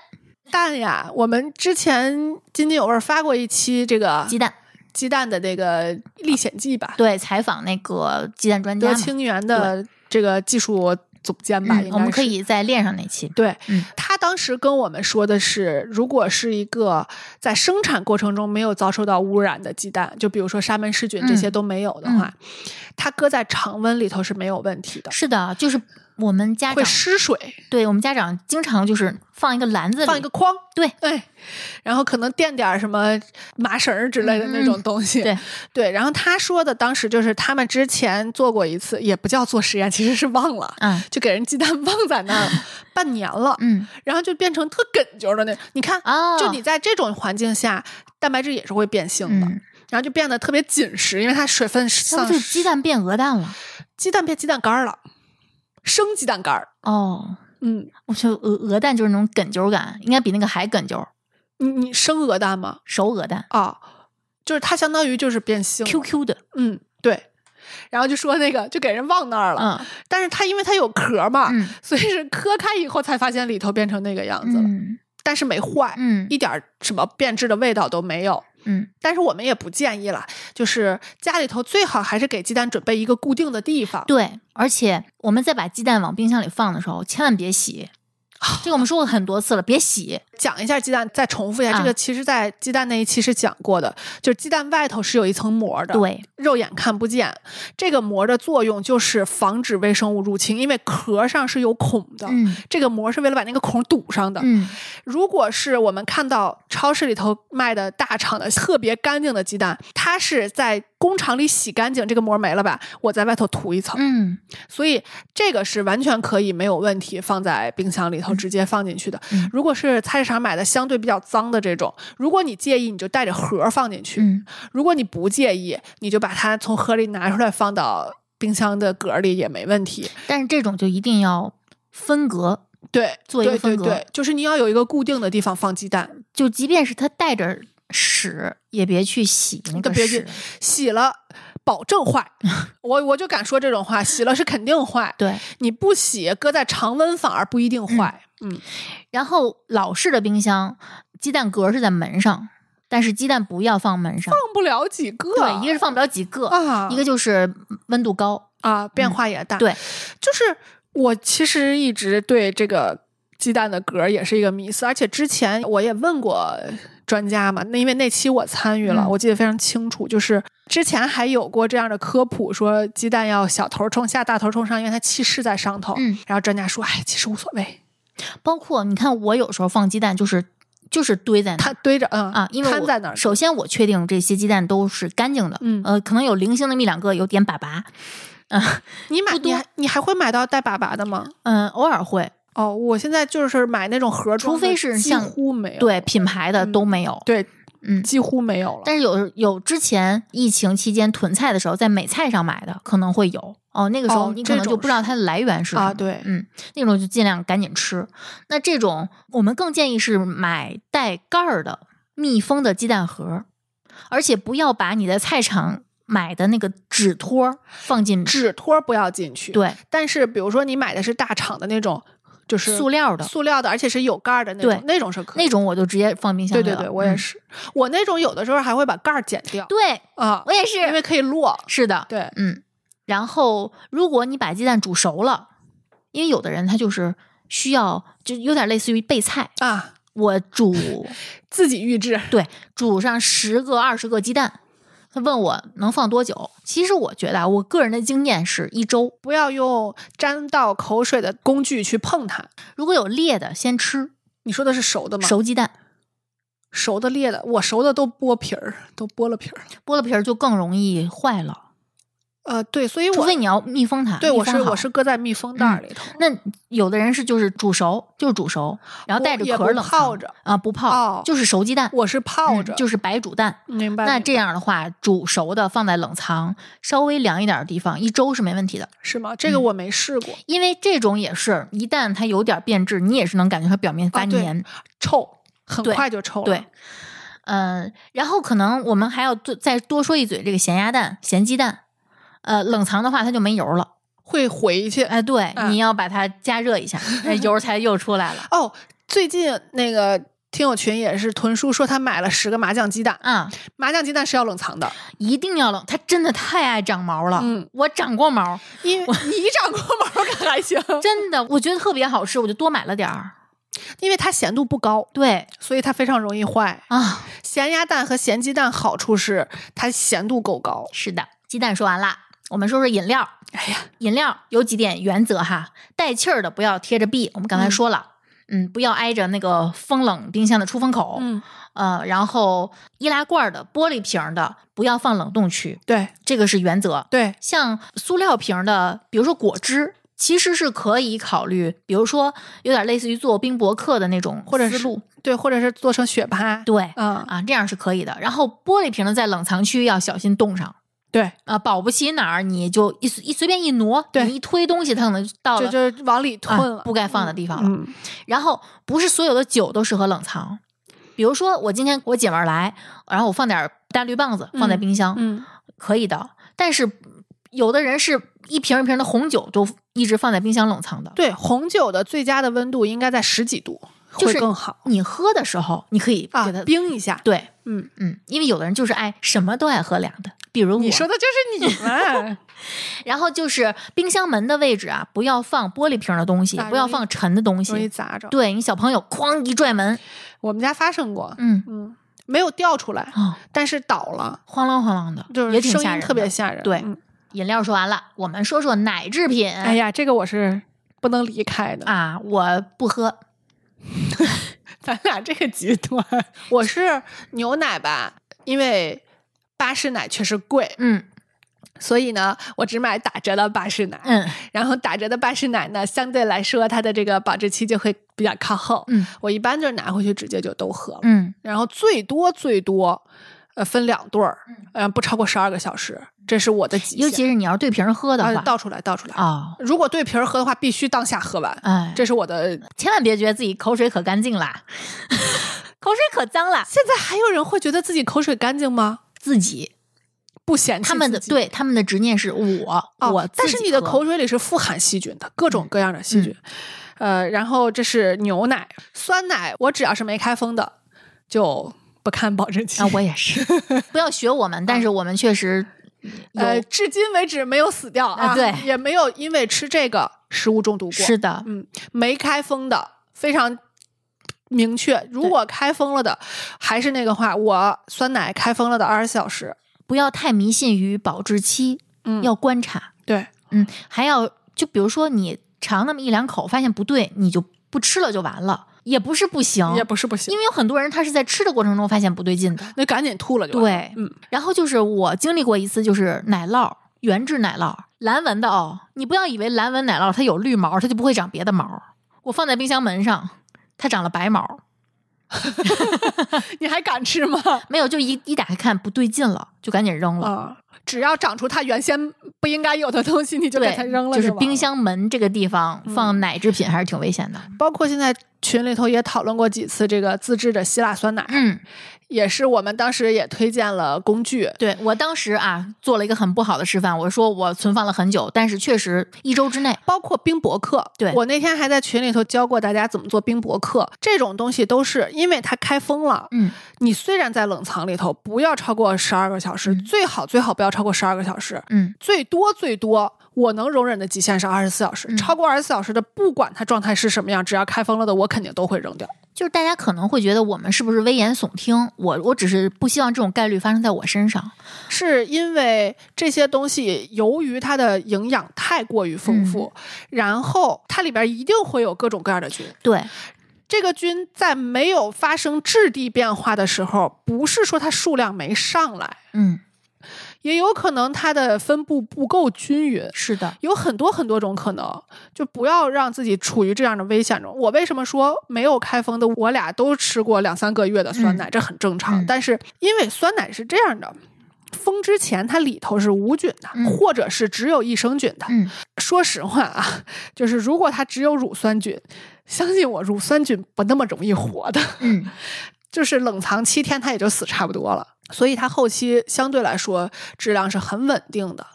Speaker 3: 蛋呀，我们之前津津有味儿发过一期这个
Speaker 2: 鸡蛋，
Speaker 3: 鸡蛋的那个历险记吧，
Speaker 2: 对，采访那个鸡蛋专家
Speaker 3: 德
Speaker 2: 嘛，
Speaker 3: 清源的这个技术总监吧，
Speaker 2: 嗯，
Speaker 3: 应
Speaker 2: 我们
Speaker 3: 该
Speaker 2: 可
Speaker 3: 是。
Speaker 2: 以再练上那期。
Speaker 3: 对、
Speaker 2: 嗯
Speaker 3: 他当时跟我们说的是，如果是一个在生产过程中没有遭受到污染的鸡蛋，就比如说沙门氏菌这些
Speaker 2: 嗯
Speaker 3: 都没有的话，它搁在常温里头是没有问题的。
Speaker 2: 是的，就是我们家
Speaker 3: 会
Speaker 2: 长
Speaker 3: 失水，
Speaker 2: 对我们家长经常就是放一个篮子里，
Speaker 3: 放一个筐，
Speaker 2: 对
Speaker 3: 对，然后可能垫点儿什么麻绳儿之类的那种东西，
Speaker 2: 嗯对
Speaker 3: 对。然后他说的当时就是他们之前做过一次，也不叫做实验，其实是忘了，
Speaker 2: 嗯
Speaker 3: 就给人鸡蛋 忘在那儿了半年了，
Speaker 2: 嗯
Speaker 3: 然后就变成特梗啾的那，你看，
Speaker 2: 哦，
Speaker 3: 就你在这种环境下，蛋白质也是会变性的，
Speaker 2: 嗯，
Speaker 3: 然后就变得特别紧实，因为它水分
Speaker 2: 那
Speaker 3: 丧
Speaker 2: 不就
Speaker 3: 失，
Speaker 2: 是鸡蛋变鹅蛋了？
Speaker 3: 鸡蛋变鸡蛋干儿了，生鸡蛋干儿，
Speaker 2: 哦，
Speaker 3: 嗯，
Speaker 2: 我觉得鹅鹅蛋就是那种梗啾感，应该比那个还梗啾，
Speaker 3: 你你生鹅蛋吗？
Speaker 2: 熟鹅蛋
Speaker 3: 啊、就是它相当于就是变性了
Speaker 2: ，QQ 的，
Speaker 3: 嗯，对。然后就说那个就给人忘那儿了，啊
Speaker 2: 嗯
Speaker 3: 但是它因为它有壳嘛，
Speaker 2: 嗯
Speaker 3: 所以是磕开以后才发现里头变成那个样子了，
Speaker 2: 嗯
Speaker 3: 但是没坏，
Speaker 2: 嗯
Speaker 3: 一点儿什么变质的味道都没有。
Speaker 2: 嗯，
Speaker 3: 但是我们也不建议了，就是家里头最好还是给鸡蛋准备一个固定的地方。
Speaker 2: 对，而且我们再把鸡蛋往冰箱里放的时候，千万别洗。
Speaker 3: 啊
Speaker 2: 这个我们说过很多次了，别洗。
Speaker 3: 讲一下鸡蛋，再重复一下，
Speaker 2: 啊
Speaker 3: 这个其实在鸡蛋那一期是讲过的，就是鸡蛋外头是有一层膜的，
Speaker 2: 对，
Speaker 3: 肉眼看不见。这个膜的作用就是防止微生物入侵，因为壳上是有孔的，
Speaker 2: 嗯
Speaker 3: 这个膜是为了把那个孔堵上的。
Speaker 2: 嗯
Speaker 3: 如果是我们看到超市里头卖的大厂的特别干净的鸡蛋，它是在工厂里洗干净，这个膜没了吧？我在外头涂一层，
Speaker 2: 嗯
Speaker 3: 所以这个是完全可以没有问题放在冰箱里头直接放进去的。
Speaker 2: 嗯
Speaker 3: 如果是菜市场买的相对比较脏的这种，如果你介意，你就带着盒儿放进去；
Speaker 2: 嗯
Speaker 3: 如果你不介意，你就把它从盒里拿出来放到。冰箱的格儿里也没问题，
Speaker 2: 但是这种就一定要分隔，
Speaker 3: 对，
Speaker 2: 做一个分
Speaker 3: 对
Speaker 2: 隔
Speaker 3: 对对，就是你要有一个固定的地方放鸡蛋，
Speaker 2: 就即便是它带着屎，也别去洗那
Speaker 3: 都
Speaker 2: 个
Speaker 3: 别
Speaker 2: 屎
Speaker 3: 去。洗了保证 坏。我我就敢说这种话，洗了是肯定坏，
Speaker 2: 对，
Speaker 3: 你不洗搁在常温反而不一定坏。嗯，
Speaker 2: 然后老式的冰箱鸡蛋格是在门上，但是鸡蛋不要放门上。
Speaker 3: 放不了几个，
Speaker 2: 对，一个是放不了几个，
Speaker 3: 啊，
Speaker 2: 一个就是温度高。
Speaker 3: 啊变化也大。
Speaker 2: 嗯对，
Speaker 3: 就是我其实一直对这个鸡蛋的格儿也是一个迷思，而且之前我也问过专家嘛，那因为那期我参与了，
Speaker 2: 嗯
Speaker 3: 我记得非常清楚，就是之前还有过这样的科普，说鸡蛋要小头冲下，大头冲上，因为它气势在上头。
Speaker 2: 嗯，
Speaker 3: 然后专家说，哎，其实无所谓，
Speaker 2: 包括你看，我有时候放鸡蛋就是就是堆在那
Speaker 3: 它
Speaker 2: 儿
Speaker 3: 堆着，嗯
Speaker 2: 啊，因为
Speaker 3: 摊
Speaker 2: 我
Speaker 3: 在那儿，
Speaker 2: 首先我确定这些鸡蛋都是干净的，
Speaker 3: 嗯
Speaker 2: 呃，可能有零星那么一两个有点粑粑，
Speaker 3: 你买
Speaker 2: 不多
Speaker 3: 你还你还会买到带粑粑的吗？
Speaker 2: 嗯、偶尔会，
Speaker 3: 哦，我现在就是买那种盒装
Speaker 2: 除
Speaker 3: 的，
Speaker 2: 非是
Speaker 3: 几
Speaker 2: 像
Speaker 3: 乎没有，
Speaker 2: 对品牌的
Speaker 3: 嗯
Speaker 2: 都没有，
Speaker 3: 对，
Speaker 2: 嗯。
Speaker 3: 几乎没有了。
Speaker 2: 但是有有之前疫情期间囤菜的时候，在美菜上买的可能会有哦，那个时候
Speaker 3: 哦
Speaker 2: 你可能
Speaker 3: 这种
Speaker 2: 就不知道它的来源是什么
Speaker 3: 啊对
Speaker 2: 嗯，那种就尽量赶紧吃。那这种我们更建议是买带盖儿的密封的鸡蛋盒，而且不要把你在菜场买的那个纸托儿放进
Speaker 3: 纸托儿不要进去。，
Speaker 2: 对
Speaker 3: 但是比如说你买的是大厂的那种，就是
Speaker 2: 塑料的
Speaker 3: 塑料的，而且是有盖儿的那种
Speaker 2: 对，
Speaker 3: 那种是可以。
Speaker 2: 那种，我就直接放冰箱
Speaker 3: 对
Speaker 2: 里了。
Speaker 3: 对对，我也
Speaker 2: 嗯，
Speaker 3: 是，我那种有的时候还会把盖儿剪掉
Speaker 2: 对
Speaker 3: 啊，
Speaker 2: 我也是，
Speaker 3: 因为可以落。
Speaker 2: 是的，
Speaker 3: 对，
Speaker 2: 嗯，然后如果你把鸡蛋煮熟了，因为有的人他就是需要，就有点类似于备菜。
Speaker 3: 啊，
Speaker 2: 我煮
Speaker 3: 自己预制
Speaker 2: 煮上十个二十个鸡蛋，他问我能放多久？其实我觉得啊，我个人的经验是一周。
Speaker 3: 不要用沾到口水的工具去碰它。
Speaker 2: 如果有裂的，先吃
Speaker 3: 你说的是熟的吗？
Speaker 2: 熟鸡蛋，
Speaker 3: 熟的裂的，我熟的都剥皮儿，都剥了皮儿。
Speaker 2: 剥了皮儿就更容易坏了，
Speaker 3: 呃，对，所以
Speaker 2: 除
Speaker 3: 我
Speaker 2: 非你要密封它。
Speaker 3: 对
Speaker 2: 密
Speaker 3: 我
Speaker 2: 封
Speaker 3: 是
Speaker 2: 好
Speaker 3: 我是搁在密封袋儿
Speaker 2: 嗯
Speaker 3: 里头。
Speaker 2: 那有的人是就是煮熟，就是煮熟，然后
Speaker 3: 不
Speaker 2: 带着
Speaker 3: 也
Speaker 2: 壳
Speaker 3: 不
Speaker 2: 儿冷
Speaker 3: 泡
Speaker 2: 藏
Speaker 3: 着
Speaker 2: 啊，不泡，
Speaker 3: 哦
Speaker 2: 就是熟鸡蛋。
Speaker 3: 我是泡
Speaker 2: 嗯
Speaker 3: 着，
Speaker 2: 就是白煮蛋。
Speaker 3: 明白。
Speaker 2: 那
Speaker 3: 明白
Speaker 2: 这样的话，煮熟的放在冷藏，稍微凉一点的地方，一周是没问题的。
Speaker 3: 是吗？这个
Speaker 2: 嗯
Speaker 3: 我没试过，
Speaker 2: 因为这种也是一旦它有点变质，你也是能感觉它表面发
Speaker 3: 啊对
Speaker 2: 黏。
Speaker 3: 臭，很
Speaker 2: 对
Speaker 3: 快就臭了。
Speaker 2: 对，嗯、然后可能我们还要多再多说一嘴，这个咸鸭蛋、咸鸡蛋，呃，冷藏的话它就没油了。
Speaker 3: 会回去。
Speaker 2: 哎，对，
Speaker 3: 啊
Speaker 2: 你要把它加热一 下，那油才又出来了。
Speaker 3: 哦，最近那个听友群也是屯叔说他买了十个麻酱鸡蛋，
Speaker 2: 啊、
Speaker 3: 麻酱鸡蛋是要冷藏的，
Speaker 2: 一定要冷，它真的太爱长毛了。
Speaker 3: 嗯
Speaker 2: 我长过毛，
Speaker 3: 啊因为你长过毛儿可还行，
Speaker 2: 真的，我觉得特别好吃，我就多买了点儿。
Speaker 3: 因为它咸度不高，
Speaker 2: 对
Speaker 3: 所以它非常容易坏。
Speaker 2: 啊，
Speaker 3: 咸鸭蛋和咸鸡蛋好处是它咸度够高，
Speaker 2: 是的，鸡蛋说完啦，我们说说饮料，
Speaker 3: 哎呀，
Speaker 2: 饮料有几点原则哈，带气儿的不要贴着壁，我们刚才说了，嗯不要挨着那个风冷冰箱的出风口，
Speaker 3: 嗯，
Speaker 2: 呃，然后易拉罐的、玻璃瓶的不要放冷冻区，
Speaker 3: 对
Speaker 2: 这个是原则。
Speaker 3: 对，
Speaker 2: 像塑料瓶的，比如说果汁，其实是可以考虑，比如说有点类似于做冰博客的那种
Speaker 3: 或者
Speaker 2: 思
Speaker 3: 是
Speaker 2: 路，
Speaker 3: 对，或者是做成雪趴，
Speaker 2: 对、
Speaker 3: 嗯，
Speaker 2: 啊，这样是可以的。然后玻璃瓶的在冷藏区要小心冻上。
Speaker 3: 对，
Speaker 2: 啊，保不齐哪儿你就一随一随便一挪，
Speaker 3: 对
Speaker 2: 你一推东西，它可能就到
Speaker 3: 就
Speaker 2: 了
Speaker 3: 就是往里
Speaker 2: 啊
Speaker 3: 吞了，
Speaker 2: 不该放的地方了。
Speaker 3: 嗯
Speaker 2: 然后不是所有的酒都适合冷藏，比如说我今天我姐们儿来，然后我放点儿大绿棒子放在冰箱，
Speaker 3: 嗯，
Speaker 2: 可以的。但是有的人是一瓶一瓶的红酒都一直放在冰箱冷藏的。
Speaker 3: 对，红酒的最佳的温度应该在十几度
Speaker 2: 就
Speaker 3: 会
Speaker 2: 是
Speaker 3: 更好
Speaker 2: 你喝的时候，你可以
Speaker 3: 啊
Speaker 2: 给它、，
Speaker 3: 冰一下，
Speaker 2: 对，
Speaker 3: 嗯，
Speaker 2: 嗯，因为有的人就是爱什么都爱喝凉的，比如我。
Speaker 3: 你说的就是 你们，
Speaker 2: 然后就是冰箱门的位置啊，不要放玻璃瓶的东西，
Speaker 3: 啊
Speaker 2: 不要
Speaker 3: 容易
Speaker 2: 放沉的东
Speaker 3: 容易
Speaker 2: 西。
Speaker 3: 砸着。
Speaker 2: 对你小朋友哐一拽门，
Speaker 3: 我们家发生过，
Speaker 2: 嗯，
Speaker 3: 嗯，没有掉出来，
Speaker 2: 哦，
Speaker 3: 但是倒了，
Speaker 2: 晃啷晃啷的，
Speaker 3: 就
Speaker 2: 也
Speaker 3: 是
Speaker 2: 挺
Speaker 3: 声
Speaker 2: 吓人
Speaker 3: 音
Speaker 2: 的。
Speaker 3: 特别吓人。
Speaker 2: 对
Speaker 3: 嗯
Speaker 2: 饮料说完了，我们说说奶制品。
Speaker 3: 哎呀，这个我是不能离开的。
Speaker 2: 啊，我不喝，
Speaker 3: 咱俩这个极端， 我是牛奶吧，因为巴士奶确实贵，
Speaker 2: 嗯
Speaker 3: 所以呢，我只买打折的巴士奶。
Speaker 2: 嗯
Speaker 3: 然后打折的巴士奶呢，相对来说它的这个保质期就会比较靠后。
Speaker 2: 嗯
Speaker 3: 我一般就是拿回去直接就都喝了，
Speaker 2: 嗯，
Speaker 3: 然后最多最多，呃，分两对儿
Speaker 2: 嗯，
Speaker 3: 呃，不超过十二个小时，这是我的极限。
Speaker 2: 尤其是你要是对瓶儿喝的
Speaker 3: 啊
Speaker 2: 话，
Speaker 3: 倒出来，倒出来。
Speaker 2: 哦，
Speaker 3: 如果对瓶儿喝的话，必须当下喝完，
Speaker 2: 哎，
Speaker 3: 这是我的。
Speaker 2: 千万别觉得自己口水可干净 啦，口水可脏啦，
Speaker 3: 现在还有人会觉得自己口水干净吗？
Speaker 2: 自己
Speaker 3: 不嫌弃
Speaker 2: 他们的
Speaker 3: 自己
Speaker 2: 对他们的执念是我、
Speaker 3: 哦
Speaker 2: 我自己喝，嗯
Speaker 3: 但是你的口水里是富含细菌的，各种各样的细菌。呃，然后这是牛奶、酸奶，我只要是没开封的，就不看保质期。
Speaker 2: 啊，我也是， 不要学我们，但是我们确实有、
Speaker 3: 嗯呃，至今为止没有死掉啊，
Speaker 2: 啊对
Speaker 3: 也没有因为吃这个食物中毒过。
Speaker 2: 是的，
Speaker 3: 嗯，没开封的非常明确。如果开封了的，还是那个话，我酸奶开封了的二十小时，
Speaker 2: 不要太迷信于保质期，
Speaker 3: 嗯
Speaker 2: 要观察，
Speaker 3: 对
Speaker 2: 嗯，还要就比如说你尝那么一两口，发现不对，你就不吃了就完了，也不是不行，
Speaker 3: 也不是不行
Speaker 2: 因，为有很多人他是在吃的过程中发现不对劲的，
Speaker 3: 那赶紧吐了就完了
Speaker 2: 对，
Speaker 3: 嗯，
Speaker 2: 然后就是我经历过一次，就是奶酪，原制奶酪，蓝纹的哦。你不要以为蓝纹奶酪它有绿毛，它就不会长别的毛。我放在冰箱门上，它长了白毛，
Speaker 3: 你还敢吃 吗？
Speaker 2: 没有，就一一打开看不对劲了，就赶紧扔了。
Speaker 3: 啊、只要长出它原先不应该有的东西，你就给
Speaker 2: 对
Speaker 3: 它扔了嗯
Speaker 2: 就是是
Speaker 3: 完
Speaker 2: 冰
Speaker 3: 了。
Speaker 2: 箱门这个地方放奶制品还是挺危险的。
Speaker 3: 包括现在群里头也讨论过几次这个自制的希腊酸奶，
Speaker 2: 嗯，
Speaker 3: 也是我们当时也推荐了工具。
Speaker 2: 对我当时啊做了一个很不好的示范，我说我存放了很久，但是确实一周之内，
Speaker 3: 包括冰博客，
Speaker 2: 对
Speaker 3: 我那天还在群里头教过大家怎么做冰博客，这种东西都是因为它开封了，
Speaker 2: 嗯，
Speaker 3: 你虽然在冷藏里头，不要超过十二个小时，
Speaker 2: 嗯
Speaker 3: 最好最好不要超过十二个小时，
Speaker 2: 嗯
Speaker 3: 最多最多我能容忍的极限是二十四小时，
Speaker 2: 嗯
Speaker 3: 超过二十四小时的，不管它状态是什么样，只要开封了的，我肯定都会扔掉。
Speaker 2: 就是大家可能会觉得我们是不是危言耸听？我我只是不希望这种概率发生在我身上。
Speaker 3: 是因为这些东西由于它的营养太过于丰富，
Speaker 2: 嗯
Speaker 3: 然后它里边一定会有各种各样的菌。
Speaker 2: 对，
Speaker 3: 这个菌在没有发生质地变化的时候，不是说它数量没上来，
Speaker 2: 嗯，
Speaker 3: 也有可能它的分布不够均匀。
Speaker 2: 是的，
Speaker 3: 有很多很多种可能，就不要让自己处于这样的危险中。我为什么说没有开封的，我俩都吃过两三个月的酸奶，这很正常。
Speaker 2: 嗯
Speaker 3: 但是因为酸奶是这样的，封之前它里头是无菌的，
Speaker 2: 嗯
Speaker 3: 或者是只有益生菌的。
Speaker 2: 嗯，
Speaker 3: 说实话啊，就是如果它只有乳酸菌，相信我，乳酸菌不那么容易活的。
Speaker 2: 嗯，
Speaker 3: 就是冷藏七天，它也就死差不多了。所以它后期相对来说质量是很稳定的，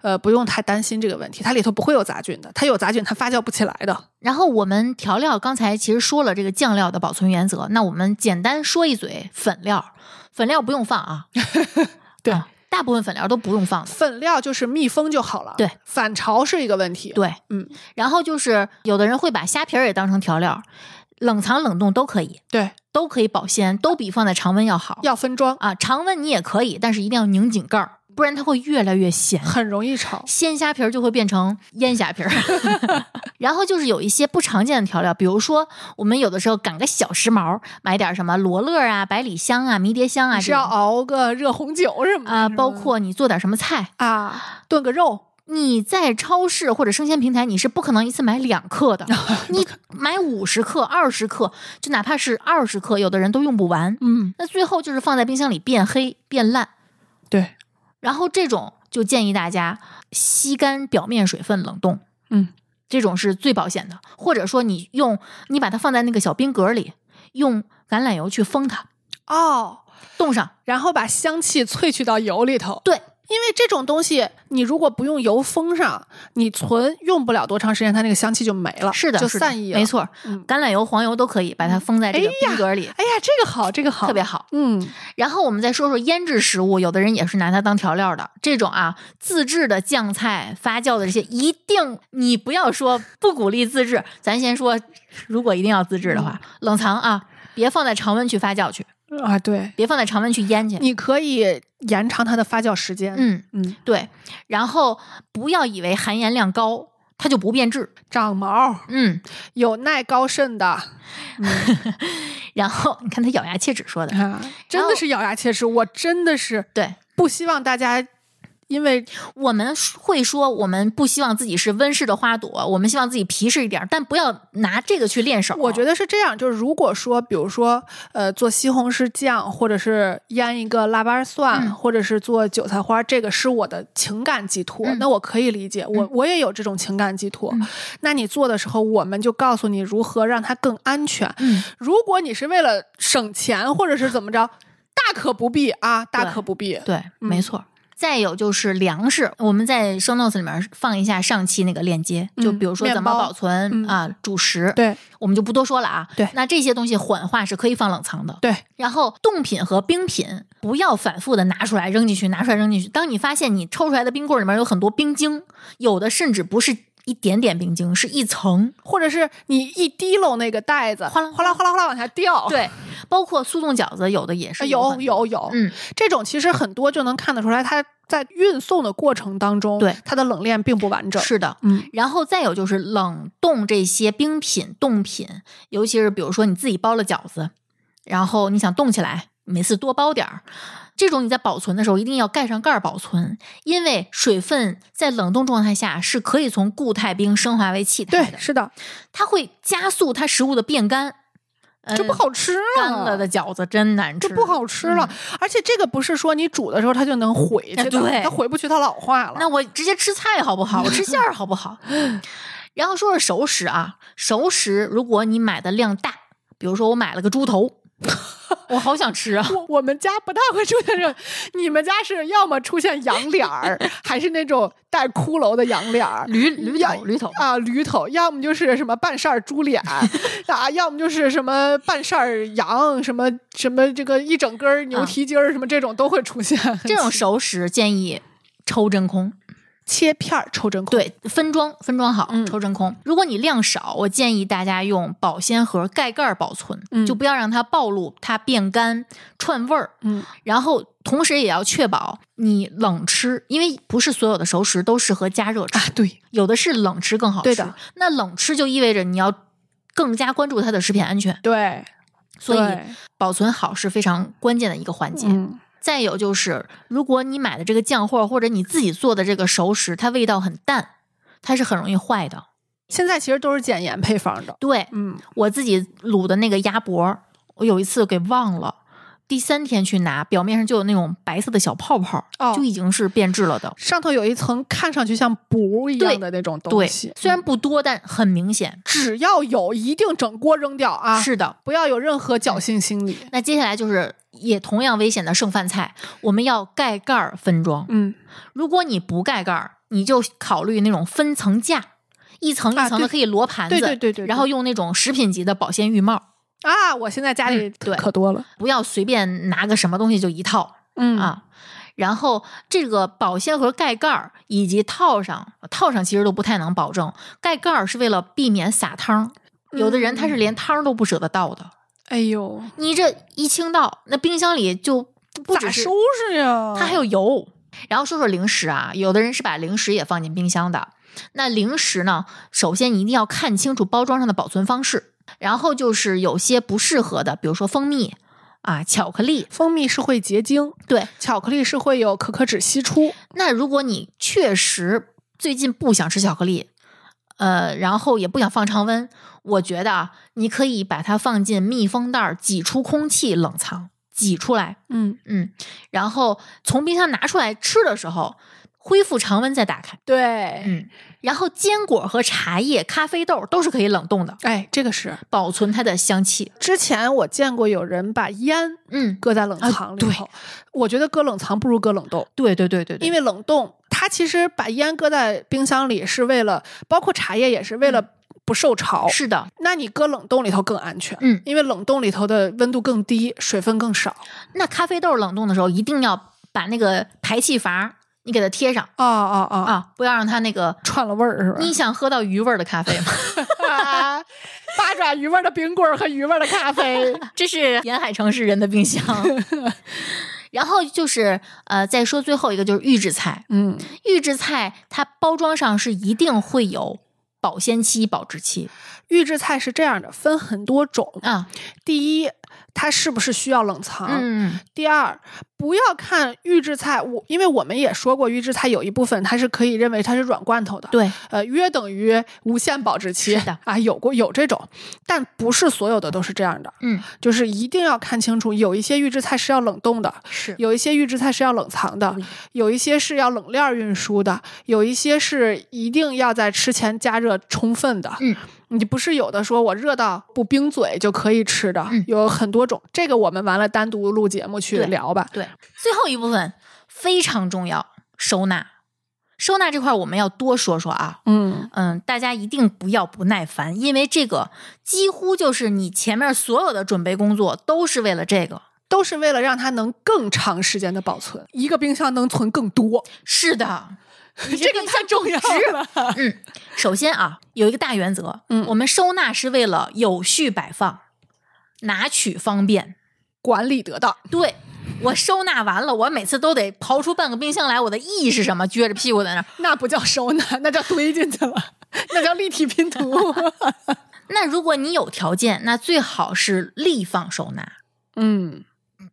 Speaker 3: 呃，不用太担心这个问题。它里头不会有杂菌的，它有杂菌它发酵不起来的。
Speaker 2: 然后我们调料刚才其实说了这个酱料的保存原则，那我们简单说一嘴粉料，粉料不用放 啊，
Speaker 3: 对
Speaker 2: 啊大部分粉料都不用放的，
Speaker 3: 粉料就是密封就好了，
Speaker 2: 对，
Speaker 3: 反潮是一个问题，，
Speaker 2: 对，
Speaker 3: 嗯，
Speaker 2: 然后就是有的人会把虾皮儿也当成调料，冷藏冷冻都可以，
Speaker 3: 对，
Speaker 2: 都可以保鲜，都比放在常温要好
Speaker 3: 要分装，
Speaker 2: 啊，常温你也可以，但是一定要拧紧盖儿，不然它会越来越咸。
Speaker 3: 很容易炒。
Speaker 2: 鲜虾皮儿就会变成腌虾皮儿， 然后就是有一些不常见的调料，比如说我们有的时候赶个小时髦，买点什么罗勒啊、百里香啊、迷迭香啊
Speaker 3: 你是
Speaker 2: 这
Speaker 3: 要
Speaker 2: 种
Speaker 3: 熬个热红酒什么的
Speaker 2: 啊、
Speaker 3: 是吗
Speaker 2: 包括你做点什么菜，
Speaker 3: 啊，炖个肉，
Speaker 2: 你在超市或者生鲜平台，你是不可能一次买两克 的，你买五十克、二十克，就哪怕是二十克，有的人都用不完，
Speaker 3: 嗯，
Speaker 2: 那最后就是放在冰箱里变黑变烂，
Speaker 3: 对，
Speaker 2: 然后这种就建议大家吸干表面水分冷冻，
Speaker 3: 嗯，
Speaker 2: 这种是最保险的。或者说你用你把它放在那个小冰格里，用橄榄油去封它，
Speaker 3: 哦，
Speaker 2: 冻上。
Speaker 3: 然后把香气萃取到油里头。
Speaker 2: 对，
Speaker 3: 因为这种东西，你如果不用油封上，你存用不了多长时间，它那个香气就没了，
Speaker 2: 是的，
Speaker 3: 就是
Speaker 2: 的
Speaker 3: 散逸了。
Speaker 2: 没，错，
Speaker 3: 嗯，
Speaker 2: 橄榄油、黄油都可以把它封在这个
Speaker 3: 哎呀
Speaker 2: 冰格里，
Speaker 3: 哎呀，这个好，这个好，
Speaker 2: 特别好。
Speaker 3: 嗯，
Speaker 2: 然后我们再说说腌制食物，有的人也是拿它当调料的。这种啊，自制的酱菜、发酵的这些，一定你不要说不鼓励自制，咱先说，如果一定要自制的话，冷藏啊，别放在常温去发酵去，
Speaker 3: 啊，对，
Speaker 2: 别放在常温去腌去。
Speaker 3: 你可以延长它的发酵时间。
Speaker 2: 嗯，
Speaker 3: 嗯，
Speaker 2: 对。然后不要以为含盐量高它就不变质，
Speaker 3: 长毛，
Speaker 2: 嗯。
Speaker 3: 有耐高渗的，
Speaker 2: 然后你看他咬牙切齿说的，
Speaker 3: 啊，真的是咬牙切齿。我真的是
Speaker 2: 对
Speaker 3: 不希望大家因为
Speaker 2: 我们会说我们不希望自己是温室的花朵，我们希望自己皮实一点，但不要拿这个去练手。
Speaker 3: 我觉
Speaker 2: 得
Speaker 3: 得是这样，就是如果说，比如说，呃，做西红柿酱，或者是腌一个腊八蒜，
Speaker 2: 嗯
Speaker 3: 或者是做韭菜花，这个是我的情感寄托，
Speaker 2: 嗯
Speaker 3: 那我可以理解，我
Speaker 2: 嗯
Speaker 3: 我也有这种情感寄托。
Speaker 2: 嗯
Speaker 3: 那你做的时候，我们就告诉你如何让它更安全。
Speaker 2: 嗯，
Speaker 3: 如果你是为了省钱，或者是怎么着，大可不必啊，大
Speaker 2: 对
Speaker 3: 可不必。
Speaker 2: 对，没
Speaker 3: 嗯
Speaker 2: 错。再有就是粮食，我们在 show notes 里面放一下上期那个链接，就
Speaker 3: 嗯
Speaker 2: 比如说
Speaker 3: 面
Speaker 2: 怎么
Speaker 3: 包
Speaker 2: 保存、
Speaker 3: 嗯
Speaker 2: 啊，主食，
Speaker 3: 对
Speaker 2: 我们就不多说了啊。
Speaker 3: 对
Speaker 2: 那这些东西缓化是可以放冷藏的。
Speaker 3: 对，
Speaker 2: 然后冻品和冰品不要反复的拿出来扔进去，拿出来扔进去。当你发现你抽出来的冰棍里面有很多冰晶，有的甚至不是一点点冰晶，是一层。
Speaker 3: 或者是你一滴漏那个袋子，
Speaker 2: 哗啦
Speaker 3: 哗啦哗啦哗啦往下掉。
Speaker 2: 对，包括速冻饺子，有的也
Speaker 3: 啊，
Speaker 2: 是
Speaker 3: 有
Speaker 2: 很多
Speaker 3: 有有，
Speaker 2: 嗯，
Speaker 3: 这种其实很多就能看得出来，它在运送的过程当中，
Speaker 2: 对
Speaker 3: 它的冷链并不完整。，
Speaker 2: 是的。
Speaker 3: 嗯，
Speaker 2: 然后再有就是冷冻这些冰品、冻品，尤其是比如说你自己包了饺子，然后你想冻起来，每次多包点儿。这种你在保存的时候一定要盖上盖儿保存，因为水分在冷冻状态下是可以从固态冰升华为气态
Speaker 3: 对，
Speaker 2: 的，
Speaker 3: 是的，
Speaker 2: 它会加速它食物的变干。
Speaker 3: 这不
Speaker 2: 嗯
Speaker 3: 好吃了，
Speaker 2: 干了的饺子真难吃，
Speaker 3: 这不好吃了。而且这个不是说你煮的时候它就能回去
Speaker 2: 哎
Speaker 3: 的，
Speaker 2: 对
Speaker 3: 它回不去，它老化了。
Speaker 2: 那我直接吃菜好不好？我吃馅儿好不 好？然后说说熟食啊，熟食如果你买的量大，比如说我买了个猪 头，我好想吃啊。
Speaker 3: 我我们家不太会出现这种， 你们家是要么出现羊脸 儿，还是那种带骷髅的羊脸儿，
Speaker 2: 驴驴
Speaker 3: 要
Speaker 2: 头，驴头，
Speaker 3: 啊，驴头，要么就是什么半扇儿猪 脸啊，要么就是什么半扇儿羊，什么什么这个一整根儿牛
Speaker 2: 啊
Speaker 3: 蹄筋儿，什么这种都会出现。
Speaker 2: 这种熟食建议抽真空，
Speaker 3: 切片儿抽真空，，
Speaker 2: 对，分装分装好，
Speaker 3: 嗯
Speaker 2: 抽真空。如果你量少，我建议大家用保鲜盒盖盖儿保存，
Speaker 3: 嗯
Speaker 2: 就不要让它暴露它变干串味儿。
Speaker 3: 嗯，
Speaker 2: 然后同时也要确保你冷吃，因为不是所有的熟食都适合加热吃。
Speaker 3: 啊，对，
Speaker 2: 有的是冷吃更好吃。
Speaker 3: 对的，
Speaker 2: 那冷吃就意味着你要更加关注它的食品安全，
Speaker 3: 对，
Speaker 2: 所以
Speaker 3: 对
Speaker 2: 保存好是非常关键的一个环节。
Speaker 3: 嗯，
Speaker 2: 再有就是，如果你买的这个酱货或者你自己做的这个熟食，它味道很淡，它是很容易坏的。
Speaker 3: 现在其实都是减盐配方的，
Speaker 2: 对
Speaker 3: 嗯，
Speaker 2: 我自己卤的那个鸭脖，我有一次给忘了。第三天去拿，表面上就有那种白色的小泡泡，
Speaker 3: 哦
Speaker 2: 就已经是变质了的。
Speaker 3: 上头有一层看上去像补一样的那种东
Speaker 2: 对，
Speaker 3: 西，嗯
Speaker 2: 虽然不多，但很明显。
Speaker 3: 只要有，一定整锅扔掉啊，
Speaker 2: 是的，
Speaker 3: 不要有任何侥幸心理，
Speaker 2: 那接下来就是也同样危险的剩饭菜，我们要盖盖儿分装。
Speaker 3: 嗯，
Speaker 2: 如果你不盖盖儿，你就考虑那种分层架，一层一
Speaker 3: 啊
Speaker 2: 层的
Speaker 3: 对
Speaker 2: 可以摞盘子，
Speaker 3: 对对对对，
Speaker 2: 然后用那种食品级的保鲜浴帽，
Speaker 3: 啊，我现在家里
Speaker 2: 嗯对
Speaker 3: 可多了，
Speaker 2: 不要随便拿个什么东西就一套、
Speaker 3: 嗯
Speaker 2: 啊。然后这个保鲜盒盖盖儿以及套上，套上其实都不太能保证，盖盖儿是为了避免洒汤。有的人他是
Speaker 3: 嗯
Speaker 2: 连汤都不舍得倒的，
Speaker 3: 哎呦，
Speaker 2: 你这一倾倒，那冰箱里就不
Speaker 3: 咋
Speaker 2: 只是
Speaker 3: 收拾呀？
Speaker 2: 它还有油，然后说说零食啊，有的人是把零食也放进冰箱的。那零食呢，首先你一定要看清楚包装上的保存方式，然后就是有些不适合的，比如说蜂蜜啊、巧克力。
Speaker 3: 蜂蜜是会结晶，
Speaker 2: 对，
Speaker 3: 巧克力是会有可可脂析出，
Speaker 2: 那如果你确实最近不想吃巧克力，呃，然后也不想放常温，我觉得啊，你可以把它放进密封袋儿，挤出空气冷藏，挤出来，
Speaker 3: 嗯，
Speaker 2: 嗯，然后从冰箱拿出来吃的时候，恢复常温再打开。
Speaker 3: 对，
Speaker 2: 嗯，然后坚果和茶叶、咖啡豆都是可以冷冻的，
Speaker 3: 哎，这个是
Speaker 2: 保存它的香气。
Speaker 3: 之前我见过有人把烟
Speaker 2: 嗯，
Speaker 3: 搁在冷
Speaker 2: 啊
Speaker 3: 藏里
Speaker 2: 对
Speaker 3: 头，我觉得搁冷藏不如搁冷冻，
Speaker 2: 对对对对对，
Speaker 3: 因为冷冻它其实把烟搁在冰箱里是为了，包括茶叶也是为了不受潮，
Speaker 2: 是的，
Speaker 3: 那你搁冷冻里头更安全，
Speaker 2: 嗯，
Speaker 3: 因为冷冻里头的温度更低，水分更少
Speaker 2: 那咖啡豆冷冻的时候一定要把那个排气阀你给它贴上
Speaker 3: 啊啊啊，
Speaker 2: 啊，不要让它那个。
Speaker 3: 串了味儿是吧？
Speaker 2: 你想喝到鱼味儿的咖 啡吗？
Speaker 3: 啊，八爪鱼味儿的冰棍儿和鱼味儿的咖啡，
Speaker 2: 这是沿海城市人的冰 箱。然后就是呃，再说最后一个就是预制菜，
Speaker 3: 嗯，
Speaker 2: 预制菜它包装上是一定会有保鲜期、保质期
Speaker 3: 预制菜是这样的，分很多种。
Speaker 2: 啊。
Speaker 3: 第一，它是不是需要冷藏？
Speaker 2: 嗯，
Speaker 3: 第二，不要看预制菜，我因为我们也说过，预制菜有一部分它是可以认为它是软罐头的，，
Speaker 2: 对，
Speaker 3: 呃，约等于无限保质期
Speaker 2: 是的
Speaker 3: 啊，有过有这种，但不是所有的都是这样的，
Speaker 2: 嗯，
Speaker 3: 就是一定要看清楚，有一些预制菜是要冷冻的，
Speaker 2: 是
Speaker 3: 有一些预制菜是要冷藏的
Speaker 2: 对，
Speaker 3: 有一些是要冷链运输的，有一些是一定要在吃前加热充分的。
Speaker 2: 嗯，
Speaker 3: 你不是有的说我热到不冰嘴就可以吃的，
Speaker 2: 嗯
Speaker 3: 有很多种。这个我们完了单独录节目去
Speaker 2: 对
Speaker 3: 聊吧。
Speaker 2: 对。最后一部分非常重要，收纳。收纳这块儿我们要多说说啊。
Speaker 3: 嗯，
Speaker 2: 嗯，大家一定不要不耐烦，因为这个几乎就是你前面所有的准备工作都是为了这个。
Speaker 3: 都是为了让它能更长时间的保存，一个冰箱能存更多，
Speaker 2: 是的，
Speaker 3: 这个太重要了。
Speaker 2: 嗯，首先啊，有一个大原则，
Speaker 3: 嗯
Speaker 2: 我们收纳是为了有序摆放，拿取方便。
Speaker 3: 管理得当，
Speaker 2: 对我收纳完了，我每次都得刨出半个冰箱来，我的意义是什么？撅着屁股在那儿。
Speaker 3: 那不叫收纳，那叫堆进去了，那叫立体拼图。
Speaker 2: 那如果你有条件，那最好是立放收纳，
Speaker 3: 嗯，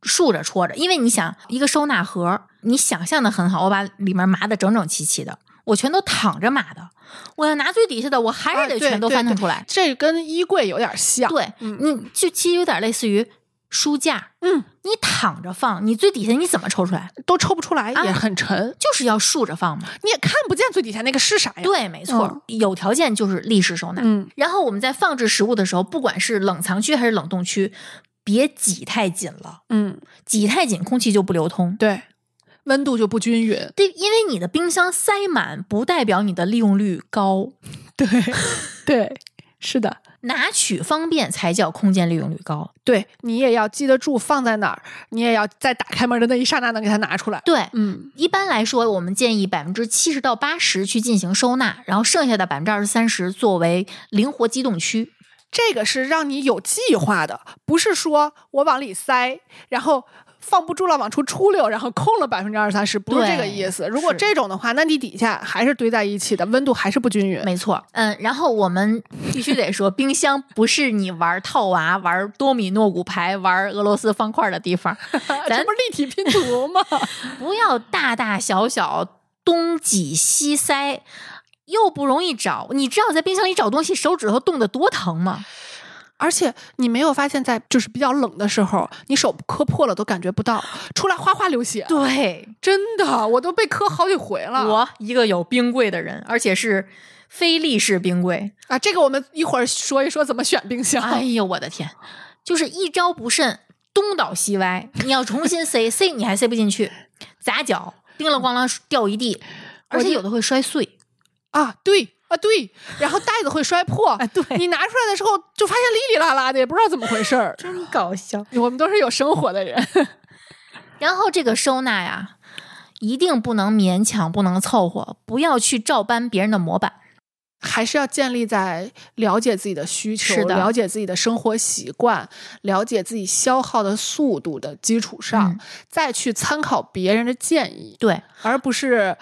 Speaker 2: 竖着戳着，因为你想一个收纳盒，你想象的很好，我把里面码的整整齐齐的，我全都躺着码的，我要拿最底下的，我还
Speaker 3: 啊
Speaker 2: 是得
Speaker 3: 对
Speaker 2: 全都
Speaker 3: 对
Speaker 2: 翻腾
Speaker 3: 对嗯
Speaker 2: 出来。
Speaker 3: 这跟衣柜有点像。
Speaker 2: 对，你就其实有点类似于书架，
Speaker 3: 嗯，
Speaker 2: 你躺着放，你最底下你怎么抽出来？
Speaker 3: 都抽不出来，
Speaker 2: 啊
Speaker 3: 也很沉，
Speaker 2: 就是要竖着放嘛。
Speaker 3: 你也看不见最底下那个是啥呀？，
Speaker 2: 对，没错，有条件就是立式收纳。
Speaker 3: 嗯，
Speaker 2: 然后我们在放置食物的时候，不管是冷藏区还是冷冻区，别挤太紧了，
Speaker 3: 嗯，
Speaker 2: 挤太紧空气就不流通。
Speaker 3: 对，温度就不均匀，
Speaker 2: 对，因为你的冰箱塞满，不代表你的利用率高，
Speaker 3: 对，对，是的，
Speaker 2: 拿取方便才叫空间利用率高。
Speaker 3: 对你也要记得住放在哪儿，你也要在打开门的那一刹那能给它拿出来。
Speaker 2: 对，
Speaker 3: 嗯，
Speaker 2: 一般来说，我们建议百分之七十到八十去进行收纳，然后剩下的百分之二十三十作为灵活机动区。
Speaker 3: 这个是让你有计划的，不是说我往里塞，然后。放不住了，往出出溜，然后空了百分之二三十，不是
Speaker 2: 对
Speaker 3: 这个意思。如果
Speaker 2: 是
Speaker 3: 这种的话，那你底下还是堆在一起的，温度还是不均匀。
Speaker 2: 没错，嗯，然后我们必须得说，冰箱不是你玩套娃、玩多米诺骨牌、玩俄罗斯方块的地方， 咱
Speaker 3: 这不是立体拼图吗？
Speaker 2: 不要大大小小东挤西塞，又不容易找。你知道在冰箱里找东西，手指头冻得多疼吗？
Speaker 3: 而且你没有发现，在就是比较冷的时候，你手磕破了都感觉不到，出来哗哗流血。
Speaker 2: 对，
Speaker 3: 真的，我都被磕好几回了。
Speaker 2: 我一个有冰柜的人，而且是非立式冰柜。
Speaker 3: 啊，这个我们一会儿说一说怎么选冰箱。
Speaker 2: 哎呦，我的天，就是一招不慎，东倒西歪。你要重新塞 塞，你还塞不进去，砸脚，叮了咣啷掉一地，而且有的会摔碎。
Speaker 3: 啊，对啊对，然后袋子会摔破，
Speaker 2: 哎对
Speaker 3: 你拿出来的时候就发现哩哩啦啦的，也不知道怎么回事儿。
Speaker 2: 真搞笑。
Speaker 3: 我们都是有生活的人，
Speaker 2: 然后这个收纳呀，一定不能勉强，不能凑合，不要去照搬别人的模板。
Speaker 3: 还是要建立在了解自己的需求
Speaker 2: 是、的
Speaker 3: 了解自己的生活习惯、了解自己消耗的速度的基础上，
Speaker 2: 嗯
Speaker 3: 再去参考别人的建议，
Speaker 2: 对，
Speaker 3: 而不是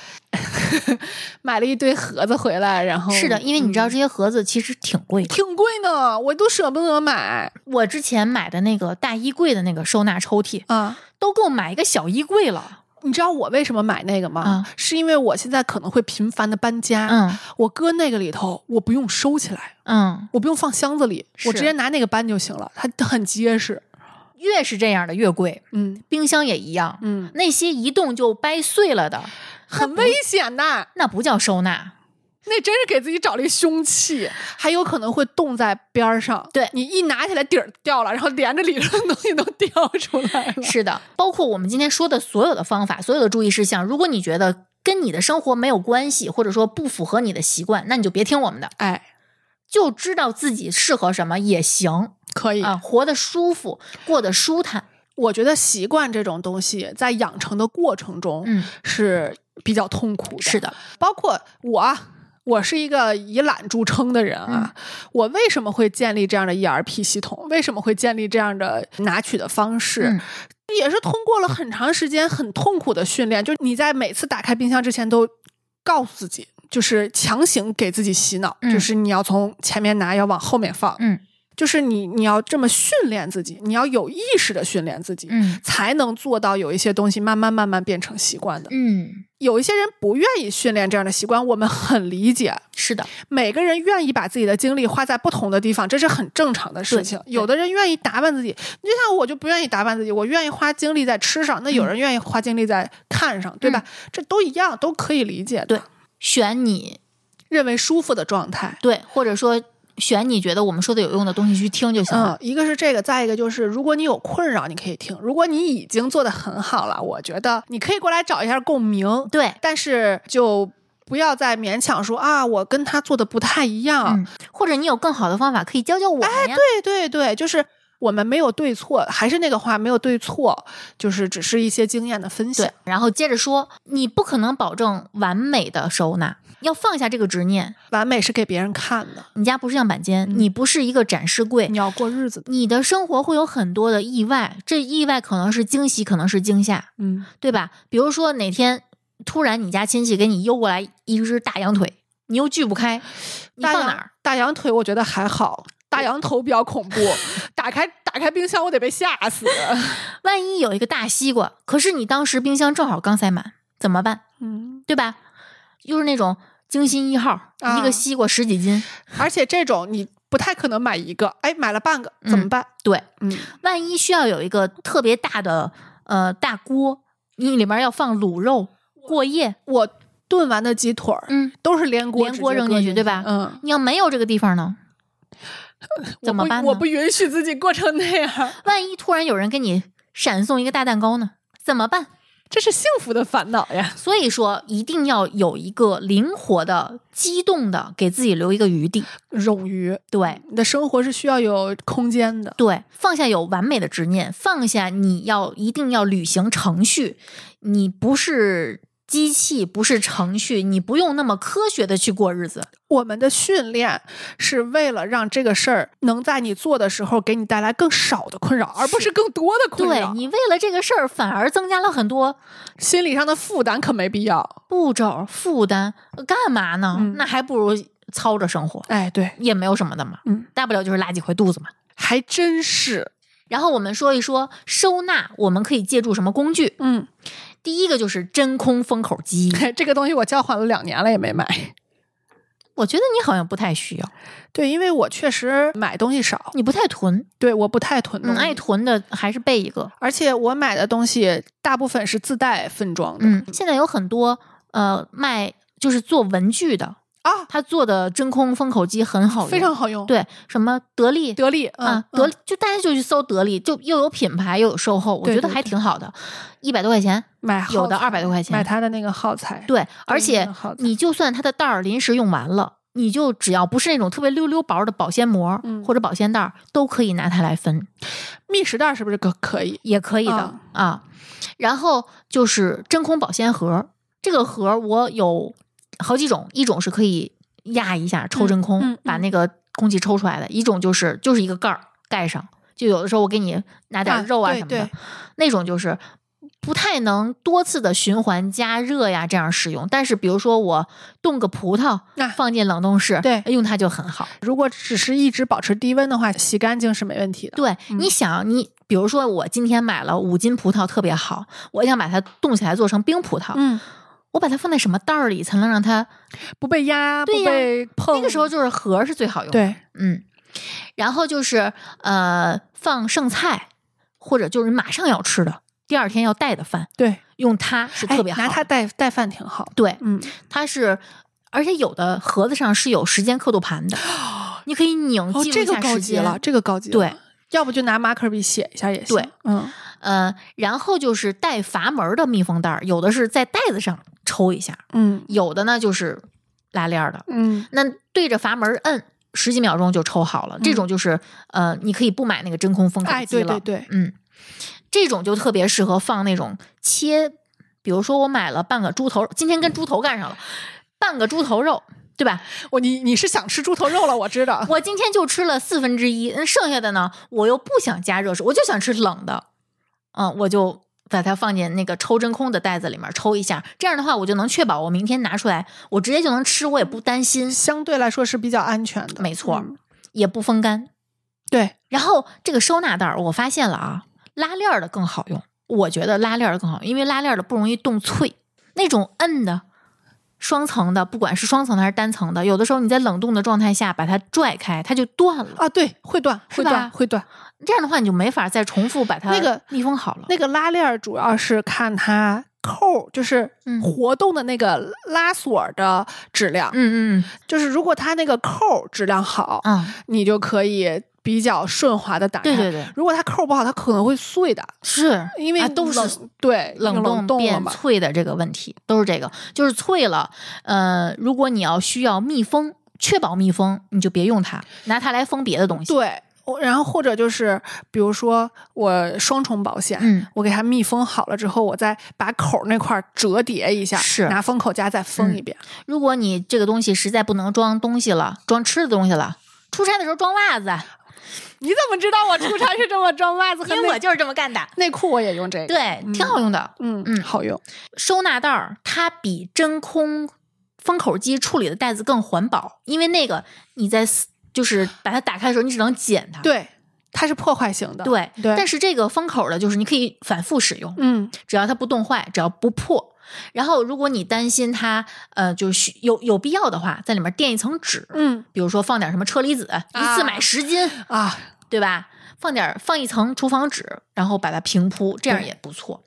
Speaker 3: 买了一堆盒子回来，然后
Speaker 2: 是的，因为你知道
Speaker 3: 嗯
Speaker 2: 这些盒子其实挺贵的。
Speaker 3: 挺贵呢，我都舍不得买
Speaker 2: 我之前买的那个大衣柜的那个收纳抽屉，
Speaker 3: 啊。
Speaker 2: 都够买一个小衣柜了。
Speaker 3: 你知道我为什么买那个吗？
Speaker 2: 啊
Speaker 3: 是因为我现在可能会频繁的搬家，
Speaker 2: 嗯
Speaker 3: 我搁那个里头，我不用收起来，
Speaker 2: 嗯，
Speaker 3: 我不用放箱子里，
Speaker 2: 是
Speaker 3: 我直接拿那个搬就行了，它很结实。
Speaker 2: 越是这样的越贵，
Speaker 3: 嗯
Speaker 2: 冰箱也一样。
Speaker 3: 嗯，
Speaker 2: 那些一动就掰碎了的，
Speaker 3: 很危险呐，
Speaker 2: 那不叫收纳。
Speaker 3: 那真是给自己找了一凶器，还有可能会冻在边儿上。
Speaker 2: 对
Speaker 3: 你一拿起来底儿掉了，然后连着里头的东西都掉出来了。
Speaker 2: 是的，包括我们今天说的所有的方法、所有的注意事项，如果你觉得跟你的生活没有关系，或者说不符合你的习惯，那你就别听我们的，
Speaker 3: 哎，
Speaker 2: 就知道自己适合什么也行
Speaker 3: 可以。
Speaker 2: 啊，活得舒服，过得舒坦。
Speaker 3: 我觉得习惯这种东西在养成的过程中，
Speaker 2: 嗯，
Speaker 3: 是比较痛苦的。
Speaker 2: 是的，
Speaker 3: 包括我啊，我是一个以懒著称的人啊，我为什么会建立这样的 ERP 系统？为什么会建立这样的拿取的方式？
Speaker 2: 嗯
Speaker 3: 也是通过了很长时间很痛苦的训练，就是你在每次打开冰箱之前都告诉自己，就是强行给自己洗脑，
Speaker 2: 嗯
Speaker 3: 就是你要从前面拿，要往后面放，
Speaker 2: 嗯
Speaker 3: 就是你你要这么训练自己，你要有意识的训练自己，
Speaker 2: 嗯
Speaker 3: 才能做到有一些东西慢慢慢慢变成习惯的。
Speaker 2: 嗯，
Speaker 3: 有一些人不愿意训练这样的习惯，我们很理解。
Speaker 2: 是的，
Speaker 3: 每个人愿意把自己的精力花在不同的地方，这是很正常的事情。
Speaker 2: 对对
Speaker 3: 有的人愿意打扮自己，你就像我就不愿意打扮自己，我愿意花精力在吃上。那
Speaker 2: 嗯
Speaker 3: 有人愿意花精力在看上，对吧？这都一样，都可以理解的。
Speaker 2: 对选你
Speaker 3: 认为舒服的状态。
Speaker 2: 对，或者说选你觉得我们说的有用的东西去听就行
Speaker 3: 嗯
Speaker 2: 了。，
Speaker 3: 一个是这个，再一个就是，如果你有困扰，你可以听；如果你已经做得很好了，我觉得你可以过来找一下共鸣。
Speaker 2: 对，
Speaker 3: 但是就不要再勉强说啊，我跟他做的不太一样。
Speaker 2: 嗯，哎或者你有更好的方法可以教教我们呀。
Speaker 3: 对对对，就是我们没有对错，还是那个话，没有对错，就是只是一些经验的分享
Speaker 2: 对。，然后接着说，你不可能保证完美的收纳，要放下这个执念。
Speaker 3: 完美是给别人看的，
Speaker 2: 你家不是样板间，你不是一个展示柜
Speaker 3: 你，要过日子的。
Speaker 2: 你的生活会有很多的意外，这意外可能是惊喜，可能是惊吓，
Speaker 3: 嗯，
Speaker 2: 对吧？比如说哪天突然你家亲戚给你邮过来一只大羊腿，你又锯不开，你
Speaker 3: 大
Speaker 2: 放
Speaker 3: 羊
Speaker 2: 哪儿？？
Speaker 3: 大羊腿我觉得还好，大羊头比较恐 怖。打开打开冰箱，我得被吓死。
Speaker 2: 万一有一个大西瓜，可是你当时冰箱正好刚塞满，怎么办？
Speaker 3: 嗯，
Speaker 2: 对吧？又是那种精心一号，
Speaker 3: 啊
Speaker 2: 一个西瓜十几斤，
Speaker 3: 而且这种你不太可能买一个，哎，买了半个怎么
Speaker 2: 嗯
Speaker 3: 办？
Speaker 2: 对。
Speaker 3: 嗯，
Speaker 2: 万一需要有一个特别大的呃大锅，你里面要放卤肉过夜，
Speaker 3: 我炖完的鸡腿儿。
Speaker 2: 嗯，
Speaker 3: 都是连锅
Speaker 2: 连
Speaker 3: 直
Speaker 2: 锅
Speaker 3: 接
Speaker 2: 扔
Speaker 3: 搁
Speaker 2: 进去对吧
Speaker 3: 嗯，
Speaker 2: 你要没有这个地方呢，
Speaker 3: 我
Speaker 2: 怎么
Speaker 3: 不
Speaker 2: 办
Speaker 3: 我
Speaker 2: 呢
Speaker 3: 不允许自己过成那样，
Speaker 2: 万一突然有人给你闪送一个大蛋糕呢，怎么办？
Speaker 3: 这是幸福的烦恼呀。
Speaker 2: 所以说，一定要有一个灵活的、机动的，给自己留一个余地。
Speaker 3: 冗余，
Speaker 2: 对
Speaker 3: 你的生活是需要有空间的。
Speaker 2: 对，放下有完美的执念，放下你要一定要履行程序，你不是。机器不是程序，你不用那么科学的去过日子。
Speaker 3: 我们的训练是为了让这个事儿能在你做的时候给你带来更少的困扰，而不是更多的困
Speaker 2: 对
Speaker 3: 扰。
Speaker 2: 你为了这个事儿，反而增加了很多
Speaker 3: 心理上的负担可没必要。
Speaker 2: 步骤负担，呃干嘛呢？
Speaker 3: 嗯
Speaker 2: 那还不如操着生活，
Speaker 3: 哎，对，
Speaker 2: 也没有什么的嘛，
Speaker 3: 嗯，
Speaker 2: 大不了就是拉几回肚子嘛。
Speaker 3: 还真是，
Speaker 2: 然后我们说一说收纳，我们可以借助什么工具？
Speaker 3: 嗯，
Speaker 2: 第一个就是真空封口机，
Speaker 3: 这个东西我交换了两年了也没买。
Speaker 2: 我觉得你好像不太需要，
Speaker 3: 对，因为我确实买东西少，
Speaker 2: 你不太囤，
Speaker 3: 对，我不太囤东
Speaker 2: 嗯，
Speaker 3: 西，
Speaker 2: 爱囤的还是备一个。
Speaker 3: 而且我买的东西大部分是自带分装的。
Speaker 2: 嗯，现在有很多呃卖就是做文具的，
Speaker 3: 啊，
Speaker 2: 他做的真空封口机很好用，
Speaker 3: 非常好用。，
Speaker 2: 对，什么得力
Speaker 3: 得力，嗯
Speaker 2: 啊，
Speaker 3: 嗯
Speaker 2: 得力就大家就去搜得力，就又有品牌又有售后，我
Speaker 3: 对
Speaker 2: 觉得
Speaker 3: 对
Speaker 2: 还
Speaker 3: 对
Speaker 2: 挺好的，一百多块钱。
Speaker 3: 买
Speaker 2: 有
Speaker 3: 耗
Speaker 2: 的
Speaker 3: 材
Speaker 2: 200多块钱
Speaker 3: 买它的那个耗材。
Speaker 2: 对，而
Speaker 3: 对
Speaker 2: 且
Speaker 3: 很好的
Speaker 2: 你就算它的袋儿临时用完了，你就只要不是那种特别溜溜薄的保鲜膜、
Speaker 3: 嗯
Speaker 2: 或者保鲜袋儿，都可以拿它来分，
Speaker 3: 觅食袋是不是可可以？
Speaker 2: 也可以的
Speaker 3: 啊
Speaker 2: 啊然后就是真空保鲜盒，这个盒儿我有好几种，一种是可以压一下抽真空，
Speaker 3: 嗯嗯嗯
Speaker 2: 把那个空气抽出来的；一种就是就是一个盖儿盖上，就有的时候我给你拿
Speaker 3: 啊
Speaker 2: 点肉啊
Speaker 3: 对
Speaker 2: 什么的，
Speaker 3: 对
Speaker 2: 那种就是不太能多次的循环加热呀这样使用。但是比如说我冻个葡萄、
Speaker 3: 啊
Speaker 2: 放进冷冻室，哎
Speaker 3: 对
Speaker 2: 用它就很好。
Speaker 3: 如果只是一直保持低温的话，洗干净是没问题的。
Speaker 2: 对，
Speaker 3: 嗯
Speaker 2: 你想，你比如说我今天买了五斤葡萄特别好，我想把它冻起来做成冰葡萄，
Speaker 3: 嗯，
Speaker 2: 我把它放在什么袋儿里才能让它？
Speaker 3: 不被压，不
Speaker 2: 对呀
Speaker 3: 被碰。
Speaker 2: 那个时候就是盒儿是最好用的。
Speaker 3: 对，
Speaker 2: 嗯，然后就是呃，放剩菜或者就是马上要吃的，第二天要带的饭，
Speaker 3: 对，
Speaker 2: 用它是特别好
Speaker 3: 哎
Speaker 2: 的。
Speaker 3: 拿它带带饭挺好。
Speaker 2: 对，
Speaker 3: 嗯，
Speaker 2: 它是，而且有的盒子上是有时间刻度盘的，你可以拧
Speaker 3: 哦，
Speaker 2: 记录
Speaker 3: 这
Speaker 2: 一
Speaker 3: 个
Speaker 2: 下
Speaker 3: 高
Speaker 2: 时
Speaker 3: 级
Speaker 2: 间。
Speaker 3: 了，这个高级了。
Speaker 2: 对，
Speaker 3: 要不就拿马克笔写一下也行。
Speaker 2: 对，
Speaker 3: 嗯，
Speaker 2: 呃，然后就是带阀门儿的密封袋儿，有的是在袋子上抽一下，
Speaker 3: 嗯
Speaker 2: 有的呢就是拉链儿的。
Speaker 3: 嗯，
Speaker 2: 那对着阀门儿摁十几秒钟就抽好了，这种就是呃，你可以不买那个真空封口
Speaker 3: 嗯哎，
Speaker 2: 机
Speaker 3: 对
Speaker 2: 了。
Speaker 3: 对对，
Speaker 2: 嗯，这种就特别适合放那种切，比如说我买了半个猪头，今天跟猪头干上了，半个猪头肉，对吧？
Speaker 3: 我你你是想吃猪头肉了，我知 道。
Speaker 2: 我今天就吃了四分之一，嗯剩下的呢，我又不想加热水，我就想吃冷的，嗯，我就把它放进那个抽真空的袋子里面抽一下，这样的话我就能确保我明天拿出来，我直接就能吃，我也不担心，
Speaker 3: 相对来说是比较安全的，
Speaker 2: 没错
Speaker 3: 嗯
Speaker 2: 也不风干。
Speaker 3: 对，
Speaker 2: 然后这个收纳袋儿，我发现了啊，拉链儿的更好用，我觉得拉链儿的更好用，因为拉链儿的不容易冻脆，那种摁的。双层的，不管是双层的还是单层的，有的时候你在冷冻的状态下把它拽开，它就断了。
Speaker 3: 啊，对，会断，
Speaker 2: 是
Speaker 3: 会
Speaker 2: 吧
Speaker 3: 断，会断。
Speaker 2: 这样的话，你就没法再重复把它
Speaker 3: 那个
Speaker 2: 密封好了。
Speaker 3: 那个拉链儿主要是看它扣儿，就是
Speaker 2: 嗯
Speaker 3: 活动的那个拉锁儿的质量。
Speaker 2: 嗯嗯
Speaker 3: 就是如果它那个扣儿质量好，
Speaker 2: 嗯，
Speaker 3: 你就可以比较顺滑的打开。
Speaker 2: 对对对，
Speaker 3: 如果它扣儿不好，它可能会碎的，
Speaker 2: 是
Speaker 3: 因为
Speaker 2: 啊都是
Speaker 3: 冷对
Speaker 2: 冷
Speaker 3: 冻
Speaker 2: 冻
Speaker 3: 了
Speaker 2: 变
Speaker 3: 嘛。
Speaker 2: 脆的这个问题，都是这个，就是脆了。呃，如果你要需要密封，确保密封，你就别用它，拿它来封别的东西。
Speaker 3: 对，我然后或者就是比如说我双重保险。
Speaker 2: 嗯，
Speaker 3: 我给它密封好了之后，我再把口儿那块儿折叠一下，
Speaker 2: 是嗯
Speaker 3: 拿封口夹再封一遍。
Speaker 2: 如果你这个东西实在不能装东西了，装吃的东西了，出差的时候装袜子，啊
Speaker 3: 你怎么知道我出差是这么装袜子和
Speaker 2: 因为我
Speaker 3: 内
Speaker 2: 就是这么干的。
Speaker 3: 内裤？我也用这个，，
Speaker 2: 对，
Speaker 3: 嗯
Speaker 2: 挺好用的。
Speaker 3: 嗯
Speaker 2: 嗯
Speaker 3: 好用。
Speaker 2: 收纳袋儿，它比真空封口机处理的袋子更环保，因为那个你在撕就是把它打开的时候，你只能剪它。
Speaker 3: 对，它是破坏型的，
Speaker 2: 对
Speaker 3: 对
Speaker 2: 但是这个封口的，就是你可以反复使用，
Speaker 3: 嗯，
Speaker 2: 只要它不冻坏，只要不破。然后，如果你担心它，呃，就是有有必要的话，在里面垫一层纸，
Speaker 3: 嗯
Speaker 2: 比如说放点什么车厘子，一次买十斤，
Speaker 3: 啊，
Speaker 2: 对吧？放点放一层厨房纸，然后把它平铺，这样
Speaker 3: 对
Speaker 2: 也不错。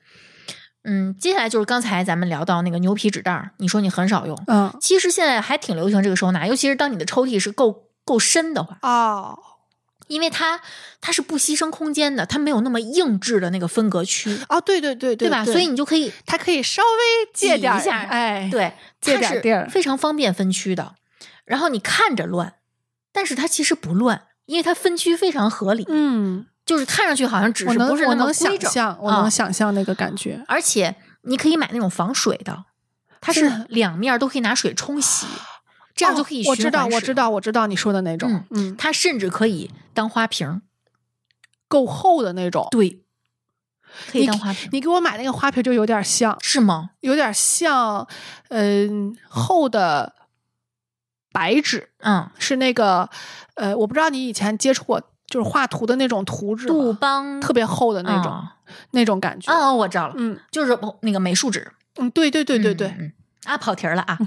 Speaker 2: 嗯，接下来就是刚才咱们聊到那个牛皮纸袋儿，你说你很少用，
Speaker 3: 嗯
Speaker 2: 其实现在还挺流行这个收纳，尤其是当你的抽屉是够够深的话，
Speaker 3: 哦，
Speaker 2: 因为它它是不牺牲空间的，它没有那么硬质的那个分隔区，
Speaker 3: 哦，对对对
Speaker 2: 对吧？所以你就可以
Speaker 3: 它可以稍微借
Speaker 2: 挤
Speaker 3: 点
Speaker 2: 一
Speaker 3: 儿
Speaker 2: 下
Speaker 3: 哎，，
Speaker 2: 对，
Speaker 3: 借
Speaker 2: 它
Speaker 3: 点
Speaker 2: 是
Speaker 3: 地儿
Speaker 2: 非常方便分区的。然后你看着乱，但是它其实不乱，因为它分区非常合理，
Speaker 3: 嗯，
Speaker 2: 就是看上去好像只
Speaker 3: 我
Speaker 2: 是
Speaker 3: 能
Speaker 2: 不是
Speaker 3: 我
Speaker 2: 那么规
Speaker 3: 能想
Speaker 2: 整
Speaker 3: 象，我
Speaker 2: 啊
Speaker 3: 能想象那个感觉，
Speaker 2: 而且你可以买那种防水的，它
Speaker 3: 是
Speaker 2: 是两面都可以拿水冲洗，这样就可以、
Speaker 3: 哦我知道，我知，道，我知道你说的那种，嗯，
Speaker 2: 它甚至可以当花瓶儿，
Speaker 3: 够厚的那种，
Speaker 2: 对，可以
Speaker 3: 你
Speaker 2: 当花瓶儿，
Speaker 3: 你给我买那个花瓶就有点像，
Speaker 2: 是吗？
Speaker 3: 有点像，嗯，厚的白纸
Speaker 2: 嗯，
Speaker 3: 是那个，呃，我不知道你以前接触过，就是画图的那种图纸吗，
Speaker 2: 杜邦
Speaker 3: 特别厚的那种、
Speaker 2: 哦
Speaker 3: 那种感觉。
Speaker 2: 哦，我知道了，
Speaker 3: 嗯
Speaker 2: 就是那个美术纸，
Speaker 3: 嗯，对对对对对
Speaker 2: 嗯，嗯嗯啊，跑题儿 了啊。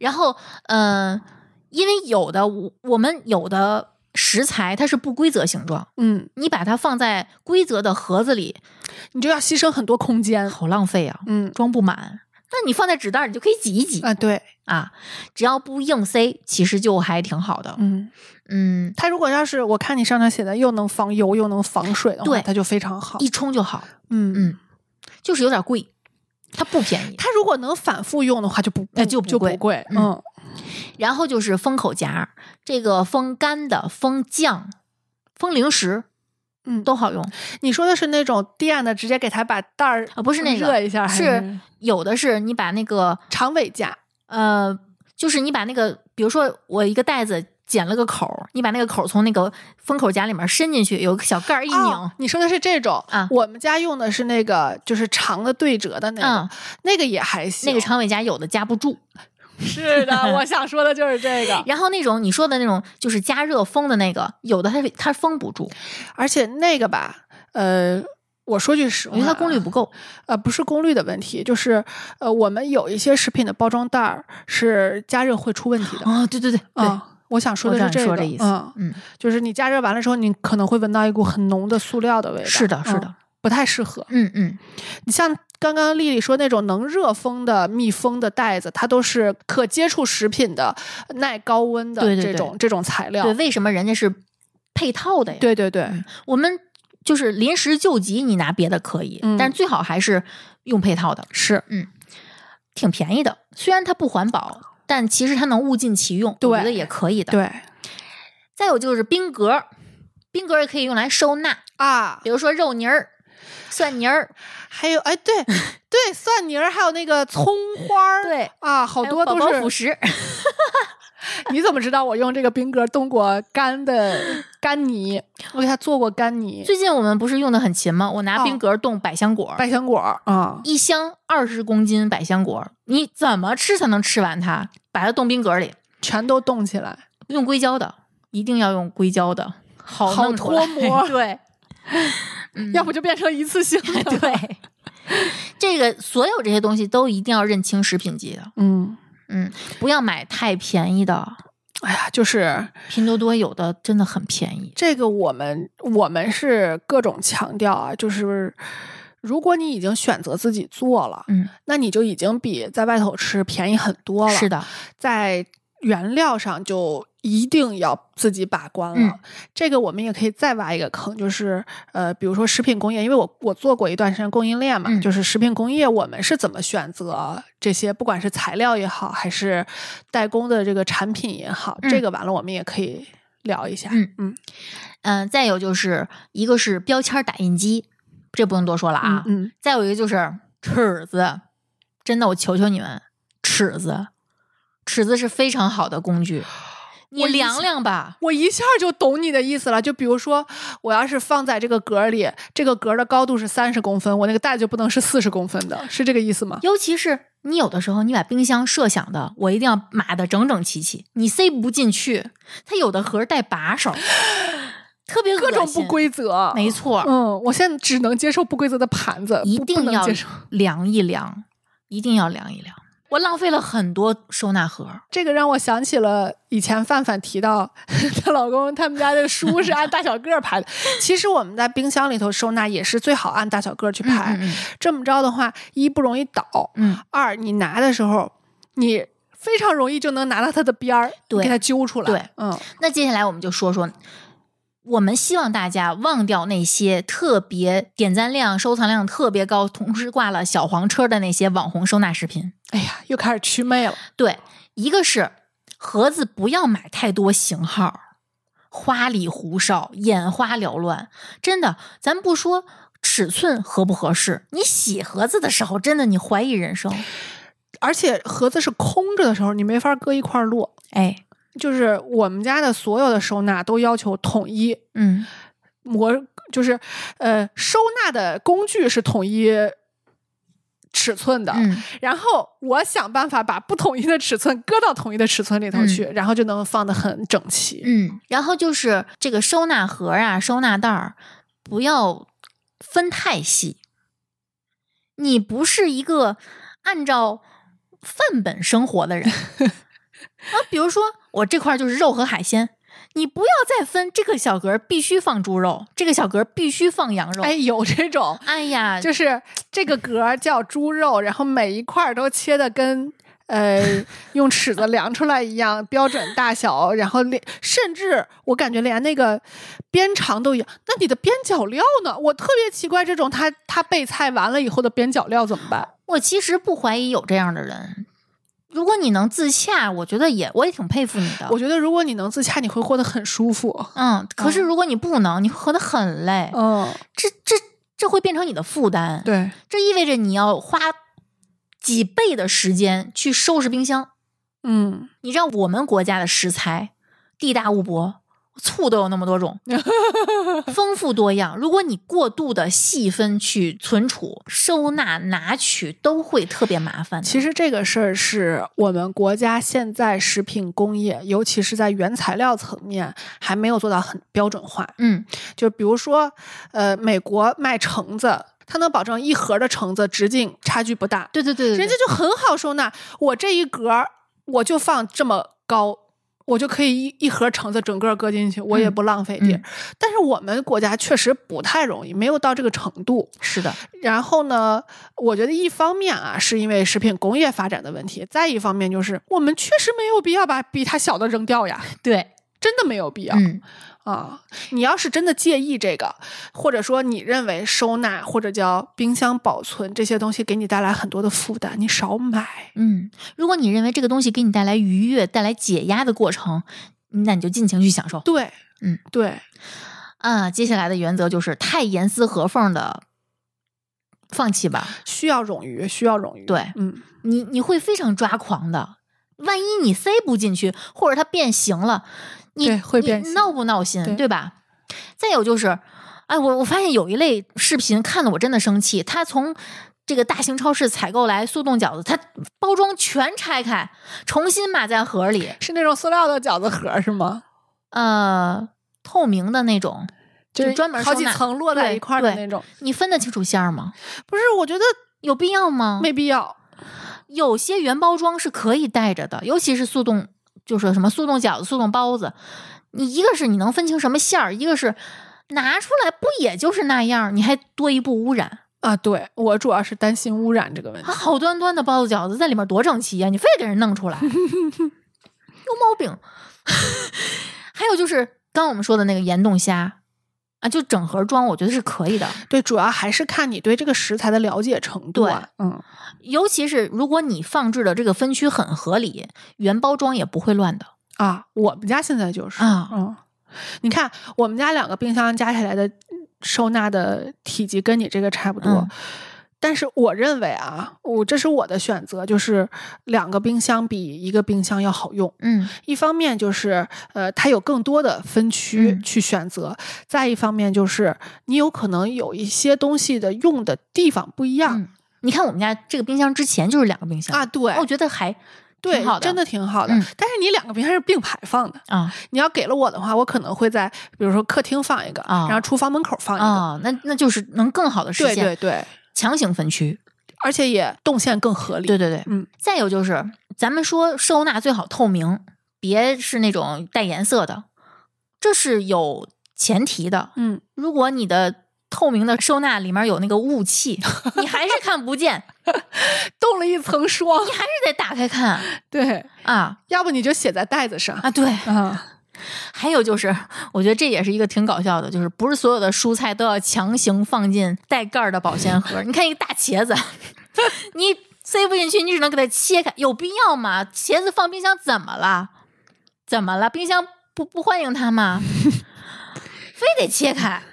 Speaker 2: 然后，嗯、因为有的我我们有的食材它是不规则形状，
Speaker 3: 嗯，
Speaker 2: 你把它放在规则的盒子里，
Speaker 3: 你就要牺牲很多空间。
Speaker 2: 好浪费啊，
Speaker 3: 嗯
Speaker 2: 装不满。那你放在纸袋儿，你就可以挤一挤
Speaker 3: 啊，对，
Speaker 2: 啊，只要不硬塞，其实就还挺好的。
Speaker 3: 嗯，
Speaker 2: 嗯，
Speaker 3: 它如果要是我看你上面写的又能防油又能防水的话，
Speaker 2: 对
Speaker 3: 它就非常好。
Speaker 2: 一冲就好，
Speaker 3: 嗯
Speaker 2: 嗯就是有点贵，它不便宜。
Speaker 3: 它如果能反复用的话，就不
Speaker 2: 哎就
Speaker 3: 就
Speaker 2: 不贵
Speaker 3: 不贵。
Speaker 2: 嗯
Speaker 3: 嗯，
Speaker 2: 然后就是封口夹，这个封干的、封酱、封零食，
Speaker 3: 嗯
Speaker 2: 都好用。
Speaker 3: 你说的是那种垫的，直接给它把袋儿哎
Speaker 2: 啊不是那个
Speaker 3: 热一下，还
Speaker 2: 是有的是你把那个
Speaker 3: 长尾夹。
Speaker 2: 呃，就是你把那个，比如说我一个袋子剪了个口儿，你把那个口儿从那个封口夹里面伸进去，有个小盖儿一拧，
Speaker 3: 哦你说的是这种
Speaker 2: 啊
Speaker 3: 我们家用的是那个，就是长的对折的那个，
Speaker 2: 嗯
Speaker 3: 那个也还行。
Speaker 2: 那个长尾夹有的夹不住。
Speaker 3: 是的，我想说的就是这 个。
Speaker 2: 然后那种你说的那种就是加热封的那个，有的它它封不住，
Speaker 3: 而且那个吧，呃，我说句实
Speaker 2: 我
Speaker 3: 话，啊
Speaker 2: 觉得它功率不够。
Speaker 3: 呃不是功率的问题，就是呃我们有一些食品的包装袋儿是加热会出问题的啊、
Speaker 2: 哦，对对对对，
Speaker 3: 我想说
Speaker 2: 我
Speaker 3: 的
Speaker 2: 知道
Speaker 3: 是
Speaker 2: 你说这
Speaker 3: 这个，
Speaker 2: 意思
Speaker 3: 嗯，
Speaker 2: 嗯，
Speaker 3: 就是你加热完了之后，你可能会闻到一股很浓的塑料的味道。
Speaker 2: 是的，是
Speaker 3: 嗯
Speaker 2: 的，
Speaker 3: 不太适合。
Speaker 2: 嗯嗯，
Speaker 3: 你像刚刚丽丽说那种能热封的密封的袋子，它都是可接触食品的、耐高温的
Speaker 2: 对对
Speaker 3: 这种这种材料。
Speaker 2: 对，嗯为什么人家是配套的呀？，
Speaker 3: 对对对
Speaker 2: 我们就是临时救急，你拿别的可以，
Speaker 3: 嗯
Speaker 2: 但是最好还是用配套的，
Speaker 3: 是
Speaker 2: 挺便宜的。虽然它不环保，但其实它能物尽其用，我觉
Speaker 3: 对
Speaker 2: 得也可以的。，
Speaker 3: 对
Speaker 2: 再有就是冰格儿，冰格儿也可以用来收纳，
Speaker 3: 啊
Speaker 2: 比，如说肉泥儿、蒜泥儿，
Speaker 3: 还有 哎，对对，蒜泥儿，还有那个葱花儿，
Speaker 2: 对，
Speaker 3: 啊，好
Speaker 2: 还有
Speaker 3: 多
Speaker 2: 宝宝
Speaker 3: 都
Speaker 2: 辅
Speaker 3: 是。
Speaker 2: 食。
Speaker 3: 你怎么知道我用这个冰格冻过干 的干泥？我给它做过干泥，
Speaker 2: 最近我们不是用的很勤吗？我拿
Speaker 3: 哦
Speaker 2: 冰格儿冻百香果儿，
Speaker 3: 百香果儿啊，
Speaker 2: 一箱二十公斤百香果儿，你怎么吃才能吃完它？把它冻冰格儿里，
Speaker 3: 全都冻起来。
Speaker 2: 用硅胶的，一定要用硅胶的，好
Speaker 3: 好
Speaker 2: 弄出来
Speaker 3: 脱 模
Speaker 2: 对，嗯
Speaker 3: 要不就变成一次性 的。
Speaker 2: 对。这个所有这些东西都一定要认清食品级的，
Speaker 3: 嗯，
Speaker 2: 嗯，不要买太便宜的。
Speaker 3: 哎呀，就是
Speaker 2: 拼多多有的真的很便宜，
Speaker 3: 这个，我们我们是各种强调啊，就是如果你已经选择自己做了，
Speaker 2: 嗯，
Speaker 3: 那你就已经比在外头吃便宜很多了。
Speaker 2: 是，的，
Speaker 3: 在原料上就一定要自己把关了。
Speaker 2: 嗯
Speaker 3: 这个我们也可以再挖一个坑，就是呃，比如说食品工业，因为我我做过一段时间供应链嘛，
Speaker 2: 嗯
Speaker 3: 就是食品工业我们是怎么选择这些，不管是材料也好，还是代工的这个产品也好，
Speaker 2: 嗯
Speaker 3: 这个完了我们也可以聊一下。
Speaker 2: 嗯
Speaker 3: 嗯
Speaker 2: 嗯、再有就是一个是标签打印机，这不用多说了啊，
Speaker 3: 嗯嗯，
Speaker 2: 再有一个就是尺子，真的，我求求你们，尺子，尺子是非常好的工具，你
Speaker 3: 我一
Speaker 2: 量
Speaker 3: 下
Speaker 2: 量吧，
Speaker 3: 我一下就懂你的意思了。就比如说，我要是放在这个格儿里，这个格儿的高度是三十公分，我那个袋子就不能是四十公分的，是这个意思吗？
Speaker 2: 尤其是你有的时候，你把冰箱设想的，我一定要码的整整齐齐，你塞不进去，它有的盒儿带把手，特别
Speaker 3: 各种
Speaker 2: 恶
Speaker 3: 不
Speaker 2: 心，
Speaker 3: 规则，
Speaker 2: 没错儿，
Speaker 3: 嗯，我现在只能接受不规则的盘子，
Speaker 2: 一
Speaker 3: 不
Speaker 2: 定
Speaker 3: 不能
Speaker 2: 要
Speaker 3: 接受。
Speaker 2: 量一量，一定要量一量。我浪费了很多收纳盒儿，
Speaker 3: 这个让我想起了以前范范提到她老公他们家的书是按大小个儿排的。其实我们在冰箱里头收纳也是最好按大小个儿去排。
Speaker 2: 嗯
Speaker 3: 这么着的话，一不容易倒，
Speaker 2: 嗯，
Speaker 3: 二你拿的时候你非常容易就能拿到它的边儿，
Speaker 2: 对
Speaker 3: 你给它揪出来。
Speaker 2: 对，
Speaker 3: 嗯，
Speaker 2: 那接下来我们就说说，我们希望大家忘掉那些特别点赞量、收藏量特别高，同时挂了小黄车的那些网红收纳视频。
Speaker 3: 哎呀，又开始祛魅了。
Speaker 2: 对，一个是盒子不要买太多型号，花里胡哨、眼花缭乱。真的，咱不说尺寸合不合适，你洗盒子的时候，真的你怀疑人生。
Speaker 3: 而且盒子是空着的时候，你没法搁一块儿落。
Speaker 2: 哎，
Speaker 3: 就是我们家的所有的收纳都要求统一
Speaker 2: 嗯，
Speaker 3: 模，就是呃收纳的工具是统一尺寸的，
Speaker 2: 嗯，
Speaker 3: 然后我想办法把不统一的尺寸搁到统一的尺寸里头去，然后就能放得很整齐。
Speaker 2: 嗯，然后就是这个收纳盒啊、收纳袋儿，不要分太细。你不是一个按照范本生活 的人啊，比如说我这块儿就是肉和海鲜，你不要再分这个小格儿必须放猪肉，这个小格儿必须放羊肉。
Speaker 3: 哎，
Speaker 2: 哎
Speaker 3: 有这种，
Speaker 2: 呀，
Speaker 3: 就是这个格儿叫猪肉，然后每一块儿都切的跟。呃，用尺子量出来一样标准大小，然后连甚至我感觉连那个边长都一样。那你的边角料呢？我特别奇怪，这种他他备菜完了以后的边角料怎么办？
Speaker 2: 我其实不怀疑有这样的人。如果你能自洽，我觉得也我也挺佩服你的。
Speaker 3: 我觉得如果你能自洽，你会活得很舒服。
Speaker 2: 嗯，可是
Speaker 3: 嗯
Speaker 2: 如果你不能，你会活得很累。
Speaker 3: 嗯，
Speaker 2: 这这这会变成你的负担。，
Speaker 3: 对，
Speaker 2: 这意味着你要花几倍的时间去收拾冰箱，
Speaker 3: 嗯，
Speaker 2: 你知道我们国家的食材地大物博，醋都有那么多 种，丰富多样。如果你过度的细分去存储、收纳、拿取，都会特别麻烦的。
Speaker 3: 其实这个事儿是我们国家现在食品工业，尤其是在原材料层面还没有做到很标准化。
Speaker 2: 嗯，
Speaker 3: 就比如说，呃，美国卖橙子，它能保证一盒的橙子直径差距不大，
Speaker 2: 对对对对
Speaker 3: 人家
Speaker 2: 对，
Speaker 3: 就很好收纳。我这一格儿我就放这么高，我就可以一一盒橙子整个搁进去，我也
Speaker 2: 嗯
Speaker 3: 不浪费地儿。
Speaker 2: 嗯
Speaker 3: 但是我们国家确实不太容易，没有到这个程度。
Speaker 2: 是的，
Speaker 3: 然后呢，我觉得一方面啊，是因为食品工业发展的问题；再一方面就是我们确实没有必要把比它小的扔掉呀，
Speaker 2: 对，
Speaker 3: 真的没有必要、
Speaker 2: 嗯，
Speaker 3: 啊。你要是真的介意这个，或者说你认为收纳或者叫冰箱保存这些东西给你带来很多的负担，你少买。
Speaker 2: 嗯，如果你认为这个东西给你带来愉悦、带来解压的过程，那你就尽情去享受。
Speaker 3: 对，
Speaker 2: 嗯，
Speaker 3: 对，
Speaker 2: 啊，接下来的原则就是太严丝合缝的放弃吧。
Speaker 3: 需要冗余，需要冗余。
Speaker 2: 对
Speaker 3: 嗯，
Speaker 2: 你你会非常抓狂的。万一你塞不进去，或者它变形了，你
Speaker 3: 对会变
Speaker 2: 你
Speaker 3: 形
Speaker 2: 闹不闹心，
Speaker 3: 对
Speaker 2: 对吧？再有就是，哎，我我发现有一类视频看的我真的生气，他从这个大型超市采购来速冻饺子，他包装全拆开，重新码在盒里，
Speaker 3: 是那种塑料的饺子盒是吗？
Speaker 2: 呃，透明的那种，
Speaker 3: 就是
Speaker 2: 专门
Speaker 3: 好
Speaker 2: 收
Speaker 3: 几
Speaker 2: 纳
Speaker 3: 层摞在
Speaker 2: 对
Speaker 3: 一块儿的
Speaker 2: 对
Speaker 3: 那种。
Speaker 2: 你分得清楚馅儿吗？
Speaker 3: 不是，我觉得
Speaker 2: 有必要吗？
Speaker 3: 没必要。
Speaker 2: 有些原包装是可以带着的，尤其是速冻，就是什么速冻饺子、速冻包子，你一个是你能分清什么馅儿，一个是拿出来不也就是那样儿，你还多一步污染。
Speaker 3: 啊，对我主要是担心污染这个问题
Speaker 2: 啊，。好端端的包子饺子在里面多整齐呀、你非给人弄出来，有毛病。 还有就是刚刚我们说的那个盐冻虾啊，就整盒装，我觉得是可以的。
Speaker 3: 对，主要还是看你对这个食材的了解程度啊。嗯，
Speaker 2: 尤其是如果你放置的这个分区很合理，原包装也不会乱的
Speaker 3: 啊，我们家现在就是，
Speaker 2: 啊。
Speaker 3: 嗯，你看我们家两个冰箱加起来的收纳的体积跟你这个差不多。
Speaker 2: 嗯
Speaker 3: 但是我认为啊，我这是我的选择，就是两个冰箱比一个冰箱要好用。
Speaker 2: 嗯
Speaker 3: 一方面就是呃，它有更多的分区
Speaker 2: 嗯
Speaker 3: 去选择；再一方面就是你有可能有一些东西的用的地方不一样、
Speaker 2: 嗯你看我们家这个冰箱之前就是两个冰箱哦
Speaker 3: 啊。，对，
Speaker 2: 我觉得还
Speaker 3: 对
Speaker 2: 挺好，的，
Speaker 3: 真的挺好的。
Speaker 2: 嗯
Speaker 3: 但是你两个冰箱是并排放的，
Speaker 2: 啊
Speaker 3: 你要给了我的话，我可能会在比如说客厅放一个，
Speaker 2: 啊
Speaker 3: 然后厨房门口放一个。
Speaker 2: 啊，那那就是能更好的实
Speaker 3: 对
Speaker 2: 现
Speaker 3: 对对，
Speaker 2: 强行分区。
Speaker 3: 而且也动线更合理。
Speaker 2: 对对对，
Speaker 3: 嗯。
Speaker 2: 再有就是，咱们说收纳最好透明，别是那种带颜色的，这是有前提的。
Speaker 3: 嗯，
Speaker 2: 如果你的透明的收纳里面有那个雾气，你还是看不见，
Speaker 3: 动了一层霜。
Speaker 2: 还是得打开看
Speaker 3: 对，
Speaker 2: 啊
Speaker 3: 要不你就写在袋子上。
Speaker 2: 啊！对，
Speaker 3: 啊，
Speaker 2: 还有就是，我觉得这也是一个挺搞笑的，就是不是所有的蔬菜都要强行放进带盖儿的保鲜盒。你看一个大茄子， 你塞不进去，你只能给它切开，有必要吗？茄子放冰箱怎么了？怎么了？冰箱不不欢迎它吗？ 非得切开？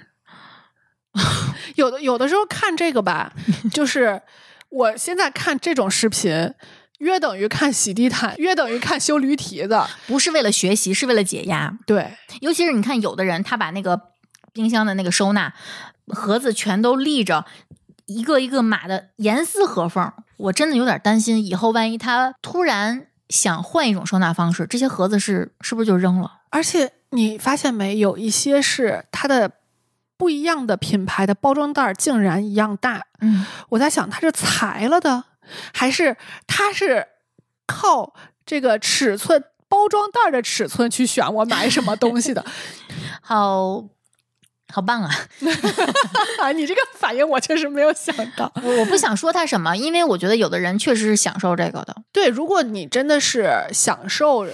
Speaker 3: 有的有的时候看这个 吧，就是我现在看这种视频，约等于看洗地毯，约等于看修驴蹄子。
Speaker 2: 不是为了学习，是为了解压。
Speaker 3: 对，
Speaker 2: 尤其是你看，有的人他把那个冰箱的那个收纳盒子全都立着，一个一个码的严丝合缝，我真的有点担心，以后万一他突然想换一种收纳方式，这些盒子是是不是就扔了？
Speaker 3: 而且你发现没，有一些是它的不一样的品牌的包装袋儿竟然一样大。
Speaker 2: 嗯，
Speaker 3: 我在想，它是裁了的，还是它是靠这个尺寸包装袋儿的尺寸去选我买什么东 西的？
Speaker 2: 好好棒啊！
Speaker 3: 啊，你这个反应我确实没有想到。
Speaker 2: 我我不想说他什么，因为我觉得有的人确实是享受这个的。
Speaker 3: 对，如果你真的是享 受，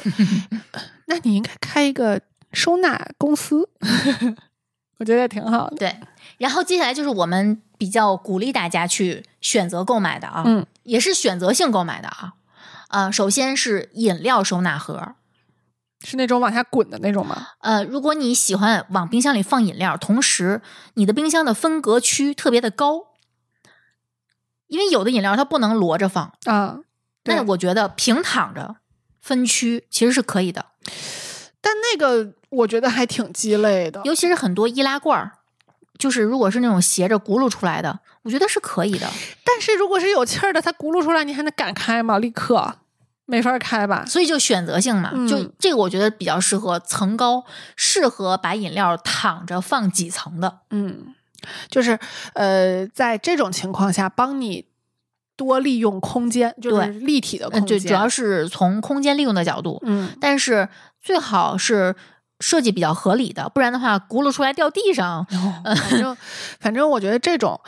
Speaker 3: 那你应该开一个收纳公司， 我觉得也挺好的。
Speaker 2: 对，然后接下来就是我们比较鼓励大家去选择购买的啊，
Speaker 3: 嗯，
Speaker 2: 也是选择性购买的啊。呃，首先是饮料收纳盒，
Speaker 3: 是那种往下滚的那种吗？
Speaker 2: 呃，如果你喜欢往冰箱里放饮料，同时你的冰箱的分隔区特别的高，因为有的饮料它不能摞着放，
Speaker 3: 啊，对
Speaker 2: 那我觉得平躺着分区，其实是可以的，
Speaker 3: 但那个我觉得还挺鸡肋的。
Speaker 2: 尤其是很多易拉罐儿，就是如果是那种斜着轱辘出来的，我觉得是可以的。
Speaker 3: 但是如果是有气儿的，它轱辘出来，你还能敢开吗？立刻没法开吧？
Speaker 2: 所以就选择性嘛，
Speaker 3: 嗯
Speaker 2: 就这个我觉得比较适合层高，适合把饮料躺着放几层的。
Speaker 3: 嗯，就是呃，在这种情况下，帮你多利用空间，就是
Speaker 2: 对
Speaker 3: 立体的
Speaker 2: 嗯，
Speaker 3: 空
Speaker 2: 就
Speaker 3: 间，
Speaker 2: 主要是从空间利用的角度，
Speaker 3: 嗯，
Speaker 2: 但是最好是设计比较合理的，不然的话轱辘出来掉地上，
Speaker 3: 反正反正我觉得这种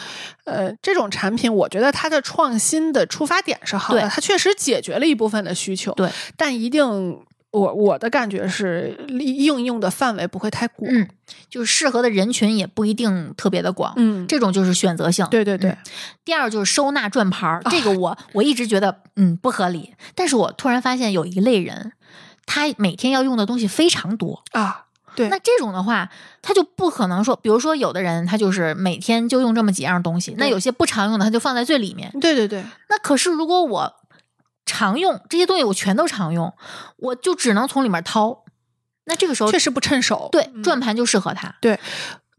Speaker 3: 呃这种产品，我觉得它的创新的出发点是好的，
Speaker 2: 对
Speaker 3: 它确实解决了一部分的需求，
Speaker 2: 对，
Speaker 3: 但一定。我我的感觉是，利应用的范围不会太广。
Speaker 2: 嗯，就是适合的人群也不一定特别的广。
Speaker 3: 嗯
Speaker 2: 这种就是选择性。
Speaker 3: 对哦对对
Speaker 2: 嗯，第二就是收纳转盘儿，这个我、 我一直觉得嗯不合理，但是我突然发现有一类人，他每天要用的东西非常多，
Speaker 3: 啊，对
Speaker 2: 那这种的话，他就不可能说，比如说有的人他就是每天就用这么几样东西，那
Speaker 3: 对
Speaker 2: 有些不常用的他就放在最里面。
Speaker 3: 对对对，
Speaker 2: 那可是如果我常用这些东西，我全都常用，我就只能从里面掏。那这个时候
Speaker 3: 确实不趁手。
Speaker 2: 对
Speaker 3: 嗯
Speaker 2: 转盘就适合他，
Speaker 3: 对，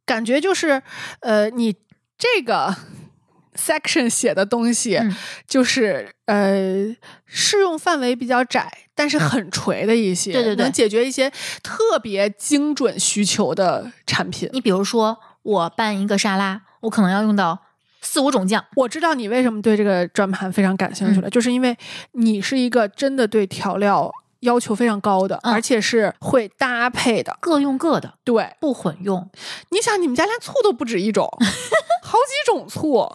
Speaker 3: 感觉就是呃，你这个 section 写的东西，
Speaker 2: 嗯
Speaker 3: 就是呃，适用范围比较窄，但是很垂的一些，
Speaker 2: 嗯对对对
Speaker 3: 能解决一些特别精准需求的产品。
Speaker 2: 你比如说，我拌一个沙拉，我可能要用到四五种酱。
Speaker 3: 我知道你为什么对这个转盘非常感兴
Speaker 2: 嗯
Speaker 3: 趣了，就是因为你是一个真的对调料要求非常高的，
Speaker 2: 嗯
Speaker 3: 而且是会搭配的。
Speaker 2: 各用各的，
Speaker 3: 对，
Speaker 2: 不混用。
Speaker 3: 你想，你们家连醋都不止一种， 好几种醋。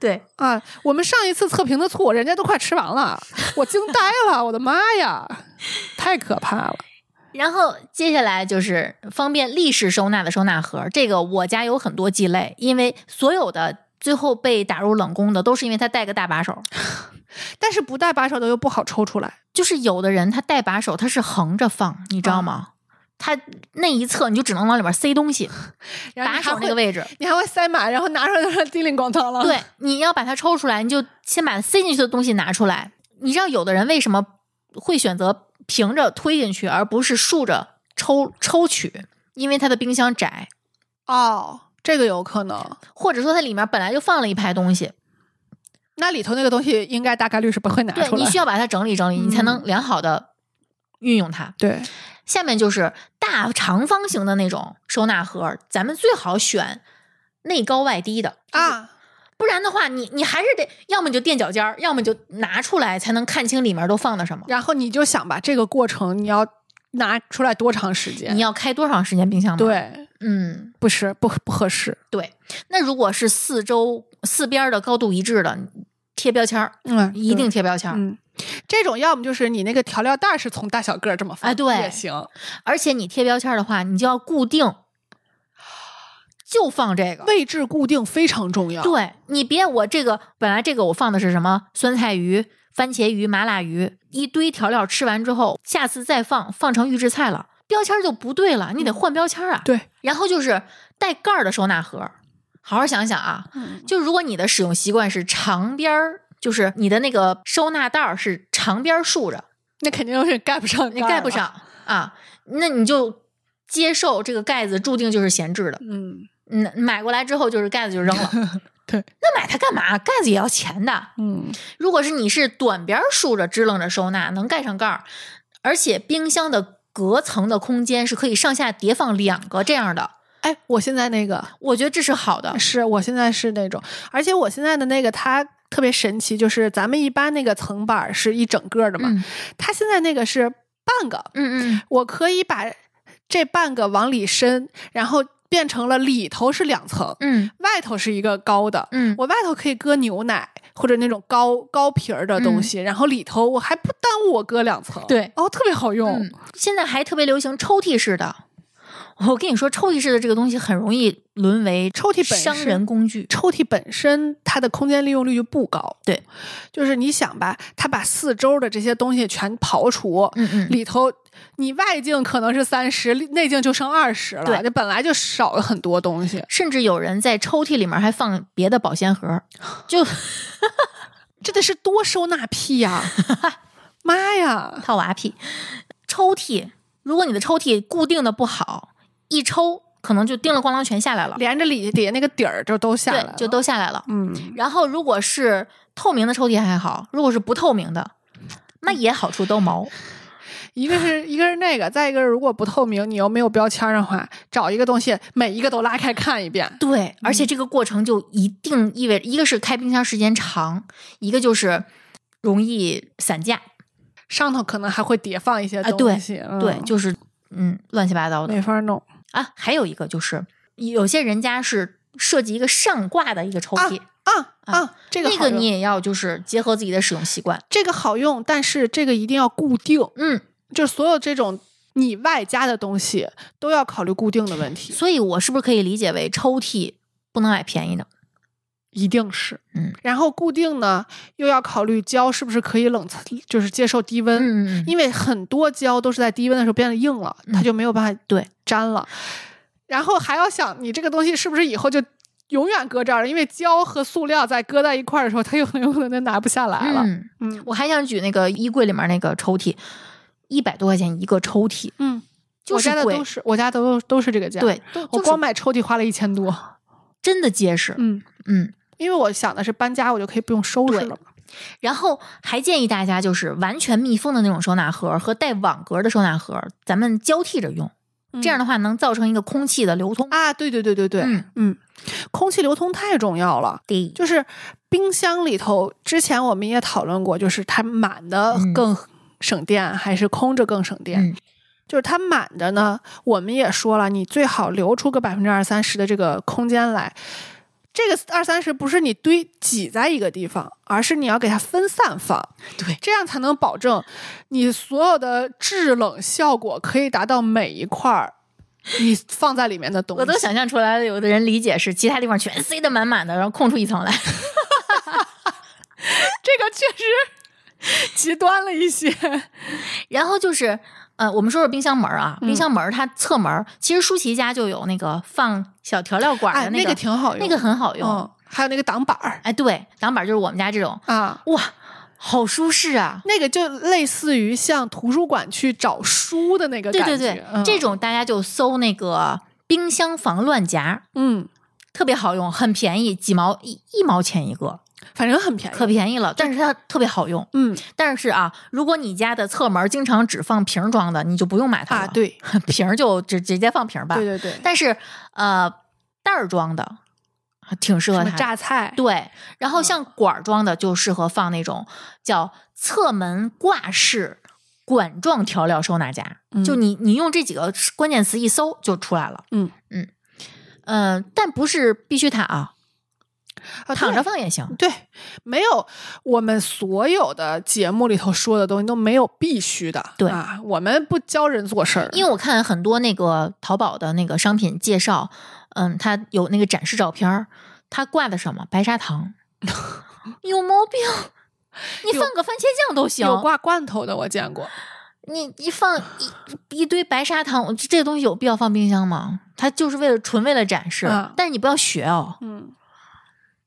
Speaker 2: 对，
Speaker 3: 啊，我们上一次测评的醋，人家都快吃完了，我惊呆了，我的妈呀，太可怕了！
Speaker 2: 然后接下来就是方便立式收纳的收纳盒，这个我家有很多鸡肋，因为所有的最后被打入冷宫的都是因为它带个大把手，
Speaker 3: 但是不带把手的又不好抽出来，
Speaker 2: 就是有的人他带把手他是横着放，你
Speaker 3: 嗯
Speaker 2: 知道吗？他那一侧你就只能往里面塞东西，
Speaker 3: 然后
Speaker 2: 把
Speaker 3: 你还
Speaker 2: 手
Speaker 3: 会嗯
Speaker 2: 那个位置。
Speaker 3: 你还会塞满，然后拿出来叮铃咣当了。，
Speaker 2: 对，你要把它抽出来，你就先把塞进去的东西拿出来。你知道有的人为什么会选择平着推进去，而不是竖着抽抽取？因为他的冰箱窄，
Speaker 3: 哦，这个有可能，
Speaker 2: 或者说它里面本来就放了一排东西，
Speaker 3: 那里头那个东西应该大概率是不会拿
Speaker 2: 对
Speaker 3: 出
Speaker 2: 你
Speaker 3: 来。
Speaker 2: 需要把它整理整理，你才
Speaker 3: 嗯
Speaker 2: 能良好的运用它。
Speaker 3: 对，
Speaker 2: 下面就是大长方形的那种收纳盒，咱们最好选内高外低的，
Speaker 3: 啊，
Speaker 2: 不然的话你，你还是得要么就垫脚尖儿，要么就拿出来才能看清里面都放的什么。
Speaker 3: 然后你就想吧，这个过程你要拿出来多长时间？
Speaker 2: 你要开多长时间冰箱门？，
Speaker 3: 对，
Speaker 2: 嗯，
Speaker 3: 不是不不合适。
Speaker 2: 对。那如果是四周四边儿的高度一致的，贴标签儿，
Speaker 3: 嗯，
Speaker 2: 一
Speaker 3: 对
Speaker 2: 定贴标签儿。
Speaker 3: 嗯，这种要么就是你那个调料袋是从大小个儿这么放，
Speaker 2: 啊对
Speaker 3: 也行。
Speaker 2: 而且你贴标签儿的话，你就要固定，
Speaker 3: 啊
Speaker 2: 就放这个。
Speaker 3: 位置固定非常重要。，
Speaker 2: 对你别我这个本来这个我放的是什么酸菜鱼、番茄鱼、麻辣鱼，一堆调料吃完之后，下次再放放成预制菜了，标签儿就不对了，你得换标签儿啊。
Speaker 3: 嗯对，
Speaker 2: 然后就是带盖儿的收纳盒，好好想想啊，
Speaker 3: 嗯
Speaker 2: 就如果你的使用习惯是长边儿，就是你的那个收纳袋儿是长边儿竖着，
Speaker 3: 那肯定是盖不上，
Speaker 2: 你盖不。上啊，那你就接受这个盖子注定就是闲置的。
Speaker 3: 嗯
Speaker 2: 嗯，买过来之后就是盖子就扔了。
Speaker 3: 对，
Speaker 2: 那买它干嘛？盖子也要钱的。
Speaker 3: 嗯，
Speaker 2: 如果是你是短边儿竖着支棱着收纳，能盖上盖儿，而且冰箱的隔层的空间是可以上下叠放两个这样的，
Speaker 3: 哎，我现在那个
Speaker 2: 我觉得这是好 的。
Speaker 3: 是我现在是那种，而且我现在的那个它特别神奇，就是咱们一般那个层板儿是一整个的嘛，
Speaker 2: 嗯
Speaker 3: 它现在那个是半个，
Speaker 2: 嗯嗯，
Speaker 3: 我可以把这半个往里伸，然后变成了里头是两层，
Speaker 2: 嗯
Speaker 3: 外头是一个高的。
Speaker 2: 嗯，
Speaker 3: 我外头可以搁牛奶或者那种高高皮儿的东西，然后里头我还不耽误我搁两层，
Speaker 2: 嗯对
Speaker 3: 哦，特别好用，
Speaker 2: 嗯，现在还特别流行抽屉式的。我跟你说，抽屉式的这个东西很容易沦为
Speaker 3: 抽屉本身
Speaker 2: 商人工具。
Speaker 3: 抽屉本身它的空间利用率就不高。
Speaker 2: 对，
Speaker 3: 就是你想吧，它把四周的这些东西全刨除，
Speaker 2: 嗯嗯，
Speaker 3: 里头你外径可能是三十，内径就剩二十了，
Speaker 2: 对
Speaker 3: 这本来就少了很多东西，
Speaker 2: 甚至有人在抽屉里面还放别的保鲜盒，就
Speaker 3: 这得是多收纳癖呀、 妈呀，
Speaker 2: 套娃屁。抽屉，如果你的抽屉固定的不好，一抽可能就叮了咣啷全下来了，
Speaker 3: 连着里底下那个底儿就都下来
Speaker 2: 对
Speaker 3: 了，，
Speaker 2: 就都下来了。
Speaker 3: 嗯，
Speaker 2: 然后如果是透明的抽屉还好，如果是不透明的，那也好处都
Speaker 3: 嗯
Speaker 2: 毛。
Speaker 3: 一个是一个是那个，再一个是如果不透明，你又没有标签儿的话，找一个东西每一个都拉开看一遍，
Speaker 2: 对，而
Speaker 3: 嗯
Speaker 2: 且这个过程就一定意味着，一个是开冰箱时间长，一个就是容易散架。
Speaker 3: 上头可能还会叠放一些
Speaker 2: 啊对
Speaker 3: 东西，嗯
Speaker 2: 对，就是嗯，乱七八糟的
Speaker 3: 没法弄
Speaker 2: 啊。还有一个就是，有些人家是设计一个上挂的一个抽屉，
Speaker 3: 啊
Speaker 2: 啊
Speaker 3: 啊，这个
Speaker 2: 那
Speaker 3: 好
Speaker 2: 个
Speaker 3: 用
Speaker 2: 你也要就是结合自己的使用习惯。
Speaker 3: 这个好用，但是这个一定要固定，
Speaker 2: 嗯，
Speaker 3: 就是所有这种你外加的东西都要考虑固定的问题，
Speaker 2: 所以我是不是可以理解为抽屉不能买便宜的？
Speaker 3: 一定是，
Speaker 2: 嗯，
Speaker 3: 然后固定呢又要考虑胶是不是可以冷藏，就是接受低温，
Speaker 2: 嗯，
Speaker 3: 因为很多胶都是在低温的时候变得硬了，它
Speaker 2: 嗯
Speaker 3: 就没有办法
Speaker 2: 对
Speaker 3: 粘了，然后还要想你这个东西是不是以后就。永远搁这儿了，因为胶和塑料在搁在一块儿的时候，它有很有可能就拿不下来了。
Speaker 2: 嗯，
Speaker 3: 嗯
Speaker 2: 我还想举那个衣柜里面那个抽屉，一百多块钱一个抽屉，
Speaker 3: 嗯，
Speaker 2: 就
Speaker 3: 我家
Speaker 2: 是
Speaker 3: 的
Speaker 2: 贵
Speaker 3: 都，是我家都都是这个价。，
Speaker 2: 对，
Speaker 3: 我
Speaker 2: 就是啊
Speaker 3: 光买抽屉花了一千多。
Speaker 2: 真的结实。
Speaker 3: 嗯，
Speaker 2: 嗯，
Speaker 3: 因为我想的是搬家，我就可以不用收拾
Speaker 2: 对
Speaker 3: 了嘛。
Speaker 2: 然后还建议大家就是完全密封的那种收纳盒和带网格的收纳盒，咱们交替着用，这样的
Speaker 3: 的
Speaker 2: 话能造成一个空气的流通。
Speaker 3: 啊，对对对对对，
Speaker 2: 嗯，
Speaker 3: 空气流通太重要了。
Speaker 2: 对，
Speaker 3: 就是冰箱里头，之前我们也讨论过，就是它满的
Speaker 2: 嗯
Speaker 3: 更省电，还是空着更省电？
Speaker 2: 嗯
Speaker 3: 就是它满的呢，我们也说了，你最好留出个百分之二三十的这个空间来。这个二三十不是你堆挤在一个地方，而是你要给它分散放，
Speaker 2: 对，
Speaker 3: 这样才能保证你所有的制冷效果可以达到每一块儿你放在里面的东西。
Speaker 2: 我都想象出来了，有的人理解是其他地方全塞得满满的，然后空出一层来。
Speaker 3: 这个确实极端了一些，
Speaker 2: 然后就是，呃，我们说说冰箱门儿
Speaker 3: 嗯
Speaker 2: 啊，冰箱门儿它侧门儿，其实舒淇家就有那个放小调料管儿
Speaker 3: 哎，
Speaker 2: 的
Speaker 3: 那
Speaker 2: 个，
Speaker 3: 个挺好用，
Speaker 2: 那个很好用。
Speaker 3: 嗯，还有那个挡板儿
Speaker 2: 哎，对，挡板儿就是我们家这种，
Speaker 3: 啊，
Speaker 2: 哇，好舒适啊！
Speaker 3: 那个就类似于像图书馆去找书的那个
Speaker 2: 对
Speaker 3: 感
Speaker 2: 对
Speaker 3: 觉，
Speaker 2: 对，
Speaker 3: 嗯
Speaker 2: 这种大家就搜那个冰箱防乱夹，
Speaker 3: 嗯，
Speaker 2: 特别好用，很便宜，几毛一一毛钱一个，
Speaker 3: 反正很便宜，
Speaker 2: 可便宜了。但是它特别好用。
Speaker 3: 嗯
Speaker 2: 但是啊，如果你家的侧门儿经常只放瓶儿装的，你就不用买它了。
Speaker 3: 啊，，对
Speaker 2: 瓶儿就直直接放瓶儿吧。
Speaker 3: 对对对，
Speaker 2: 但是呃，袋儿装的还挺适合
Speaker 3: 什么嗯
Speaker 2: 它。
Speaker 3: 榨菜，
Speaker 2: 对，然后像管儿装的就适合放那种叫侧门挂式管状调料收纳夹，就
Speaker 3: 嗯
Speaker 2: 你你用这几个关键词一搜就出来了。
Speaker 3: 嗯
Speaker 2: 嗯嗯、呃但不是必须躺啊，
Speaker 3: 啊
Speaker 2: 躺着
Speaker 3: 对
Speaker 2: 放也行。
Speaker 3: 对，没有我们所有的节目里头说的东西都没有必须的，
Speaker 2: 对
Speaker 3: 啊，我们不教人做事儿，
Speaker 2: 因为我看很多那个淘宝的那个商品介绍，嗯，它有那个展示照片儿，它挂的什么白砂 糖，有毛病！你
Speaker 3: 有
Speaker 2: 放个番茄酱都行，
Speaker 3: 有挂罐头的我见过，
Speaker 2: 你一放一一堆白砂糖，我这这东西有必要放冰箱吗？它就是为了纯为了展示，
Speaker 3: 嗯
Speaker 2: 但是你不要学哦，
Speaker 3: 嗯，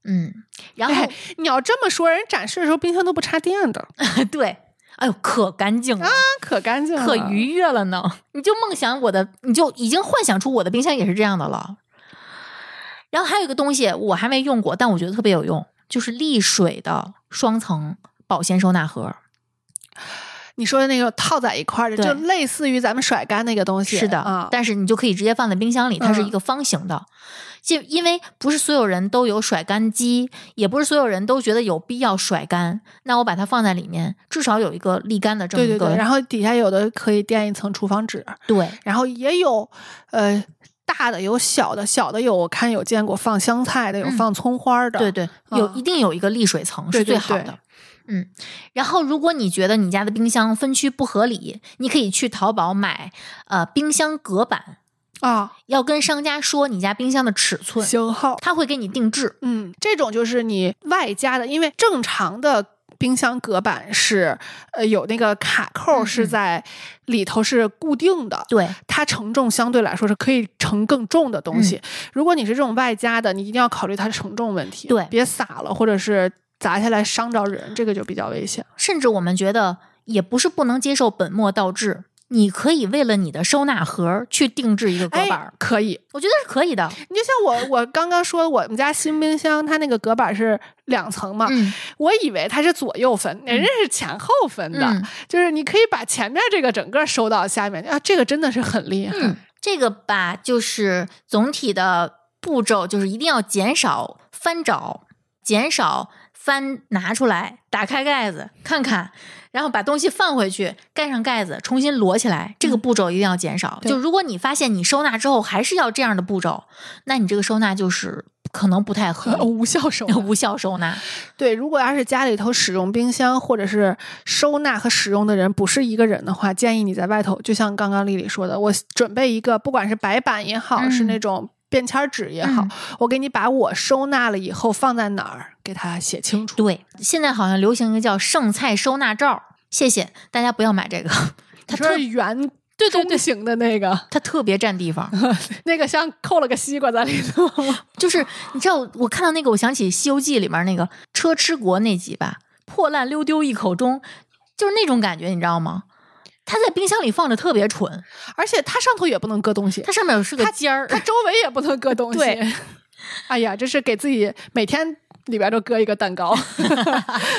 Speaker 2: 嗯。然后
Speaker 3: 哎，你要这么说，人展示的时候冰箱都不插电的，
Speaker 2: 对，哎呦，可干净了，
Speaker 3: 那可干净了，
Speaker 2: 可愉悦了呢。 你就梦想我的，你就已经幻想出我的冰箱也是这样的了。然后还有一个东西我还没用过，但我觉得特别有用，就是沥水的双层保鲜收纳盒。
Speaker 3: 你说的那个套在一块儿的，
Speaker 2: 对
Speaker 3: 就类似于咱们甩干那个东西。
Speaker 2: 是的，
Speaker 3: 啊，
Speaker 2: 但是你就可以直接放在冰箱里，它是
Speaker 3: 嗯
Speaker 2: 一个方形的。就因为不是所有人都有甩干机，也不是所有人都觉得有必要甩干，那我把它放在里面，至少有一个沥干的这么
Speaker 3: 对
Speaker 2: 一
Speaker 3: 对
Speaker 2: 个
Speaker 3: 对，然后底下有的可以垫一层厨房纸，
Speaker 2: 对
Speaker 3: 然后也有呃大的有小的，小的有我看有见过放香菜的，有
Speaker 2: 嗯
Speaker 3: 放葱花儿的，
Speaker 2: 对对有
Speaker 3: 啊
Speaker 2: 一定有一个沥水层是
Speaker 3: 对对
Speaker 2: 最好的。
Speaker 3: 对
Speaker 2: 嗯，然后如果你觉得你家的冰箱分区不合理，你可以去淘宝买呃冰箱隔板，
Speaker 3: 啊，
Speaker 2: 要跟商家说你家冰箱的尺寸，
Speaker 3: 型号，
Speaker 2: 他会给你定制。
Speaker 3: 嗯，这种就是你外加的，因为正常的。冰箱隔板是，呃，有那个卡扣
Speaker 2: 嗯
Speaker 3: 是
Speaker 2: 嗯
Speaker 3: 在里头是固定的，
Speaker 2: 对，
Speaker 3: 它承重相对来说是可以承更重的
Speaker 2: 嗯
Speaker 3: 东西。如果你是这种外加的，你一定要考虑它的承重问题，
Speaker 2: 对
Speaker 3: 别撒了或者是砸下来伤着人，这个就比较危险。
Speaker 2: 甚至我们觉得也不是不能接受本末倒置。你可以为了你的收纳盒儿去定制一个隔板儿，
Speaker 3: 哎，嗯可以。
Speaker 2: 我觉得是可以的。
Speaker 3: 你就像我，我刚刚说我们家新冰箱，它那个隔板是两层嘛，
Speaker 2: 嗯，
Speaker 3: 我以为它是左右分，人家是前后分的，
Speaker 2: 嗯
Speaker 3: 就是你可以把前面这个整个收到下面啊，这个真的是很厉害。
Speaker 2: 嗯，这个吧，就是总体的步骤，就是一定要减少翻找，减少翻拿出来，打开盖子看看，然后把东西放回去，盖上盖子，重新摞起来。这个步骤一定要减少。
Speaker 3: 嗯对
Speaker 2: 就如果你发现你收纳之后还是要这样的步骤，那你这个收纳就是可能不太合
Speaker 3: 呃
Speaker 2: 理。
Speaker 3: 无效收纳
Speaker 2: 无效收纳，
Speaker 3: 对，如果要是家里头使用冰箱或者是收纳和使用的人不是一个人的话，建议你在外头，就像刚刚丽丽说的，我准备一个，不管是白板也好，是
Speaker 2: 嗯
Speaker 3: 那种便签纸也好，
Speaker 2: 嗯
Speaker 3: 我给你把我收纳了以后放在哪儿，给它写清楚。
Speaker 2: 对，现在好像流行一个叫剩菜收纳罩，谢谢大家不要买这个，
Speaker 3: 你
Speaker 2: 它
Speaker 3: 说
Speaker 2: 特
Speaker 3: 是圆对对对型的那个，
Speaker 2: 它特别占地方。
Speaker 3: 那个像扣了个西瓜在里头。
Speaker 2: 就是你知道，我看到那个，我想起《西游记》里面那个车迟国那集吧，破烂溜丢一口钟，就是那种感觉，你知道吗？它在冰箱里放着特别蠢，
Speaker 3: 而且它上头也不能搁东西，
Speaker 2: 它上面有是个
Speaker 3: 它
Speaker 2: 尖儿，
Speaker 3: 它周围也不能搁东西。
Speaker 2: 对，
Speaker 3: 哎呀，这是给自己每天里边都搁一个蛋 糕，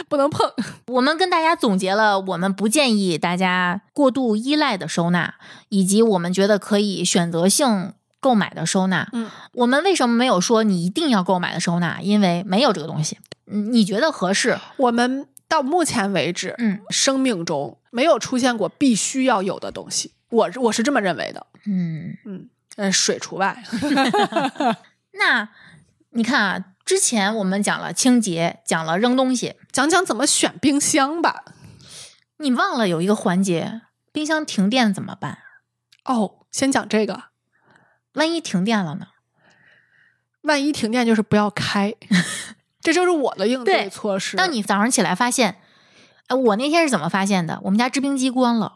Speaker 3: 不能碰。
Speaker 2: 我们跟大家总结了，我们不建议大家过度依赖的收纳，以及我们觉得可以选择性购买的收纳。
Speaker 3: 嗯，
Speaker 2: 我们为什么没有说你一定要购买的收纳？因为没有这个东西，嗯你觉得合适，
Speaker 3: 我们到目前为止，
Speaker 2: 嗯
Speaker 3: 生命中没有出现过必须要有的东西，我我是这么认为的。
Speaker 2: 嗯。
Speaker 3: 嗯，呃，水除外。
Speaker 2: 那你看啊，之前我们讲了清洁，讲了扔东西，
Speaker 3: 讲讲怎么选冰箱吧。
Speaker 2: 你忘了有一个环节，冰箱停电怎么办？
Speaker 3: 哦，先讲这个。
Speaker 2: 万一停电了呢？
Speaker 3: 万一停电，就是不要开， 这就是我的应对
Speaker 2: 对
Speaker 3: 措施。
Speaker 2: 当你早上起来发现，哎，我那天是怎么发现的？我们家制冰机关了，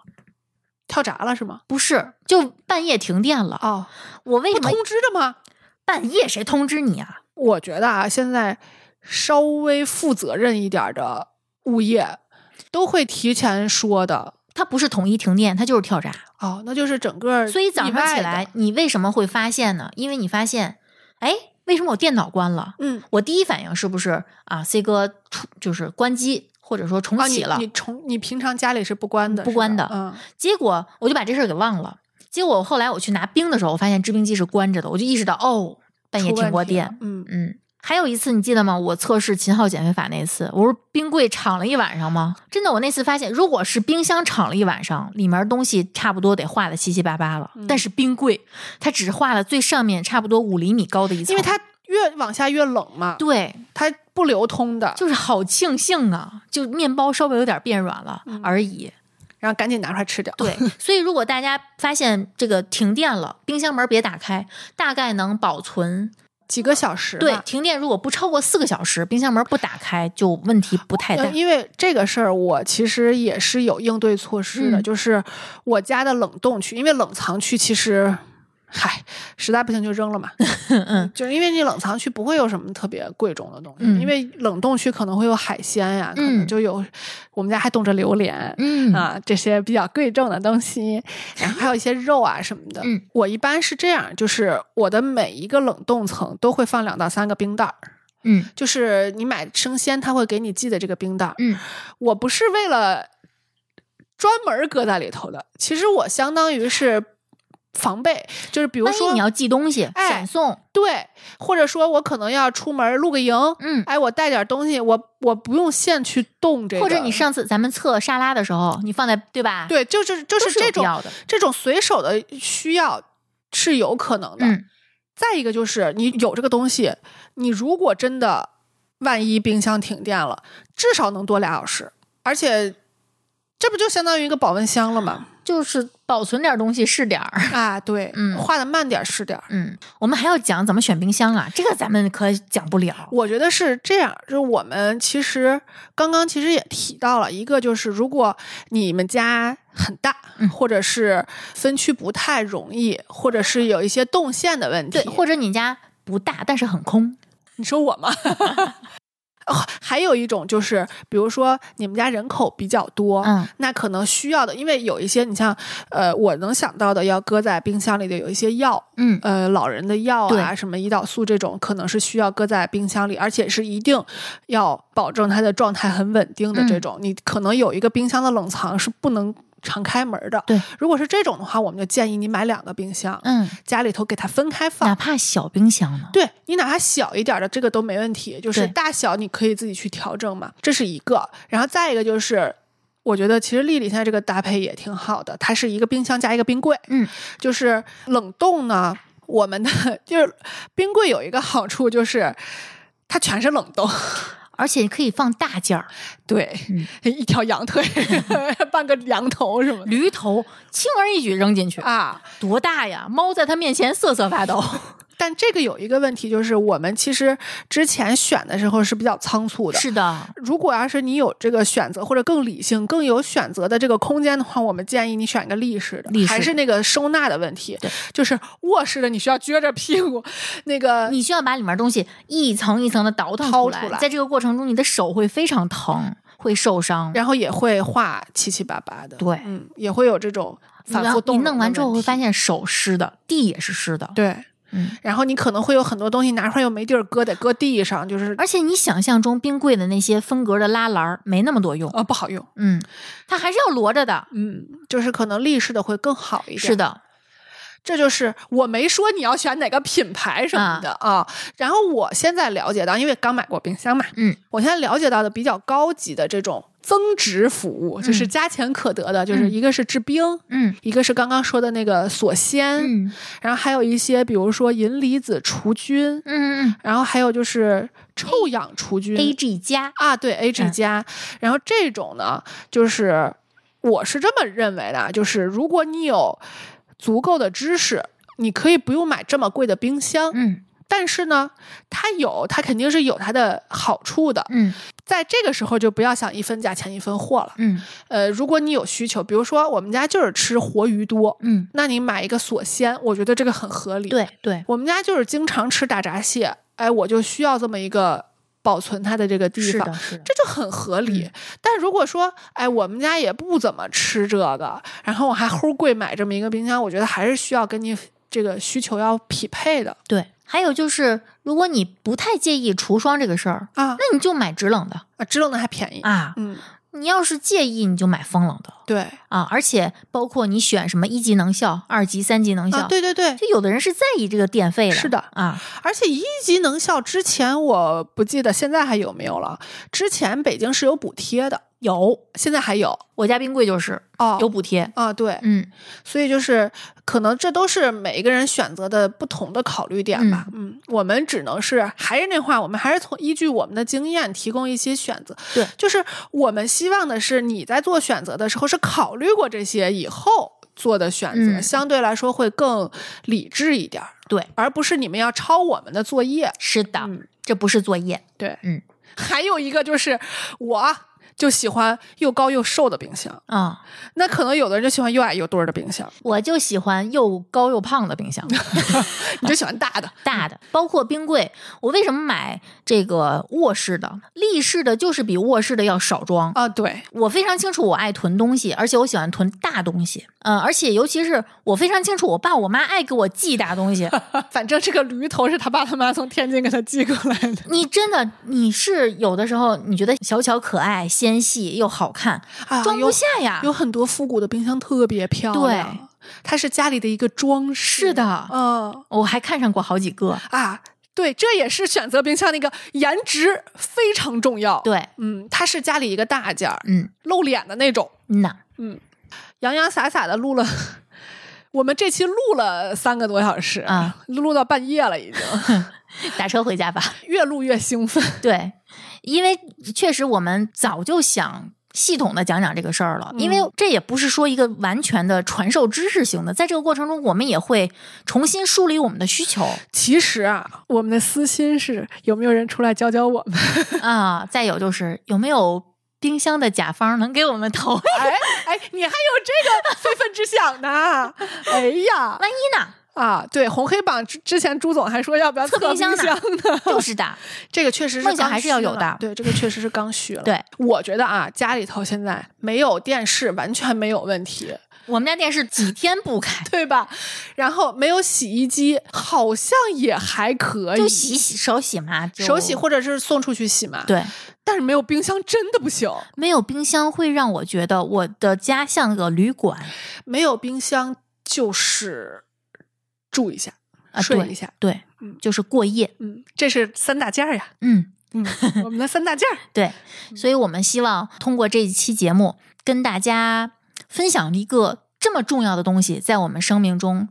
Speaker 3: 跳闸了是吗？
Speaker 2: 不是，就半夜停电了。
Speaker 3: 哦，
Speaker 2: 我为
Speaker 3: 不
Speaker 2: 什么
Speaker 3: 通知的吗？
Speaker 2: 半夜谁通知你啊？
Speaker 3: 我觉得啊，现在稍微负责任一点儿的物业都会提前说的。
Speaker 2: 它不是统一停电，它就是跳闸。
Speaker 3: 哦，那就是整个
Speaker 2: 所以早
Speaker 3: 意
Speaker 2: 上
Speaker 3: 外
Speaker 2: 起
Speaker 3: 的
Speaker 2: 来，，你为什么会发现呢？因为你发现，哎，为什么我电脑关了？
Speaker 3: 嗯，
Speaker 2: 我第一反应是不是啊？C 哥出就是关机或者说重
Speaker 3: 啊，
Speaker 2: 启
Speaker 3: 你
Speaker 2: 了，
Speaker 3: 你重你平常家里是不关的，
Speaker 2: 不
Speaker 3: 是
Speaker 2: 关
Speaker 3: 吧
Speaker 2: 的
Speaker 3: 嗯，
Speaker 2: 结果我就把这事儿给忘了。结果后来我去拿冰的时候，我发现制冰机是关着的，我就意识到哦，半夜
Speaker 3: 出
Speaker 2: 停
Speaker 3: 问
Speaker 2: 过
Speaker 3: 题了
Speaker 2: 电。
Speaker 3: 嗯，
Speaker 2: 嗯，还有一次你记得吗？我测试秦昊减肥法那次，我说冰柜敞了一晚上吗？真的，我那次发现，如果是冰箱敞了一晚上，里面东西差不多得化的七七八八了，
Speaker 3: 嗯
Speaker 2: 但是冰柜它只化了最上面差不多五厘米高的一层，
Speaker 3: 因为它越往下越冷嘛，
Speaker 2: 对
Speaker 3: 它不流通的，
Speaker 2: 就是好庆幸啊，就面包稍微有点变软了而已。
Speaker 3: 然后赶紧拿出来吃掉。
Speaker 2: 嗯 对，所以如果大家发现这个停电了，冰箱门别打开，大概能保存。
Speaker 3: 几个小时
Speaker 2: 对，
Speaker 3: 吧
Speaker 2: 停电如果不超过四个小时，冰箱门不打开就问题不太
Speaker 3: 呃
Speaker 2: 大。
Speaker 3: 因为这个事儿，我其实也是有应对措施的，
Speaker 2: 嗯
Speaker 3: 就是我家的冷冻区，因为冷藏区其实，嗨，实在不行就扔 了嘛。嗯，就是因为你冷藏区不会有什么特别贵重的东西，
Speaker 2: 嗯
Speaker 3: 因为冷冻区可能会有海鲜呀、可
Speaker 2: 嗯
Speaker 3: 能就有、我们家还冻着榴莲。
Speaker 2: 嗯
Speaker 3: 啊，这些比较贵重的东西，然后还有一些肉啊什么的。
Speaker 2: 嗯，
Speaker 3: 我一般是这样，就是我的每一个冷冻层都会放两到三个冰袋儿，
Speaker 2: 嗯
Speaker 3: 就是你买生鲜，他会给你寄的这个冰袋儿。
Speaker 2: 嗯
Speaker 3: 我不是为了专门搁在里头的，其实我相当于是防备，就是比如
Speaker 2: 万一
Speaker 3: 说
Speaker 2: 你要寄东西、
Speaker 3: 哎
Speaker 2: 闪送，
Speaker 3: 对，或者说我可能要出门露个营，
Speaker 2: 嗯，
Speaker 3: 哎，我带点东西，我我不用现去动这个，
Speaker 2: 或者你上次咱们测沙拉的时候，你放在哎对吧？，
Speaker 3: 对，就就是就
Speaker 2: 都
Speaker 3: 是
Speaker 2: 是有
Speaker 3: 这
Speaker 2: 必
Speaker 3: 种
Speaker 2: 要的。
Speaker 3: 这种随手的需要是有可能的。
Speaker 2: 嗯
Speaker 3: 再一个就是你有这个东西，你如果真的万一冰箱停电了，至少能多俩小时，而且这不就相当于一个保温箱了吗？
Speaker 2: 就是保存点东西是点儿。
Speaker 3: 啊，对，
Speaker 2: 嗯
Speaker 3: 化的慢点儿是点儿。
Speaker 2: 嗯，我们还要讲怎么选冰箱啊，这个咱们可讲不了。
Speaker 3: 我觉得是这样，就是我们其实刚刚其实也提到了一个，就是如果你们家很大，
Speaker 2: 嗯
Speaker 3: 或者是分区不太容易，或者是有一些动线的问题，
Speaker 2: 对，或者你家不大，但是很空。
Speaker 3: 你说我吗？ 哦还有一种就是，比如说你们家人口比较多，
Speaker 2: 嗯
Speaker 3: 那可能需要的，因为有一些你像，呃，我能想到的要搁在冰箱里的有一些药，
Speaker 2: 嗯
Speaker 3: 呃，老人的药啊，
Speaker 2: 对
Speaker 3: 什么胰岛素这种，可能是需要搁在冰箱里，而且是一定要保证它的状态很稳定
Speaker 2: 嗯
Speaker 3: 的这种。你可能有一个冰箱的冷藏是不能常开门的。
Speaker 2: 对，
Speaker 3: 如果是这种的话，我们就建议你买两个冰箱，
Speaker 2: 嗯，
Speaker 3: 家里头给它分开放
Speaker 2: 哪。怕小冰箱呢，
Speaker 3: 对你哪怕小一点的这个都没问题，就是
Speaker 2: 对
Speaker 3: 大小你可以自己去调整嘛，这是一个。然后再一个就是，我觉得其实丽丽现在这个搭配也挺好的，它是一个冰箱加一个冰柜，
Speaker 2: 嗯，
Speaker 3: 就是冷冻呢，我们的就是冰柜有一个好处就是。它全是冷冻，
Speaker 2: 而且可以放大件儿，
Speaker 3: 对，
Speaker 2: 嗯
Speaker 3: 一条 羊腿，半个羊头什么的
Speaker 2: 驴头轻而易举扔进去，
Speaker 3: 啊，
Speaker 2: 多大呀？猫在它面前瑟瑟发抖。
Speaker 3: 但这个有一个问题，就是我们其实之前选的时候是比较仓促的，
Speaker 2: 是的，
Speaker 3: 如果要是你有这个选择，或者更理性、更有选择的这个空间的话，我们建议你选一个立式的，
Speaker 2: 立式的
Speaker 3: 还是那个收纳的问题
Speaker 2: 对，
Speaker 3: 就是卧室的你需要撅着屁股，那个
Speaker 2: 你需要把里面东西一层一层的倒腾
Speaker 3: 掏
Speaker 2: 来，
Speaker 3: 出来
Speaker 2: 在这个过程中，你的手会非常疼，会受伤。
Speaker 3: 然后也会画七七八八的，
Speaker 2: 对
Speaker 3: 嗯，也会有这种反复
Speaker 2: 你
Speaker 3: 动。
Speaker 2: 你弄完之后会发
Speaker 3: 现，
Speaker 2: 现手湿的，地也是湿的。
Speaker 3: 对，
Speaker 2: 嗯，
Speaker 3: 然后你可能会有很多东西拿出来又没地儿搁，得搁地上，就是
Speaker 2: 而且你想象中冰柜的那些分格的拉篮儿没那么多用，
Speaker 3: 呃不好用，
Speaker 2: 嗯，它还是要摞着的。
Speaker 3: 嗯，就是可能立式的会更好一点。
Speaker 2: 是的，
Speaker 3: 这就是我没说你要选哪个品牌什么的啊然后我现在了解到，因为刚买过冰箱嘛，
Speaker 2: 嗯，
Speaker 3: 我现在了解到的比较高级的这种增值服务，就是加钱可得的，就是一个是制冰。
Speaker 2: 嗯
Speaker 3: 一个是刚刚说的那个锁鲜，
Speaker 2: 嗯
Speaker 3: 然后还有一些，比如说银离子除菌，
Speaker 2: 嗯嗯
Speaker 3: 然后还有就是臭氧除菌
Speaker 2: 嗯，A G 加，
Speaker 3: 啊，对 A G
Speaker 2: 嗯
Speaker 3: 加、然后这种呢，就是我是这么认为的啊，就是如果你有足够的知识，你可以不用买这么贵的冰箱，
Speaker 2: 嗯
Speaker 3: 但是呢，它有它肯定是有它的好处的，
Speaker 2: 嗯
Speaker 3: 在这个时候就不要想一分价钱一分货了。
Speaker 2: 嗯
Speaker 3: 呃，如果你有需求，比如说我们家就是吃活鱼多，
Speaker 2: 嗯，
Speaker 3: 那你买一个锁鲜，我觉得这个很合理。
Speaker 2: 对对，
Speaker 3: 我们家就是经常吃大闸蟹，哎，我就需要这么一个保存它的这个地
Speaker 2: 是
Speaker 3: 方
Speaker 2: 的，。是的，
Speaker 3: 这就很合理。
Speaker 2: 嗯
Speaker 3: 但如果说，哎，我们家也不怎么吃这个，然后我还齁贵买这么一个冰箱，我觉得还是需要跟你这个需求要匹配的
Speaker 2: 对。还有就是，如果你不太介意除霜这个事儿，
Speaker 3: 啊。
Speaker 2: 那你就买直冷的
Speaker 3: 啊，支冷的还便宜，
Speaker 2: 啊。
Speaker 3: 嗯，
Speaker 2: 你要是介意，你就买风冷的
Speaker 3: 对
Speaker 2: 啊。而且包括你选什么一级能效、二级、三级能效，
Speaker 3: 啊，对对对。
Speaker 2: 就有的人是在意这个电费的。
Speaker 3: 是的
Speaker 2: 啊，
Speaker 3: 而且一级能效之前我不记得现在还有没有了，之前北京是有补贴的，
Speaker 2: 有
Speaker 3: 现在还有
Speaker 2: 我家冰柜就是
Speaker 3: 哦，
Speaker 2: 有补贴。
Speaker 3: 啊，对，
Speaker 2: 嗯，
Speaker 3: 所以就是可能这都是每一个人选择的不同的考虑点吧。嗯我们只能是还是那话，我们还是从依据我们的经验提供一些选择。
Speaker 2: 对
Speaker 3: 就是我们希望的是你在做选择的时候是考虑过这些以后。做的选择、
Speaker 2: 嗯
Speaker 3: 相对来说会更理智一点儿，
Speaker 2: 对，
Speaker 3: 而不是你们要抄我们的作业。
Speaker 2: 是的，
Speaker 3: 嗯
Speaker 2: 这不是作业。
Speaker 3: 对，
Speaker 2: 嗯，
Speaker 3: 还有一个就是我就喜欢又高又瘦的冰箱，
Speaker 2: 啊、
Speaker 3: 那可能有的人就喜欢又矮又墩儿的冰箱，
Speaker 2: 我就喜欢又高又胖的冰箱，
Speaker 3: 你就喜欢大的。
Speaker 2: 大的，包括冰柜。我为什么买这个卧室的？立式的就是比卧室的要少装。
Speaker 3: 啊，对，
Speaker 2: 我非常清楚我爱囤东西，而且我喜欢囤大东西。嗯，而且尤其是我非常清楚我爸我妈爱给我寄大东西。
Speaker 3: 反正这个驴头是他爸他妈从天津给他寄过来的
Speaker 2: 你真的你是有的时候你觉得小巧可爱、纤细又好看，
Speaker 3: 啊
Speaker 2: 装不
Speaker 3: 有
Speaker 2: 下呀。
Speaker 3: 有很多复古的冰箱特别漂亮，它是家里的一个装饰。
Speaker 2: 是，的，
Speaker 3: 嗯
Speaker 2: 我还看上过好几个。
Speaker 3: 啊，对，这也是选择冰箱的一个颜值非常重要。，
Speaker 2: 对，
Speaker 3: 嗯，它是家里一个大件儿，
Speaker 2: 嗯，
Speaker 3: 露脸的那种，
Speaker 2: 那
Speaker 3: 洋洋洒洒的录了。我们这期录了三个多小时
Speaker 2: 啊，
Speaker 3: 录到半夜了，已经
Speaker 2: 打车回家吧。
Speaker 3: 越录越兴奋。
Speaker 2: 对，因为确实我们早就想。系统的讲讲这个事儿了，因为
Speaker 3: 嗯
Speaker 2: 这也不是说一个完全的传授知识型的，在这个过程中，我们也会重新梳理我们的需 求
Speaker 3: 其实啊，我们的私心是有没有人出来教教我们？
Speaker 2: 啊。再有就是有没有冰箱的甲方能给我们投一
Speaker 3: 哎哎，你还有这个非分之想呢？哎呀，
Speaker 2: 万一呢？
Speaker 3: 啊，对，红黑榜之之前朱总还说要不要
Speaker 2: 测冰
Speaker 3: 测冰
Speaker 2: 箱呢
Speaker 3: 箱呢，
Speaker 2: 就是的，
Speaker 3: 这个确实是
Speaker 2: 梦想
Speaker 3: 刚
Speaker 2: 还是要
Speaker 3: 需
Speaker 2: 有
Speaker 3: 了
Speaker 2: 的
Speaker 3: 对，这个确实是刚需了。
Speaker 2: 对，
Speaker 3: 我觉得啊，家里头现在没有电视完全没有问题，
Speaker 2: 我们家电视几天不开，
Speaker 3: 对吧？然后没有洗衣机，好像也还可以，
Speaker 2: 就洗洗手洗嘛，就
Speaker 3: 哎手洗或者是送出去洗嘛。，
Speaker 2: 对，
Speaker 3: 但是没有冰箱真的不行，
Speaker 2: 没有冰箱会让我觉得我的家像个旅馆
Speaker 3: 没有冰箱就是住一下，
Speaker 2: 啊，
Speaker 3: 睡一
Speaker 2: 对
Speaker 3: 下。
Speaker 2: 对
Speaker 3: 嗯，
Speaker 2: 就是过夜，
Speaker 3: 嗯，这是三大件儿 呀，
Speaker 2: 嗯，
Speaker 3: 嗯，我们的三大件儿。
Speaker 2: 对，
Speaker 3: 嗯
Speaker 2: 所以我们希望通过这一期节目跟大家分享一个这么重要的东西，在我们生命中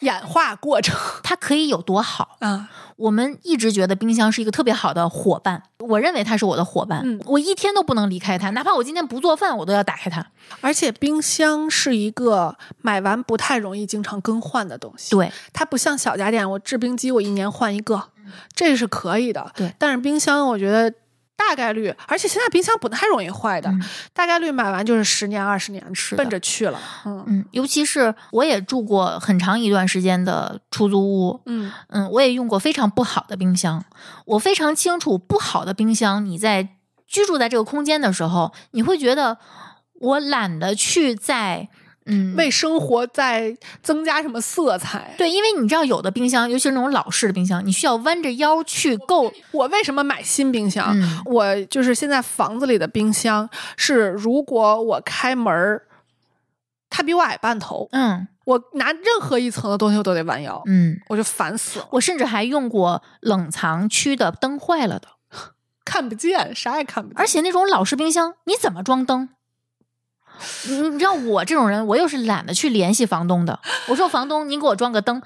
Speaker 3: 演化过程
Speaker 2: 它可以有多好。
Speaker 3: 啊，
Speaker 2: 我们一直觉得冰箱是一个特别好的伙伴，我认为它是我的伙伴，
Speaker 3: 嗯
Speaker 2: 我一天都不能离开它，哪怕我今天不做饭，我都要打开它。
Speaker 3: 而且冰箱是一个买完不太容易经常更换的东西。，
Speaker 2: 对，
Speaker 3: 它不像小家电，我制冰机我一年换一个，这是可以的。
Speaker 2: 对
Speaker 3: 但是冰箱我觉得大概率，而且现在冰箱不太容易坏的，
Speaker 2: 嗯
Speaker 3: 大概率买完就是十年二十年，
Speaker 2: 是的
Speaker 3: 奔着去了。嗯
Speaker 2: 嗯，尤其是我也住过很长一段时间的出租屋，
Speaker 3: 嗯，
Speaker 2: 嗯，我也用过非常不好的冰箱，我非常清楚不好的冰箱，你在居住在这个空间的时候，你会觉得我懒得去在嗯
Speaker 3: 为生活再增加什么色彩？
Speaker 2: 对，因为你知道有的冰箱，尤其是那种老式的冰箱，你需要弯着腰去够，
Speaker 3: 我为什么买新冰箱？
Speaker 2: 嗯
Speaker 3: 我就是现在房子里的冰箱是，如果我开门儿，它比我矮半头，
Speaker 2: 嗯
Speaker 3: 我拿任何一层的东西我都得弯腰，
Speaker 2: 嗯，
Speaker 3: 我就烦死了，
Speaker 2: 我甚至还用过冷藏区的灯坏了的，
Speaker 3: 看不见，啥也看不见。
Speaker 2: 而且那种老式冰箱，你怎么装灯？你你知道我这种人，我又是懒得去联系房东的。我说房东，您给我装个灯，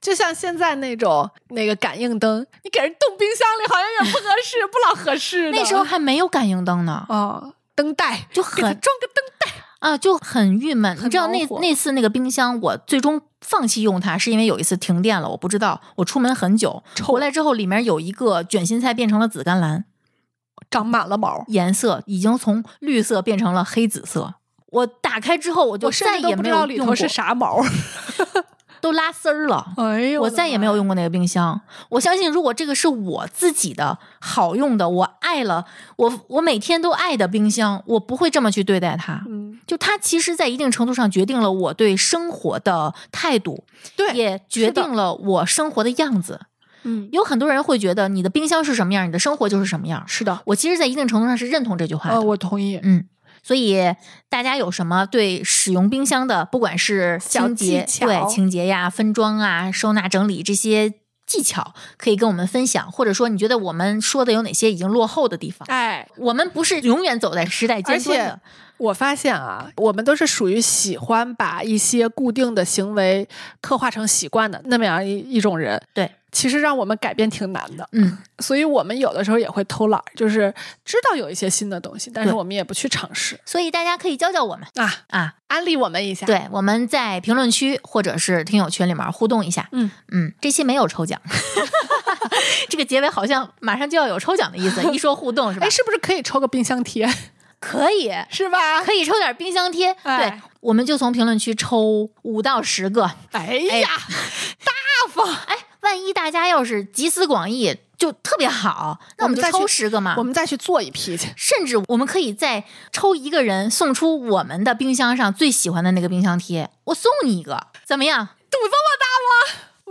Speaker 3: 就像现在那种那个感应灯，你给人冻冰箱里好像也不合适，不老合适的。
Speaker 2: 那时候还没有感应灯呢，
Speaker 3: 啊，灯带
Speaker 2: 就
Speaker 3: 给它
Speaker 2: 很
Speaker 3: 装个灯带，
Speaker 2: 啊，就很郁闷。你
Speaker 3: 很
Speaker 2: 知道
Speaker 3: 恼
Speaker 2: 那
Speaker 3: 火
Speaker 2: 那次那个冰箱，我最终放弃用它，是因为有一次停电了，我不知道，我出门很久，回来之后里面有一个卷心菜变成了紫甘蓝，
Speaker 3: 长满了毛。
Speaker 2: 颜色已经从绿色变成了黑紫色。我打开之后，我就
Speaker 3: 我甚
Speaker 2: 再
Speaker 3: 至都
Speaker 2: 也
Speaker 3: 不
Speaker 2: 没
Speaker 3: 知道
Speaker 2: 有
Speaker 3: 里
Speaker 2: 用
Speaker 3: 头
Speaker 2: 过，
Speaker 3: 是啥毛。
Speaker 2: 都拉丝儿了。
Speaker 3: 哎呦，
Speaker 2: 我
Speaker 3: 的
Speaker 2: 再也没
Speaker 3: 妈
Speaker 2: 有
Speaker 3: 呀
Speaker 2: 用过那个冰箱。我相信，如果这个是我自己的好用的，我爱了，我我每天都爱的冰箱，我不会这么去对待它。
Speaker 3: 嗯，
Speaker 2: 就它其实，在一定程度上决定了我对生活的态度，
Speaker 3: 对，
Speaker 2: 也决
Speaker 3: 是的
Speaker 2: 定了我生活的样子。
Speaker 3: 嗯，
Speaker 2: 有很多人会觉得你的冰箱是什么样，你的生活就是什么样。
Speaker 3: 是的，
Speaker 2: 我其实，在一定程度上是认同这句话的。
Speaker 3: 哦呃，我同意。
Speaker 2: 嗯，所以大家有什么对使用冰箱的，不管是
Speaker 3: 小
Speaker 2: 清洁
Speaker 3: 技巧
Speaker 2: 对清洁呀、分装啊、收纳整理这些技巧，可以跟我们分享，或者说你觉得我们说的有哪些已经落后的地方？
Speaker 3: 哎，
Speaker 2: 我们不是永远走在时代尖端
Speaker 3: 而且
Speaker 2: 的，
Speaker 3: 我发现啊，我们都是属于喜欢把一些固定的行为刻画成习惯的那么样一一种人。
Speaker 2: 对，
Speaker 3: 其实让我们改变挺难的，
Speaker 2: 嗯，
Speaker 3: 所以我们有的时候也会偷懒儿，就是知道有一些新的东西，但是
Speaker 2: 对
Speaker 3: 我们也不去尝试
Speaker 2: 所以大家可以教教我们
Speaker 3: 啊，
Speaker 2: 啊。
Speaker 3: 安利我们一下。，
Speaker 2: 对，我们在评论区或者是听友群里面互动一下。
Speaker 3: 嗯
Speaker 2: 嗯，这期没有抽 奖，这个结尾好像马上就要有抽奖的意 思。一说互动是吧
Speaker 3: 哎，？是不是可以抽个冰箱贴？
Speaker 2: 可以，
Speaker 3: 是吧？
Speaker 2: 可以抽点冰箱贴，
Speaker 3: 哎
Speaker 2: 对，我们就从评论区抽五到十个。
Speaker 3: 哎呀，
Speaker 2: 哎，万一大家要是集思广益，就特别好，那
Speaker 3: 我
Speaker 2: 我
Speaker 3: 们
Speaker 2: 们
Speaker 3: 再
Speaker 2: 就抽
Speaker 3: 去
Speaker 2: 十个嘛
Speaker 3: 我。们再去做一批去。
Speaker 2: 甚至我们可以再抽一个人送出我们的冰箱上最喜欢的那个冰箱贴，我送你一个，怎么样？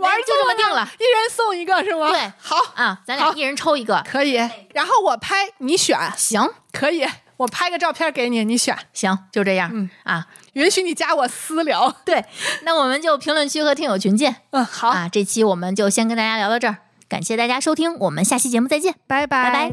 Speaker 3: 玩儿
Speaker 2: 就这么定了
Speaker 3: 一人送一个是吗？
Speaker 2: 对
Speaker 3: 好，
Speaker 2: 啊，咱俩
Speaker 3: 好
Speaker 2: 一人抽一个，
Speaker 3: 可以。然后我拍，你选，
Speaker 2: 行
Speaker 3: 可以。我拍个照片给你，你选，
Speaker 2: 行，就这样、
Speaker 3: 嗯
Speaker 2: 啊。
Speaker 3: 允许你加我私聊。
Speaker 2: 对，那我们就评论区和听友群见
Speaker 3: 嗯，好，
Speaker 2: 啊。这期我们就先跟大家聊到这儿，感谢大家收听，我们下期节目再见。
Speaker 3: 拜拜
Speaker 2: 拜拜